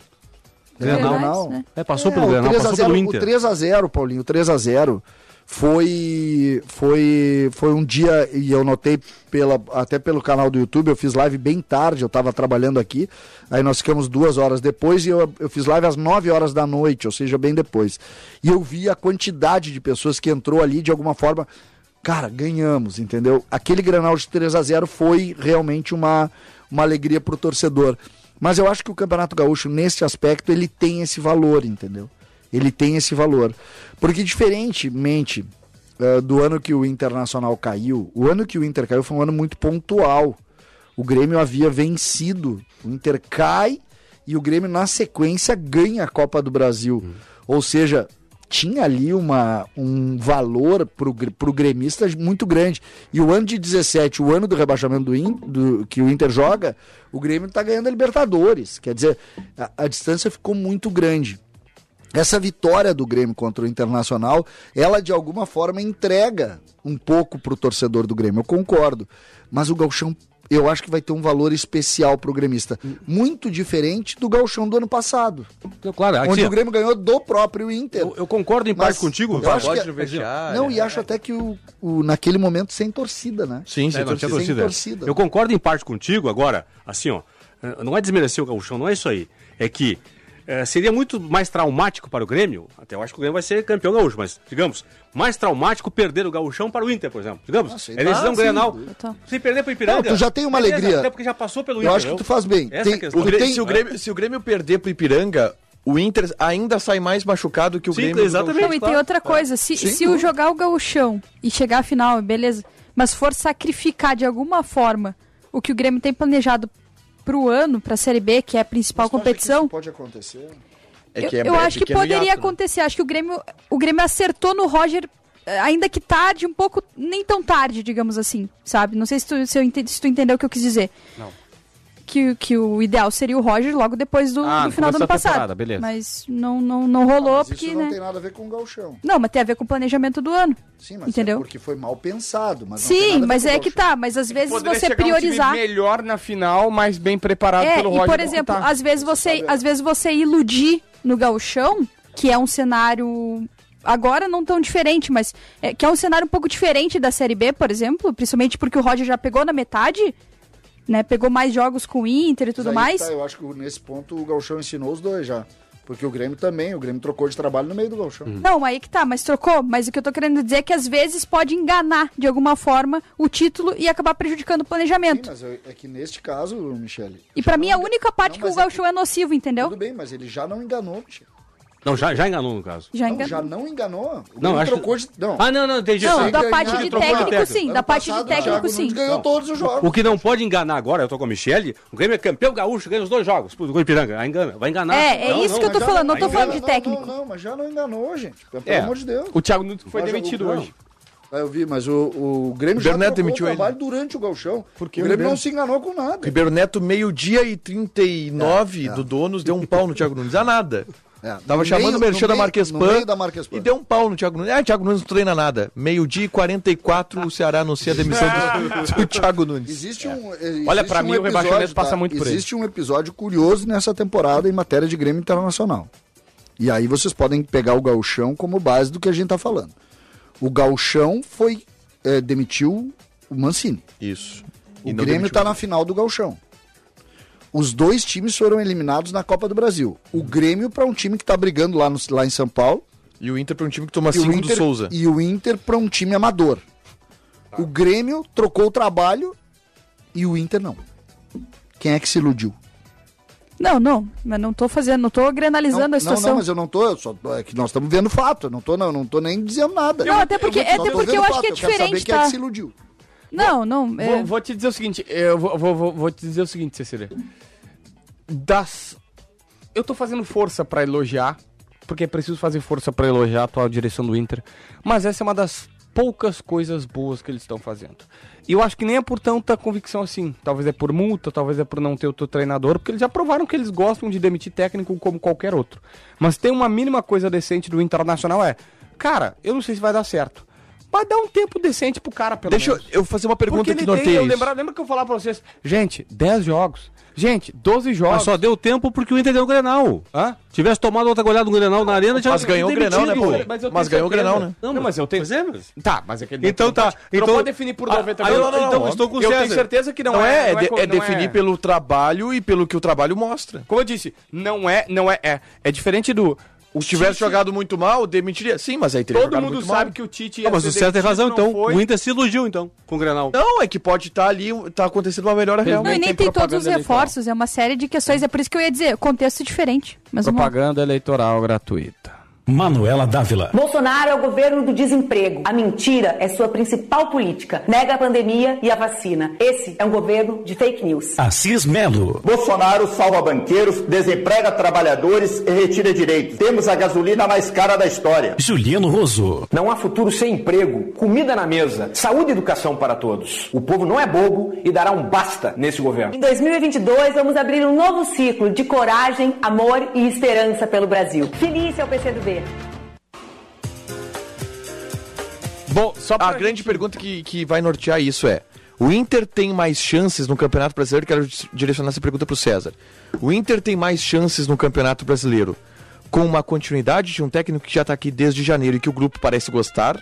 Speaker 4: Grenal.
Speaker 6: Grenal.
Speaker 4: Né?
Speaker 5: É, passou
Speaker 6: É,
Speaker 5: pelo Grenal,
Speaker 6: 3 a
Speaker 5: passou
Speaker 6: 0,
Speaker 5: pelo
Speaker 6: O
Speaker 5: Inter.
Speaker 6: 3x0, Paulinho, o 3x0 foi, foi, foi um dia, e eu notei pela, até pelo canal do YouTube, eu fiz live bem tarde, eu tava trabalhando aqui, aí nós ficamos duas horas depois e eu, eu fiz live às 9 horas da noite, ou seja, bem depois. E eu vi a quantidade de pessoas que entrou ali de alguma forma. Cara, ganhamos, entendeu? Aquele Granal de 3 a 0 foi realmente uma, uma alegria pro torcedor. Mas eu acho que o Campeonato Gaúcho, nesse aspecto, ele tem esse valor, entendeu? Ele tem esse valor. Porque, diferentemente eh, do ano que o Internacional caiu, o ano que o Inter caiu foi um ano muito pontual. O Grêmio havia vencido. O Inter cai e o Grêmio, na sequência, ganha a Copa do Brasil. Ou seja, tinha ali uma, um valor pro, gre- pro gremista muito grande. E o ano de 17, o ano do rebaixamento do, In- do- que o Inter joga, o Grêmio tá ganhando a Libertadores. Quer dizer, a- a distância ficou muito grande. Essa vitória do Grêmio contra o Internacional, ela de alguma forma entrega um pouco pro torcedor do Grêmio, eu concordo. Mas o Galchão, eu acho que vai ter um valor especial pro gremista, muito diferente do Galchão do ano passado,
Speaker 5: Claro,
Speaker 6: onde
Speaker 5: aqui,
Speaker 6: o Grêmio ganhou do próprio Inter.
Speaker 5: eu, eu concordo em parte
Speaker 6: Mas é
Speaker 5: contigo.
Speaker 6: eu acho
Speaker 5: Fábio.
Speaker 6: que- Não, e acho até que o, o- naquele momento sem torcida, né?
Speaker 3: Sim, sim,
Speaker 5: É, não, tinha
Speaker 6: torcida.
Speaker 5: torcida.
Speaker 6: Sem torcida.
Speaker 5: Eu concordo em parte contigo agora, assim, ó. eh, Não é desmerecer o gauchão, não é isso aí. É que eh, seria muito mais traumático para o Grêmio, até eu acho que o Grêmio vai ser campeão gaúcho, mas, digamos, mais traumático perder o gauchão para o Inter, por exemplo. Digamos,
Speaker 6: Nossa,
Speaker 5: é decisão
Speaker 6: ah, sim.
Speaker 5: Grenal.
Speaker 4: Tá.
Speaker 5: Se perder para o Ipiranga... é
Speaker 6: Não, tu já tem uma alegria.
Speaker 5: Até porque já passou pelo
Speaker 6: Eu
Speaker 5: Inter.
Speaker 6: acho que tu faz bem.
Speaker 5: Essa
Speaker 6: Tem-
Speaker 5: é a questão.
Speaker 3: O Grê-
Speaker 6: tem-
Speaker 3: se, o Grêmio, se o Grêmio perder pro Ipiranga, o Inter ainda sai mais machucado que o
Speaker 5: Sim,
Speaker 3: Grêmio. no
Speaker 5: exatamente.
Speaker 3: gauchão.
Speaker 4: Não, e tem outra coisa. Se, se o jogar o gauchão e chegar à final, beleza. Mas for sacrificar de alguma forma o que o Grêmio tem planejado pro ano, pra Série B, que é a principal competição,
Speaker 6: Pode acontecer.
Speaker 3: É
Speaker 4: eu,
Speaker 3: que é-
Speaker 4: eu
Speaker 3: é
Speaker 4: acho que
Speaker 3: pequeno
Speaker 4: poderia
Speaker 3: hiato, né?
Speaker 4: acontecer. Acho que o Grêmio, o Grêmio acertou no Roger, eh, ainda que tarde, um pouco, nem tão tarde, digamos assim, sabe? Não sei se tu, se eu ente- se tu entendeu o que eu quis dizer. Não. que, que o ideal seria o Roger logo depois do,
Speaker 2: Ah,
Speaker 4: do
Speaker 2: no
Speaker 4: final do
Speaker 2: começo
Speaker 4: ano
Speaker 2: da temporada,
Speaker 4: passado.
Speaker 2: beleza.
Speaker 4: Mas não, não, não rolou
Speaker 6: Ah, Mas
Speaker 4: porque.
Speaker 6: isso não
Speaker 4: né?
Speaker 6: tem nada a ver com o gauchão.
Speaker 4: Não, mas tem a ver com o planejamento do ano.
Speaker 6: Sim, mas
Speaker 4: entendeu?
Speaker 6: é porque foi mal pensado. Mas não tem nada a
Speaker 4: Sim,
Speaker 6: ver
Speaker 4: mas
Speaker 6: com o
Speaker 4: é que
Speaker 6: gauchão.
Speaker 4: tá. Mas às vezes
Speaker 2: Poderia
Speaker 4: você
Speaker 2: chegar um time
Speaker 4: priorizar.
Speaker 2: melhor na final, mas bem preparado
Speaker 4: É,
Speaker 2: pelo Roger.
Speaker 4: e por
Speaker 2: do que
Speaker 4: exemplo,
Speaker 2: tá.
Speaker 4: às vezes você, às vezes você iludir no gauchão, que é um cenário agora não tão diferente, mas é, que é um cenário um pouco diferente da Série B, por exemplo, principalmente porque o Roger já pegou na metade, né? Pegou mais jogos com o Inter e tudo
Speaker 6: Mas aí
Speaker 4: mais.
Speaker 6: que tá, eu acho que nesse ponto o gauchão ensinou os dois já. Porque o Grêmio também, o Grêmio trocou de trabalho no meio do gauchão.
Speaker 4: Não, aí que tá, mas trocou. Mas o que eu tô querendo dizer é que às vezes pode enganar, de alguma forma, o título e acabar prejudicando o
Speaker 6: Sim,
Speaker 4: planejamento.
Speaker 6: mas eu- é que neste caso, Michele...
Speaker 4: E pra mim é a única parte
Speaker 6: Não,
Speaker 4: que
Speaker 6: mas
Speaker 4: o
Speaker 6: é
Speaker 4: gauchão é nocivo,
Speaker 6: Tudo
Speaker 4: entendeu?
Speaker 6: bem, mas ele já não enganou, Michele.
Speaker 5: Não, já, já enganou no caso.
Speaker 4: Já
Speaker 6: Não,
Speaker 4: enganou.
Speaker 6: já não enganou. O
Speaker 5: Não,
Speaker 6: Grêmio
Speaker 5: acho-
Speaker 6: trocou de... Não,
Speaker 5: Ah, não, não, entendi.
Speaker 4: Não,
Speaker 5: Sim.
Speaker 4: da
Speaker 6: ganhar,
Speaker 4: parte
Speaker 6: ele
Speaker 4: de
Speaker 6: trocou de
Speaker 4: técnico,
Speaker 5: técnico.
Speaker 4: sim. Da
Speaker 6: Ano
Speaker 4: parte de
Speaker 6: passado,
Speaker 4: técnico,
Speaker 6: o Thiago
Speaker 4: sim.
Speaker 6: Nunes ganhou
Speaker 5: Não.
Speaker 6: todos os jogos.
Speaker 5: O que não pode enganar agora, eu tô com a Michele, o Grêmio é campeão gaúcho, ganha os dois jogos pro Ipiranga. Aí engana, vai enganar.
Speaker 4: É, é
Speaker 5: Não,
Speaker 4: isso
Speaker 5: não,
Speaker 4: que eu tô
Speaker 5: mas-
Speaker 4: falando, não
Speaker 5: aí
Speaker 4: tô
Speaker 5: engana.
Speaker 4: falando de técnico.
Speaker 6: Não, não, mas já não enganou, gente. Pelo
Speaker 2: É.
Speaker 6: amor de Deus.
Speaker 2: O Thiago Nunes foi
Speaker 6: Vai jogar
Speaker 2: demitido
Speaker 6: o Grêmio.
Speaker 2: hoje.
Speaker 6: Ah, eu vi, mas o, o Grêmio
Speaker 3: O
Speaker 6: já
Speaker 3: Bernardo
Speaker 6: trocou
Speaker 3: demitiu
Speaker 6: o trabalho durante o gauchão.
Speaker 3: Por que
Speaker 6: o
Speaker 3: o
Speaker 6: Grêmio
Speaker 3: Bernardo?
Speaker 6: não se enganou com nada.
Speaker 3: Ribeiro Neto, meio-dia e 39 do Donos, deu um pau no Thiago Nunes. A nada.
Speaker 6: É,
Speaker 3: Tava
Speaker 6: no
Speaker 3: chamando o
Speaker 6: meio-
Speaker 3: Merchan
Speaker 6: no
Speaker 3: da
Speaker 6: meio-
Speaker 3: Marques
Speaker 6: no
Speaker 3: Pan
Speaker 6: meio da Marques Pan.
Speaker 3: E deu um pau no Thiago Nunes. Ah, Thiago Nunes não treina nada. Meio-dia e 44, o Ceará anuncia a demissão do, do Thiago Nunes.
Speaker 6: Existe um. existe
Speaker 2: é. Olha, pra
Speaker 6: um
Speaker 2: mim, o
Speaker 6: episódio,
Speaker 2: rebaixamento passa muito por ele.
Speaker 6: Existe um episódio curioso nessa temporada em matéria de Grêmio Internacional. E aí vocês podem pegar o Galchão como base do que a gente tá falando. O Galchão foi. eh, demitiu o Mancini.
Speaker 3: Isso.
Speaker 6: O Grêmio tá na final do Galchão. Os dois times foram eliminados na Copa do Brasil. O Grêmio para um time que tá brigando lá, no- lá em São Paulo.
Speaker 3: E o Inter pra um time que toma
Speaker 6: E o
Speaker 3: 5 do
Speaker 6: Inter,
Speaker 3: Souza. Tá.
Speaker 6: e o Inter para um time amador. O Grêmio trocou o trabalho e o Inter não. Quem é que se iludiu?
Speaker 4: Não, não, mas não tô fazendo, não tô granalizando a
Speaker 6: não,
Speaker 4: é situação.
Speaker 6: não, mas eu não tô, eu só, é que nós estamos vendo fato, eu não tô, não, não tô nem dizendo nada.
Speaker 4: Não, até porque-
Speaker 6: Eu vou-
Speaker 4: até
Speaker 6: só tô
Speaker 4: porque
Speaker 6: vendo
Speaker 4: eu acho que é
Speaker 6: eu quero saber
Speaker 4: diferente,
Speaker 6: quem é
Speaker 4: tá?
Speaker 6: que se iludiu.
Speaker 4: não, não, é,
Speaker 2: Vou, vou te dizer o seguinte, eu vou, vou- vou- vou te dizer o seguinte, Cecília. Das. Eu tô fazendo força pra elogiar, porque é preciso fazer força pra elogiar a atual direção do Inter. Mas essa é uma das poucas coisas boas que eles estão fazendo. E eu acho que nem é por tanta convicção assim. Talvez é por multa, talvez é por não ter outro treinador, porque eles já provaram que eles gostam de demitir técnico como qualquer outro. Mas tem uma mínima coisa decente do Internacional é, cara, eu não sei se vai dar certo. Mas dá um tempo decente pro cara, pelo
Speaker 3: Deixa eu,
Speaker 2: menos.
Speaker 3: eu fazer uma pergunta
Speaker 2: Porque
Speaker 3: que
Speaker 2: ele tem,
Speaker 3: norteia
Speaker 2: eu
Speaker 3: isso.
Speaker 2: lembra, lembra que eu falava pra vocês, gente, 10 jogos. Gente, 12
Speaker 5: Mas
Speaker 2: jogos.
Speaker 5: só deu tempo porque o Inter deu o Grenal.
Speaker 2: Hã?
Speaker 5: Tivesse tomado outra goleada no Grenal na arena, tinha
Speaker 3: Mas ganhou o Grenal, né,
Speaker 5: demitido.
Speaker 3: pô? Mas ganhou o Grenal, né?
Speaker 2: Não, mas eu tenho.
Speaker 5: Pois é, mas-
Speaker 3: Ah,
Speaker 2: Tá, mas aquele.
Speaker 5: Então
Speaker 3: um
Speaker 5: tá.
Speaker 2: Então,
Speaker 5: Então-
Speaker 2: não pode definir por
Speaker 5: Ah,
Speaker 2: 90
Speaker 5: aí eu-
Speaker 2: minutos.
Speaker 5: então eu estou com o
Speaker 2: Eu tenho
Speaker 5: César.
Speaker 2: certeza que não,
Speaker 3: Não, é, é, de-
Speaker 2: co-
Speaker 3: é definir pelo trabalho e pelo que o trabalho mostra.
Speaker 2: Como eu disse, não é, não é, é, é diferente do o
Speaker 3: Se tivesse
Speaker 2: Tite-
Speaker 3: jogado muito mal, demitiria. Sim, mas aí teria
Speaker 2: Todo
Speaker 3: jogado
Speaker 2: mundo
Speaker 3: muito
Speaker 2: sabe
Speaker 3: mal.
Speaker 2: que o Tite. ia
Speaker 5: Não, mas
Speaker 2: ser
Speaker 5: o César tem
Speaker 2: demitido,
Speaker 5: razão,
Speaker 2: não
Speaker 5: então.
Speaker 2: foi.
Speaker 5: O Inter se iludiu, então, com o Grenal.
Speaker 3: Não, é que pode estar ali, tá acontecendo uma melhora real.
Speaker 4: não, e
Speaker 2: tem
Speaker 4: nem tem todos os
Speaker 2: propaganda eleitoral.
Speaker 4: reforços, é uma série de questões, é por isso que eu ia dizer, contexto diferente. Mas vamos lá.
Speaker 2: Propaganda eleitoral gratuita.
Speaker 1: Manuela Dávila.
Speaker 8: Bolsonaro é o governo do desemprego. A mentira é sua principal política. Nega a pandemia e a vacina. Esse é um governo de fake news.
Speaker 1: Assis Melo.
Speaker 10: Bolsonaro salva banqueiros, desemprega trabalhadores e retira direitos. Temos a gasolina mais cara da história.
Speaker 1: Juliano Roso.
Speaker 10: Não há futuro sem emprego, comida na mesa, saúde e educação para todos. O povo não é bobo e dará um basta nesse governo.
Speaker 8: Em 2022, vamos abrir um novo ciclo de coragem, amor e esperança pelo Brasil. é Finícia ao PCdoB.
Speaker 3: Bom, só a grande pergunta que, que vai nortear isso é: o Inter tem mais chances no Campeonato Brasileiro? Quero dis- direcionar essa pergunta pro César. O Inter tem mais chances no Campeonato Brasileiro com uma continuidade de um técnico que já tá aqui desde janeiro e que o grupo parece gostar?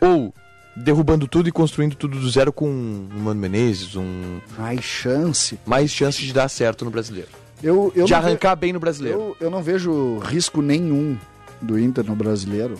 Speaker 3: Ou derrubando tudo e construindo tudo do zero com um Mano Menezes, um
Speaker 6: Mais chance.
Speaker 3: mais chances de dar certo no brasileiro?
Speaker 6: Eu, eu
Speaker 3: de
Speaker 6: não
Speaker 3: arrancar bem no
Speaker 6: ve-
Speaker 3: brasileiro.
Speaker 6: eu, eu não vejo risco nenhum do Inter no brasileiro.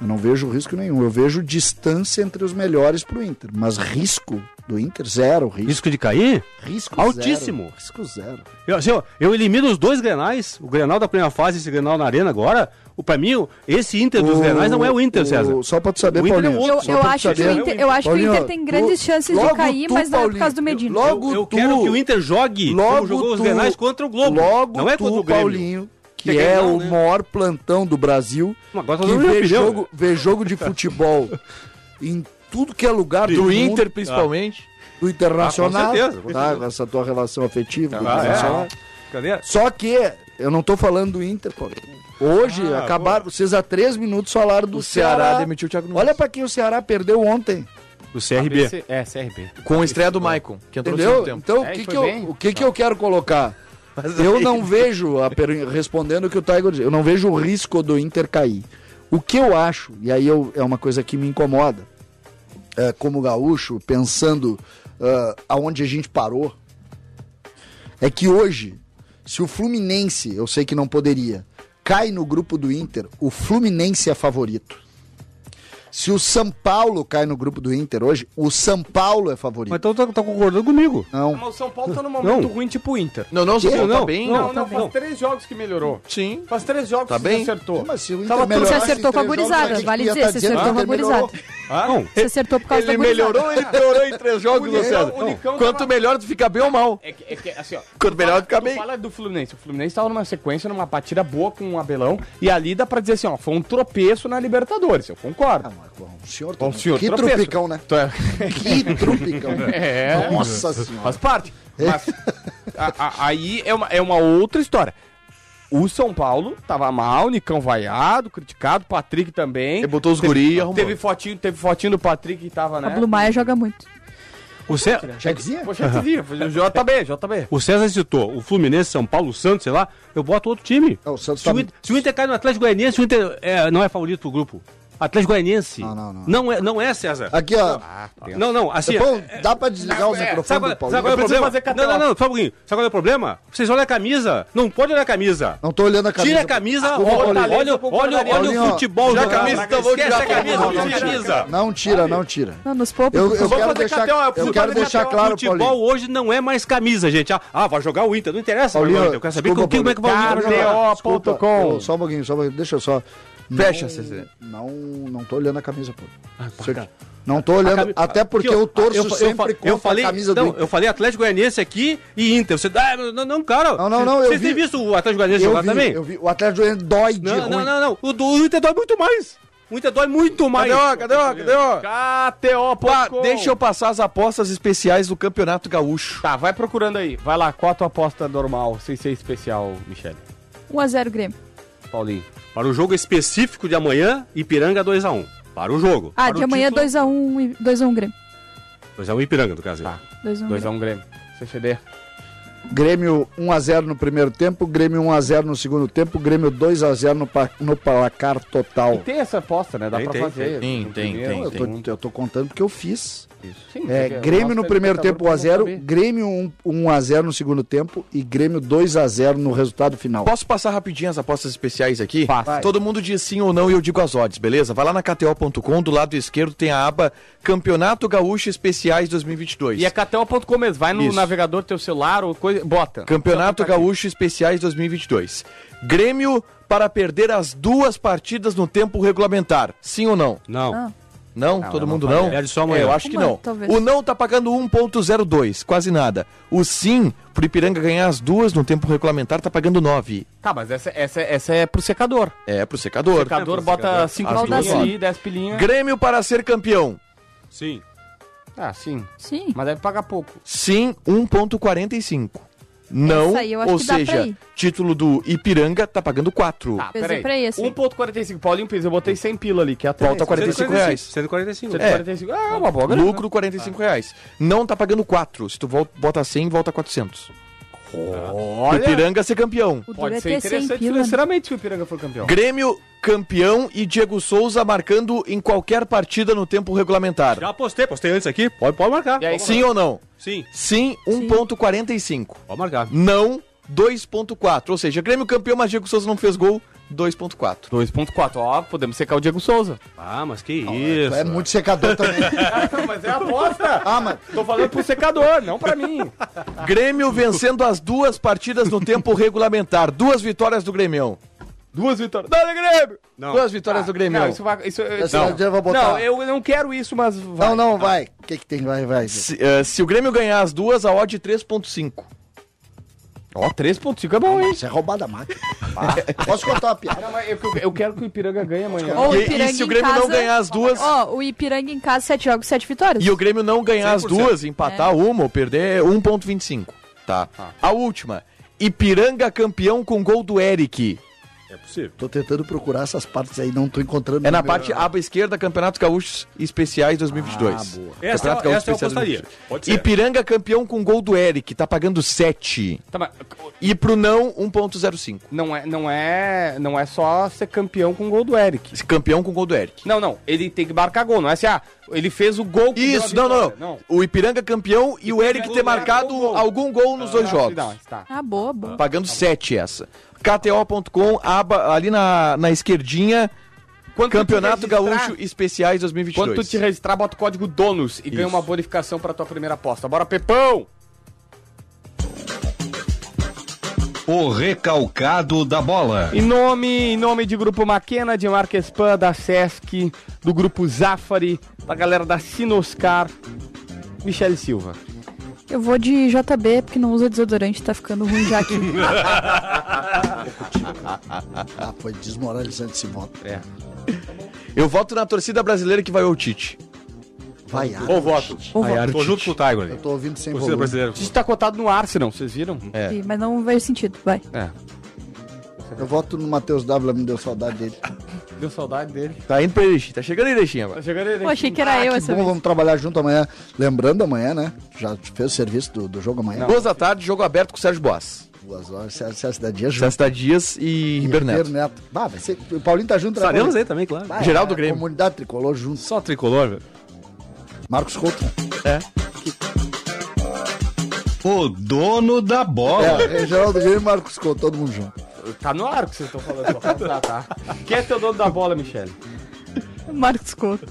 Speaker 6: Eu não vejo risco nenhum. Eu vejo distância entre os melhores pro Inter. Mas risco do Inter, zero. Risco,
Speaker 5: Risco de cair?
Speaker 6: risco
Speaker 5: altíssimo.
Speaker 6: Zero. Risco zero.
Speaker 5: Eu, assim, ó, eu elimino os dois Grenais, o Grenal da primeira fase e esse Grenal na arena agora. O, pra mim, o- esse Inter dos Grenais não é o Inter, César.
Speaker 6: Só pra tu saber,
Speaker 5: O Inter é
Speaker 6: Paulinho.
Speaker 5: outro.
Speaker 4: Eu,
Speaker 6: só
Speaker 4: eu
Speaker 6: pra tu
Speaker 4: acho que o
Speaker 6: saber.
Speaker 4: Inter, eu acho que o
Speaker 6: Paulinho,
Speaker 4: Inter tem grandes
Speaker 6: tu-
Speaker 4: chances de
Speaker 6: logo
Speaker 4: cair,
Speaker 6: tu,
Speaker 4: mas não é por causa do
Speaker 6: Paulinho,
Speaker 4: Medina.
Speaker 6: Logo
Speaker 5: eu
Speaker 6: tu,
Speaker 5: quero que o Inter jogue
Speaker 6: logo
Speaker 5: como jogou os
Speaker 6: tu-
Speaker 5: Grenais contra o Globo.
Speaker 6: Logo
Speaker 5: não é
Speaker 6: tu,
Speaker 5: contra o Grêmio.
Speaker 6: Paulinho, que,
Speaker 5: Que
Speaker 6: é
Speaker 5: ganhar,
Speaker 6: o
Speaker 5: né?
Speaker 6: maior plantão do Brasil,
Speaker 5: Mas agora tá
Speaker 6: que
Speaker 5: dando minha
Speaker 6: vê
Speaker 5: opinião,
Speaker 6: jogo, vê jogo de futebol em tudo que é lugar
Speaker 3: Do Inter, principalmente.
Speaker 6: do Internacional.
Speaker 5: Ah, com certeza, com
Speaker 6: tá?
Speaker 5: certeza.
Speaker 6: Essa tua relação afetiva com o
Speaker 5: Ah,
Speaker 6: Internacional.
Speaker 5: é? Cadê?
Speaker 6: Só que eu não tô falando do Inter, pô. Hoje,
Speaker 5: Ah,
Speaker 6: acabaram, vocês há três minutos falaram do
Speaker 3: O
Speaker 6: Ceará.
Speaker 3: Ceará demitiu o Thiago Nunes.
Speaker 6: Olha pra quem o Ceará perdeu ontem,
Speaker 5: O CRB.
Speaker 2: É, CRB.
Speaker 3: Com a estreia do Maicon, que entrou no
Speaker 6: entendeu?
Speaker 3: segundo tempo.
Speaker 6: Então, o
Speaker 2: É,
Speaker 6: que
Speaker 2: e
Speaker 6: que
Speaker 2: foi bem.
Speaker 6: eu- o que que eu quero colocar? Eu não vejo, a per- respondendo o que o Tiger disse, eu não vejo o risco do Inter cair. O que eu acho, e aí eu- é uma coisa que me incomoda, é, como gaúcho, pensando ah, aonde a gente parou, é que hoje, se o Fluminense, eu sei que não poderia, cai no grupo do Inter, o Fluminense é favorito. Se o São Paulo cai no grupo do Inter hoje, o São Paulo é
Speaker 5: Mas
Speaker 6: favorito.
Speaker 5: então tá, tá concordando comigo.
Speaker 6: Não.
Speaker 2: Mas o São Paulo tá num momento ruim, tipo o Inter.
Speaker 3: Não, não, o São Paulo
Speaker 5: Não,
Speaker 3: tá bem.
Speaker 2: Não, não,
Speaker 5: tá
Speaker 2: faz
Speaker 5: bem.
Speaker 2: três jogos que melhorou.
Speaker 3: Sim.
Speaker 2: Faz três jogos
Speaker 3: Tá
Speaker 2: que
Speaker 3: bem?
Speaker 2: se acertou.
Speaker 6: Mas se assim? o Inter
Speaker 2: Tava tudo-
Speaker 6: melhorasse
Speaker 4: Você
Speaker 6: em
Speaker 4: acertou
Speaker 6: três jogos,
Speaker 4: favorizada,
Speaker 6: a gente
Speaker 4: vale
Speaker 6: ia
Speaker 4: dizer,
Speaker 6: tá
Speaker 4: você
Speaker 6: dizendo que
Speaker 4: acertou
Speaker 6: melhorou.
Speaker 4: favorizada.
Speaker 5: Ah, não.
Speaker 4: Você acertou por causa
Speaker 3: Ele
Speaker 4: da gurizada.
Speaker 3: melhorou e piorou em três jogos,
Speaker 2: O
Speaker 3: Luciano.
Speaker 2: Nicão-
Speaker 3: Então,
Speaker 2: o Nicão
Speaker 3: Quanto
Speaker 2: tava-
Speaker 3: melhor tu ficar bem ou mal.
Speaker 2: É que, é que, assim, ó.
Speaker 3: Quanto
Speaker 2: tu
Speaker 3: melhor
Speaker 2: fala-
Speaker 3: fica
Speaker 2: tu
Speaker 3: bem.
Speaker 2: Fala do Fluminense. O Fluminense tava numa sequência, numa partida boa com o Abelão. E ali dá pra dizer assim, ó, foi um tropeço na Libertadores. Eu concordo.
Speaker 6: Ah, mas, bom, o senhor,
Speaker 2: Bom,
Speaker 6: também.
Speaker 2: senhor,
Speaker 6: que
Speaker 2: tropeço.
Speaker 6: trupicão, né?
Speaker 2: Tu é-
Speaker 6: Que trupicão.
Speaker 2: É.
Speaker 6: Nossa senhora. É.
Speaker 2: Faz parte. Mas a- a- aí é uma, é uma outra história. O São Paulo tava mal, Nicão vaiado, criticado, Patrick também.
Speaker 3: Ele botou os guri e arrumou.
Speaker 2: Teve fotinho, teve fotinho do Patrick que tava,
Speaker 4: A
Speaker 6: Tá
Speaker 2: né?
Speaker 4: Blue Maia joga muito.
Speaker 5: O, Cé-
Speaker 6: Já dizia?
Speaker 2: Poxa, que dia, foi o JB, JB.
Speaker 5: o César citou o Fluminense, São Paulo, o Santos, sei lá. Eu boto outro time.
Speaker 6: Não, o Santos
Speaker 5: se,
Speaker 6: tá-
Speaker 5: o Inter, se o Inter cai no Atlético Goianiense, o Inter é, não é favorito do grupo. Atlético Goianiense.
Speaker 6: Não, não, Ah, não.
Speaker 5: é, não é, César.
Speaker 6: Aqui, ó.
Speaker 5: Não, não, assim.
Speaker 6: Bom, dá pra desligar o microfone
Speaker 5: Sabe qual,
Speaker 6: do
Speaker 5: sabe
Speaker 6: Paulinho?
Speaker 5: qual é o
Speaker 2: preciso
Speaker 5: problema?
Speaker 2: fazer
Speaker 5: não,
Speaker 2: capela.
Speaker 5: não, não, só um pouquinho. Sabe qual é o problema? Vocês olham a camisa. Não pode olhar a camisa.
Speaker 6: Não tô olhando a camisa.
Speaker 5: Tira a camisa,
Speaker 6: Ô,
Speaker 5: olha,
Speaker 6: Paulinho.
Speaker 5: olha, olha, olha
Speaker 6: Paulinho, tá ó,
Speaker 5: o futebol
Speaker 3: já a
Speaker 5: do cara.
Speaker 3: camisa, então vou
Speaker 5: Esquece
Speaker 3: tirar
Speaker 5: a camisa,
Speaker 3: pra
Speaker 5: olha
Speaker 3: botar.
Speaker 5: a camisa.
Speaker 6: Não tira, não tira.
Speaker 4: Não, nos poucos.
Speaker 6: Eu,
Speaker 2: Vou
Speaker 6: eu quero
Speaker 2: fazer
Speaker 6: deixar,
Speaker 2: KTO, eu
Speaker 6: eu
Speaker 2: preciso
Speaker 6: quero
Speaker 2: fazer
Speaker 6: deixar
Speaker 2: KTO.
Speaker 6: claro,
Speaker 5: futebol
Speaker 6: Paulinho.
Speaker 5: hoje não é mais camisa, gente. Ah, ah, vai jogar o Inter. Não interessa, vai jogar o Inter. Eu quero saber
Speaker 6: desculpa,
Speaker 5: como, como é que vai o Inter vai jogar.
Speaker 6: Paulinho, desculpa,
Speaker 2: KTO.com.
Speaker 6: eu- Só um pouquinho, só um pouquinho. Deixa eu só.
Speaker 3: Fecha,
Speaker 6: Não-
Speaker 3: Cezé.
Speaker 6: Não, não tô olhando a camisa, pô.
Speaker 5: Ah,
Speaker 6: Se eu- Não tô olhando,
Speaker 5: Cami-
Speaker 6: até porque
Speaker 5: Aqui, ó,
Speaker 6: eu torço
Speaker 5: fa-
Speaker 6: sempre
Speaker 5: fa-
Speaker 6: contra
Speaker 5: eu falei,
Speaker 6: a camisa
Speaker 5: não,
Speaker 6: do Inter.
Speaker 5: Eu falei Atlético Goianiense aqui e Inter. Você, ah, não, não, cara.
Speaker 6: Não, não, não, eu
Speaker 5: Vocês têm
Speaker 6: vi.
Speaker 5: visto o Atlético Goianiense jogar
Speaker 6: vi,
Speaker 5: também?
Speaker 6: eu vi. O Atlético Goianiense dói de
Speaker 5: Não, não,
Speaker 6: ruim.
Speaker 5: não, não. O do o Inter dói muito mais. O Inter dói muito mais.
Speaker 3: Cadê, ó? Cadê, ó? Cadê, ó? Pá,
Speaker 2: KTO.com.
Speaker 3: deixa eu passar as apostas especiais do Campeonato Gaúcho.
Speaker 2: Tá, vai procurando aí. Vai lá, qual a tua aposta normal, sem ser especial, Michele?
Speaker 4: 1x0 Grêmio.
Speaker 2: Paulinho.
Speaker 5: Para o jogo específico de amanhã, Ipiranga 2x1. Para o jogo.
Speaker 4: Ah,
Speaker 5: Para
Speaker 4: de
Speaker 5: o
Speaker 4: amanhã
Speaker 5: título,
Speaker 4: 2x1 e 2x1 Grêmio.
Speaker 5: 2x1 é, Ipiranga, no caso.
Speaker 2: Tá.
Speaker 4: 2x1 Grêmio.
Speaker 2: 2x1 Grêmio. CCD.
Speaker 6: Grêmio 1x0 no primeiro tempo, Grêmio 1x0 no segundo tempo, Grêmio 2x0 no, pa- no placar
Speaker 2: E
Speaker 6: total.
Speaker 2: tem essa aposta, né? Dá
Speaker 5: Tem,
Speaker 2: pra
Speaker 5: tem,
Speaker 2: fazer.
Speaker 3: tem.
Speaker 2: No
Speaker 3: Tem, tem,
Speaker 2: primeiro,
Speaker 3: tem,
Speaker 6: Eu
Speaker 2: eu
Speaker 6: tô, eu tô contando porque eu fiz.
Speaker 2: tô- Sim,
Speaker 6: É,
Speaker 2: porque o
Speaker 6: Grêmio
Speaker 2: nosso
Speaker 6: no primeiro tempo
Speaker 2: telespectador
Speaker 3: um
Speaker 2: precisa
Speaker 6: 1x0,
Speaker 2: tá saber.
Speaker 6: Grêmio 1, 1x0 no segundo tempo e Grêmio 2x0 no resultado final.
Speaker 3: Posso passar rapidinho as apostas especiais aqui?
Speaker 2: Passa.
Speaker 3: Todo mundo diz sim ou não e eu digo as odds, beleza? Vai lá na KTO.com, do lado esquerdo tem a aba Campeonato Gaúcho Especiais 2022.
Speaker 2: E é KTO.com mesmo. Vai no
Speaker 3: Isso.
Speaker 2: navegador do teu celular ou coisa. Bota.
Speaker 3: Campeonato Gaúcho Especiais 2022. Grêmio para perder as duas partidas no tempo regulamentar. Sim ou não?
Speaker 5: Não.
Speaker 4: Ah.
Speaker 3: Não? Todo mundo não?
Speaker 5: Perde só amanhã.
Speaker 3: É, eu acho que
Speaker 4: Uma,
Speaker 3: não.
Speaker 4: talvez.
Speaker 3: O não tá pagando 1.02, quase nada. O sim, pro Ipiranga ganhar as duas no tempo regulamentar, tá pagando 9.
Speaker 2: Tá, mas essa, essa, essa é pro secador.
Speaker 3: É, pro secador.
Speaker 2: secador bota 5
Speaker 3: As
Speaker 2: pilinhas
Speaker 3: duas
Speaker 2: ali, 10 pilinhas.
Speaker 3: Grêmio para ser campeão.
Speaker 5: Sim.
Speaker 2: Ah, sim.
Speaker 4: Sim.
Speaker 2: Mas deve pagar pouco.
Speaker 3: Sim, 1.45. Não,
Speaker 4: Essa aí eu acho
Speaker 3: ou
Speaker 4: que dá pra
Speaker 3: seja,
Speaker 4: ir.
Speaker 3: título do Ipiranga tá pagando 4.
Speaker 2: Tá,
Speaker 4: Pesa
Speaker 2: peraí.
Speaker 4: pra esse.
Speaker 2: 1.45. Paulinho Pires, eu botei 100 pila ali, que é a
Speaker 3: Volta 45 reais.
Speaker 5: 145.
Speaker 3: É.
Speaker 2: 45. É, uma boa grana.
Speaker 3: Lucro 45 reais. Não tá pagando 4. Se tu vol- bota 100, volta 400.
Speaker 2: Olha,
Speaker 3: Ipiranga ser campeão.
Speaker 4: O duro é
Speaker 2: pode ser
Speaker 4: ter 100
Speaker 2: interessante
Speaker 4: pila. né?
Speaker 2: financeiramente se o Ipiranga for campeão.
Speaker 3: Grêmio campeão e Diego Souza marcando em qualquer partida no tempo regulamentar.
Speaker 5: Já postei, postei antes aqui. Pode, pode marcar.
Speaker 2: E aí,
Speaker 5: Pode
Speaker 3: Sim ou não?
Speaker 5: marcar. Sim.
Speaker 3: Sim, 1.45.
Speaker 5: Pode marcar.
Speaker 3: Não, 2.4. Ou seja, Grêmio campeão, mas Diego Souza não fez gol, 2.4.
Speaker 2: 2.4, ó, podemos secar o Diego Souza.
Speaker 5: Ah, mas que isso.
Speaker 6: É muito secador também.
Speaker 2: mas é aposta.
Speaker 6: ah, mas
Speaker 2: Tô falando pro secador, não pra mim.
Speaker 3: Grêmio vencendo as duas partidas no tempo regulamentar. Duas vitórias do Grêmio.
Speaker 2: Duas vitórias. Dale, Grêmio!
Speaker 5: Não.
Speaker 3: Duas vitórias do Grêmio.
Speaker 2: Não, isso vai... Isso,
Speaker 6: Essa
Speaker 2: não.
Speaker 6: daí eu vou botar.
Speaker 2: não, eu não quero isso, mas vai.
Speaker 6: não, não, vai. O que que tem? Vai, vai.
Speaker 3: Se, eh, se o Grêmio ganhar as duas, a odd é 3.5.
Speaker 2: Ó, 3.5 é bom, hein?
Speaker 6: Isso é roubada a máquina. Posso contar uma piada?
Speaker 2: Não, mas eu, eu quero que o Ipiranga ganhe amanhã.
Speaker 4: Ó, o
Speaker 3: E- e
Speaker 4: Ipiranga
Speaker 3: se o
Speaker 4: em
Speaker 3: Grêmio não
Speaker 4: casa-
Speaker 3: ganhar as duas-
Speaker 4: Ó, o Ipiranga em casa, sete jogos, sete vitórias.
Speaker 3: E o Grêmio não ganhar as
Speaker 5: 100%.
Speaker 3: duas,
Speaker 5: É.
Speaker 3: empatar uma ou perder é 1.25, tá?
Speaker 5: Ah.
Speaker 3: A última, Ipiranga campeão com gol do Eric.
Speaker 5: É possível.
Speaker 6: Tô tentando procurar essas partes aí, não tô encontrando.
Speaker 3: É na
Speaker 6: número.
Speaker 3: parte aba esquerda, Campeonatos Gaúchos Especiais 2022.
Speaker 6: Ah, boa.
Speaker 5: Essa-
Speaker 3: Campeonato Gaúcho
Speaker 5: essa eu
Speaker 3: Especiais
Speaker 5: apostaria.
Speaker 3: 2022.
Speaker 5: Pode ser.
Speaker 3: Ipiranga campeão com gol do Eric, tá pagando 7.
Speaker 2: Tá, mas
Speaker 3: E pro não, 1.05.
Speaker 2: não é, não, é, não é só ser campeão com o gol do Eric.
Speaker 3: Esse Campeão com gol do Eric.
Speaker 2: Não, não. Ele tem que marcar gol. Não é assim, ah, ele fez o gol que deu a
Speaker 3: Isso, não, não,
Speaker 2: vitória.
Speaker 3: não. O Ipiranga campeão e o Eric ter marcado algum gol nos dois
Speaker 2: Ah,
Speaker 3: jogos.
Speaker 2: né? não, tá.
Speaker 4: Ah, boa, boa.
Speaker 3: Pagando 7 essa. KTO.com, aba ali na, na esquerdinha,
Speaker 2: Quando tu te
Speaker 3: Campeonato
Speaker 2: registrar-
Speaker 3: Gaúcho Especiais
Speaker 2: Quando
Speaker 3: 2022.
Speaker 2: tu te registrar, bota o código DONUS e ganha uma bonificação pra tua primeira aposta. Bora, Pepão!
Speaker 1: O recalcado da bola.
Speaker 2: Em nome, em nome de Grupo Maquena, de Marquespan, da Sesc, do Grupo Zafari, da galera da Sinoscar, Michele Silva.
Speaker 3: Ah.
Speaker 4: Eu vou de JB, porque não usa desodorante, tá ficando ruim já aqui.
Speaker 6: Ah, foi desmoralizante esse voto.
Speaker 2: É.
Speaker 3: Eu voto na torcida brasileira que vai ao Tite.
Speaker 6: Vai, ah,
Speaker 2: Ou voto.
Speaker 5: Tô junto com o Tiger
Speaker 6: Eu
Speaker 5: ali.
Speaker 6: tô ouvindo sem
Speaker 5: Torcida
Speaker 6: volume.
Speaker 5: brasileira.
Speaker 2: Isso tá cotado no Arsenal, vocês viram?
Speaker 3: É.
Speaker 4: Sim, Mas não vejo sentido, vai.
Speaker 6: Eu voto no Matheus W, me deu saudade dele.
Speaker 2: Deu saudade dele.
Speaker 3: Tá indo pra Erechim. Tá chegando em Erechim agora.
Speaker 2: Tá chegando ele.
Speaker 4: Pô, achei que
Speaker 3: Ah,
Speaker 4: era eu
Speaker 6: Que
Speaker 4: essa
Speaker 6: bom,
Speaker 4: vez.
Speaker 6: vamos trabalhar junto amanhã. Lembrando amanhã, né? Já fez o serviço do, do jogo amanhã?
Speaker 3: Duas da tarde, jogo aberto com o Sérgio Boas.
Speaker 6: Duas horas, se a, se a cidade é junto.
Speaker 3: Sérgio Dias e Ribeiro Neto.
Speaker 6: Neto. Ah, vai ser, o Paulinho tá junto
Speaker 5: Estaremos
Speaker 6: trabalhando.
Speaker 5: aí também, claro.
Speaker 6: Vai,
Speaker 3: Geraldo
Speaker 6: Ah, é, a
Speaker 3: Grêmio.
Speaker 6: Comunidade tricolor junto.
Speaker 5: Só tricolor, velho.
Speaker 6: Marcos Couto.
Speaker 1: O dono da bola.
Speaker 6: É, é Geraldo Grêmio e Marcos Couto, todo mundo junto.
Speaker 2: Tá no ar o que vocês estão falando. só falta lá, tá? Quem é teu dono da bola, Michele?
Speaker 4: Marcos Couto.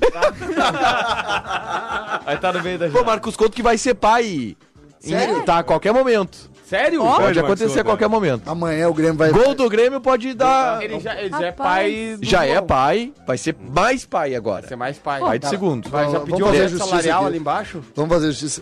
Speaker 2: Aí tá no meio da
Speaker 3: Pô,
Speaker 2: gente.
Speaker 3: Marcos Couto que vai ser pai. Sério? Tá, a qualquer momento.
Speaker 2: Sério?
Speaker 3: Pode
Speaker 5: Marcos
Speaker 3: acontecer a
Speaker 5: Couto,
Speaker 3: qualquer momento.
Speaker 6: Amanhã o Grêmio vai.
Speaker 3: Gol do Grêmio pode dar...
Speaker 2: Ele já, ele já é
Speaker 4: Rapaz.
Speaker 2: pai. do
Speaker 3: Já é
Speaker 2: João.
Speaker 3: pai, vai ser mais pai
Speaker 2: Vai
Speaker 3: agora.
Speaker 2: ser mais pai. Tá.
Speaker 3: Pai de segundo.
Speaker 2: Vai, já
Speaker 6: Vamos
Speaker 2: pediu
Speaker 6: fazer
Speaker 2: aumento
Speaker 6: justiça
Speaker 2: salarial
Speaker 6: aqui.
Speaker 2: ali embaixo?
Speaker 6: Vamos fazer justiça.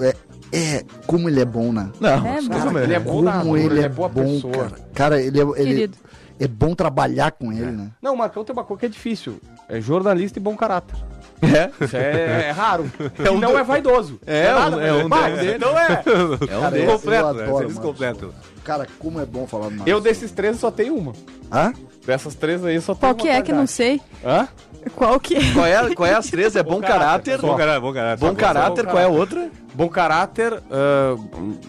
Speaker 6: É, é, como ele é bom, né?
Speaker 3: Não,
Speaker 4: É,
Speaker 3: isso
Speaker 4: mas-
Speaker 3: mesmo.
Speaker 2: Ele é bom na
Speaker 6: Como
Speaker 2: rua,
Speaker 6: ele é
Speaker 2: boa
Speaker 6: bom,
Speaker 2: pessoa.
Speaker 6: cara. Cara, ele é. Ele,
Speaker 4: Querido.
Speaker 6: é bom trabalhar com ele, né?
Speaker 2: Não, o Marcão tem uma coisa que é difícil. É jornalista e bom caráter.
Speaker 3: É,
Speaker 2: Isso é, é raro.
Speaker 3: É um
Speaker 2: e não
Speaker 3: do-
Speaker 2: é vaidoso.
Speaker 3: É um-
Speaker 2: nada,
Speaker 3: é um
Speaker 2: mas-
Speaker 3: deles.
Speaker 2: Não é.
Speaker 3: é um
Speaker 6: Cara,
Speaker 3: deles.
Speaker 6: eu-
Speaker 5: Completo,
Speaker 6: eu
Speaker 5: né?
Speaker 6: adoro,
Speaker 5: Serviço
Speaker 6: mano.
Speaker 5: completo.
Speaker 6: Cara, como é bom falar do Marcos.
Speaker 2: Eu desses três só tenho uma.
Speaker 6: Hã?
Speaker 2: Dessas três aí só tenho
Speaker 4: Qual
Speaker 2: uma
Speaker 4: que é que eu não
Speaker 2: qualidade.
Speaker 4: sei?
Speaker 2: Hã?
Speaker 4: Qual que é?
Speaker 3: Qual é, qual é as três? É bom caráter,
Speaker 5: Bom caráter, Tá bom caráter.
Speaker 3: bom caráter, qual é a outra?
Speaker 2: Bom caráter. ah,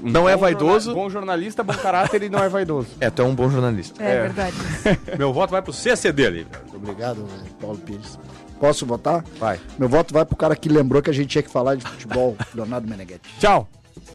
Speaker 2: um
Speaker 3: Não é
Speaker 2: bom
Speaker 3: vaidoso.
Speaker 2: jorna- Bom jornalista, bom caráter e não é vaidoso.
Speaker 3: É, tu é um bom jornalista.
Speaker 4: É, verdade.
Speaker 5: Meu voto vai pro CCD ali.
Speaker 6: Obrigado, Paulo Pires. Posso votar?
Speaker 2: Vai.
Speaker 6: Meu voto vai pro cara que lembrou que a gente tinha que falar de futebol, Leonardo Meneghetti.
Speaker 2: Tchau.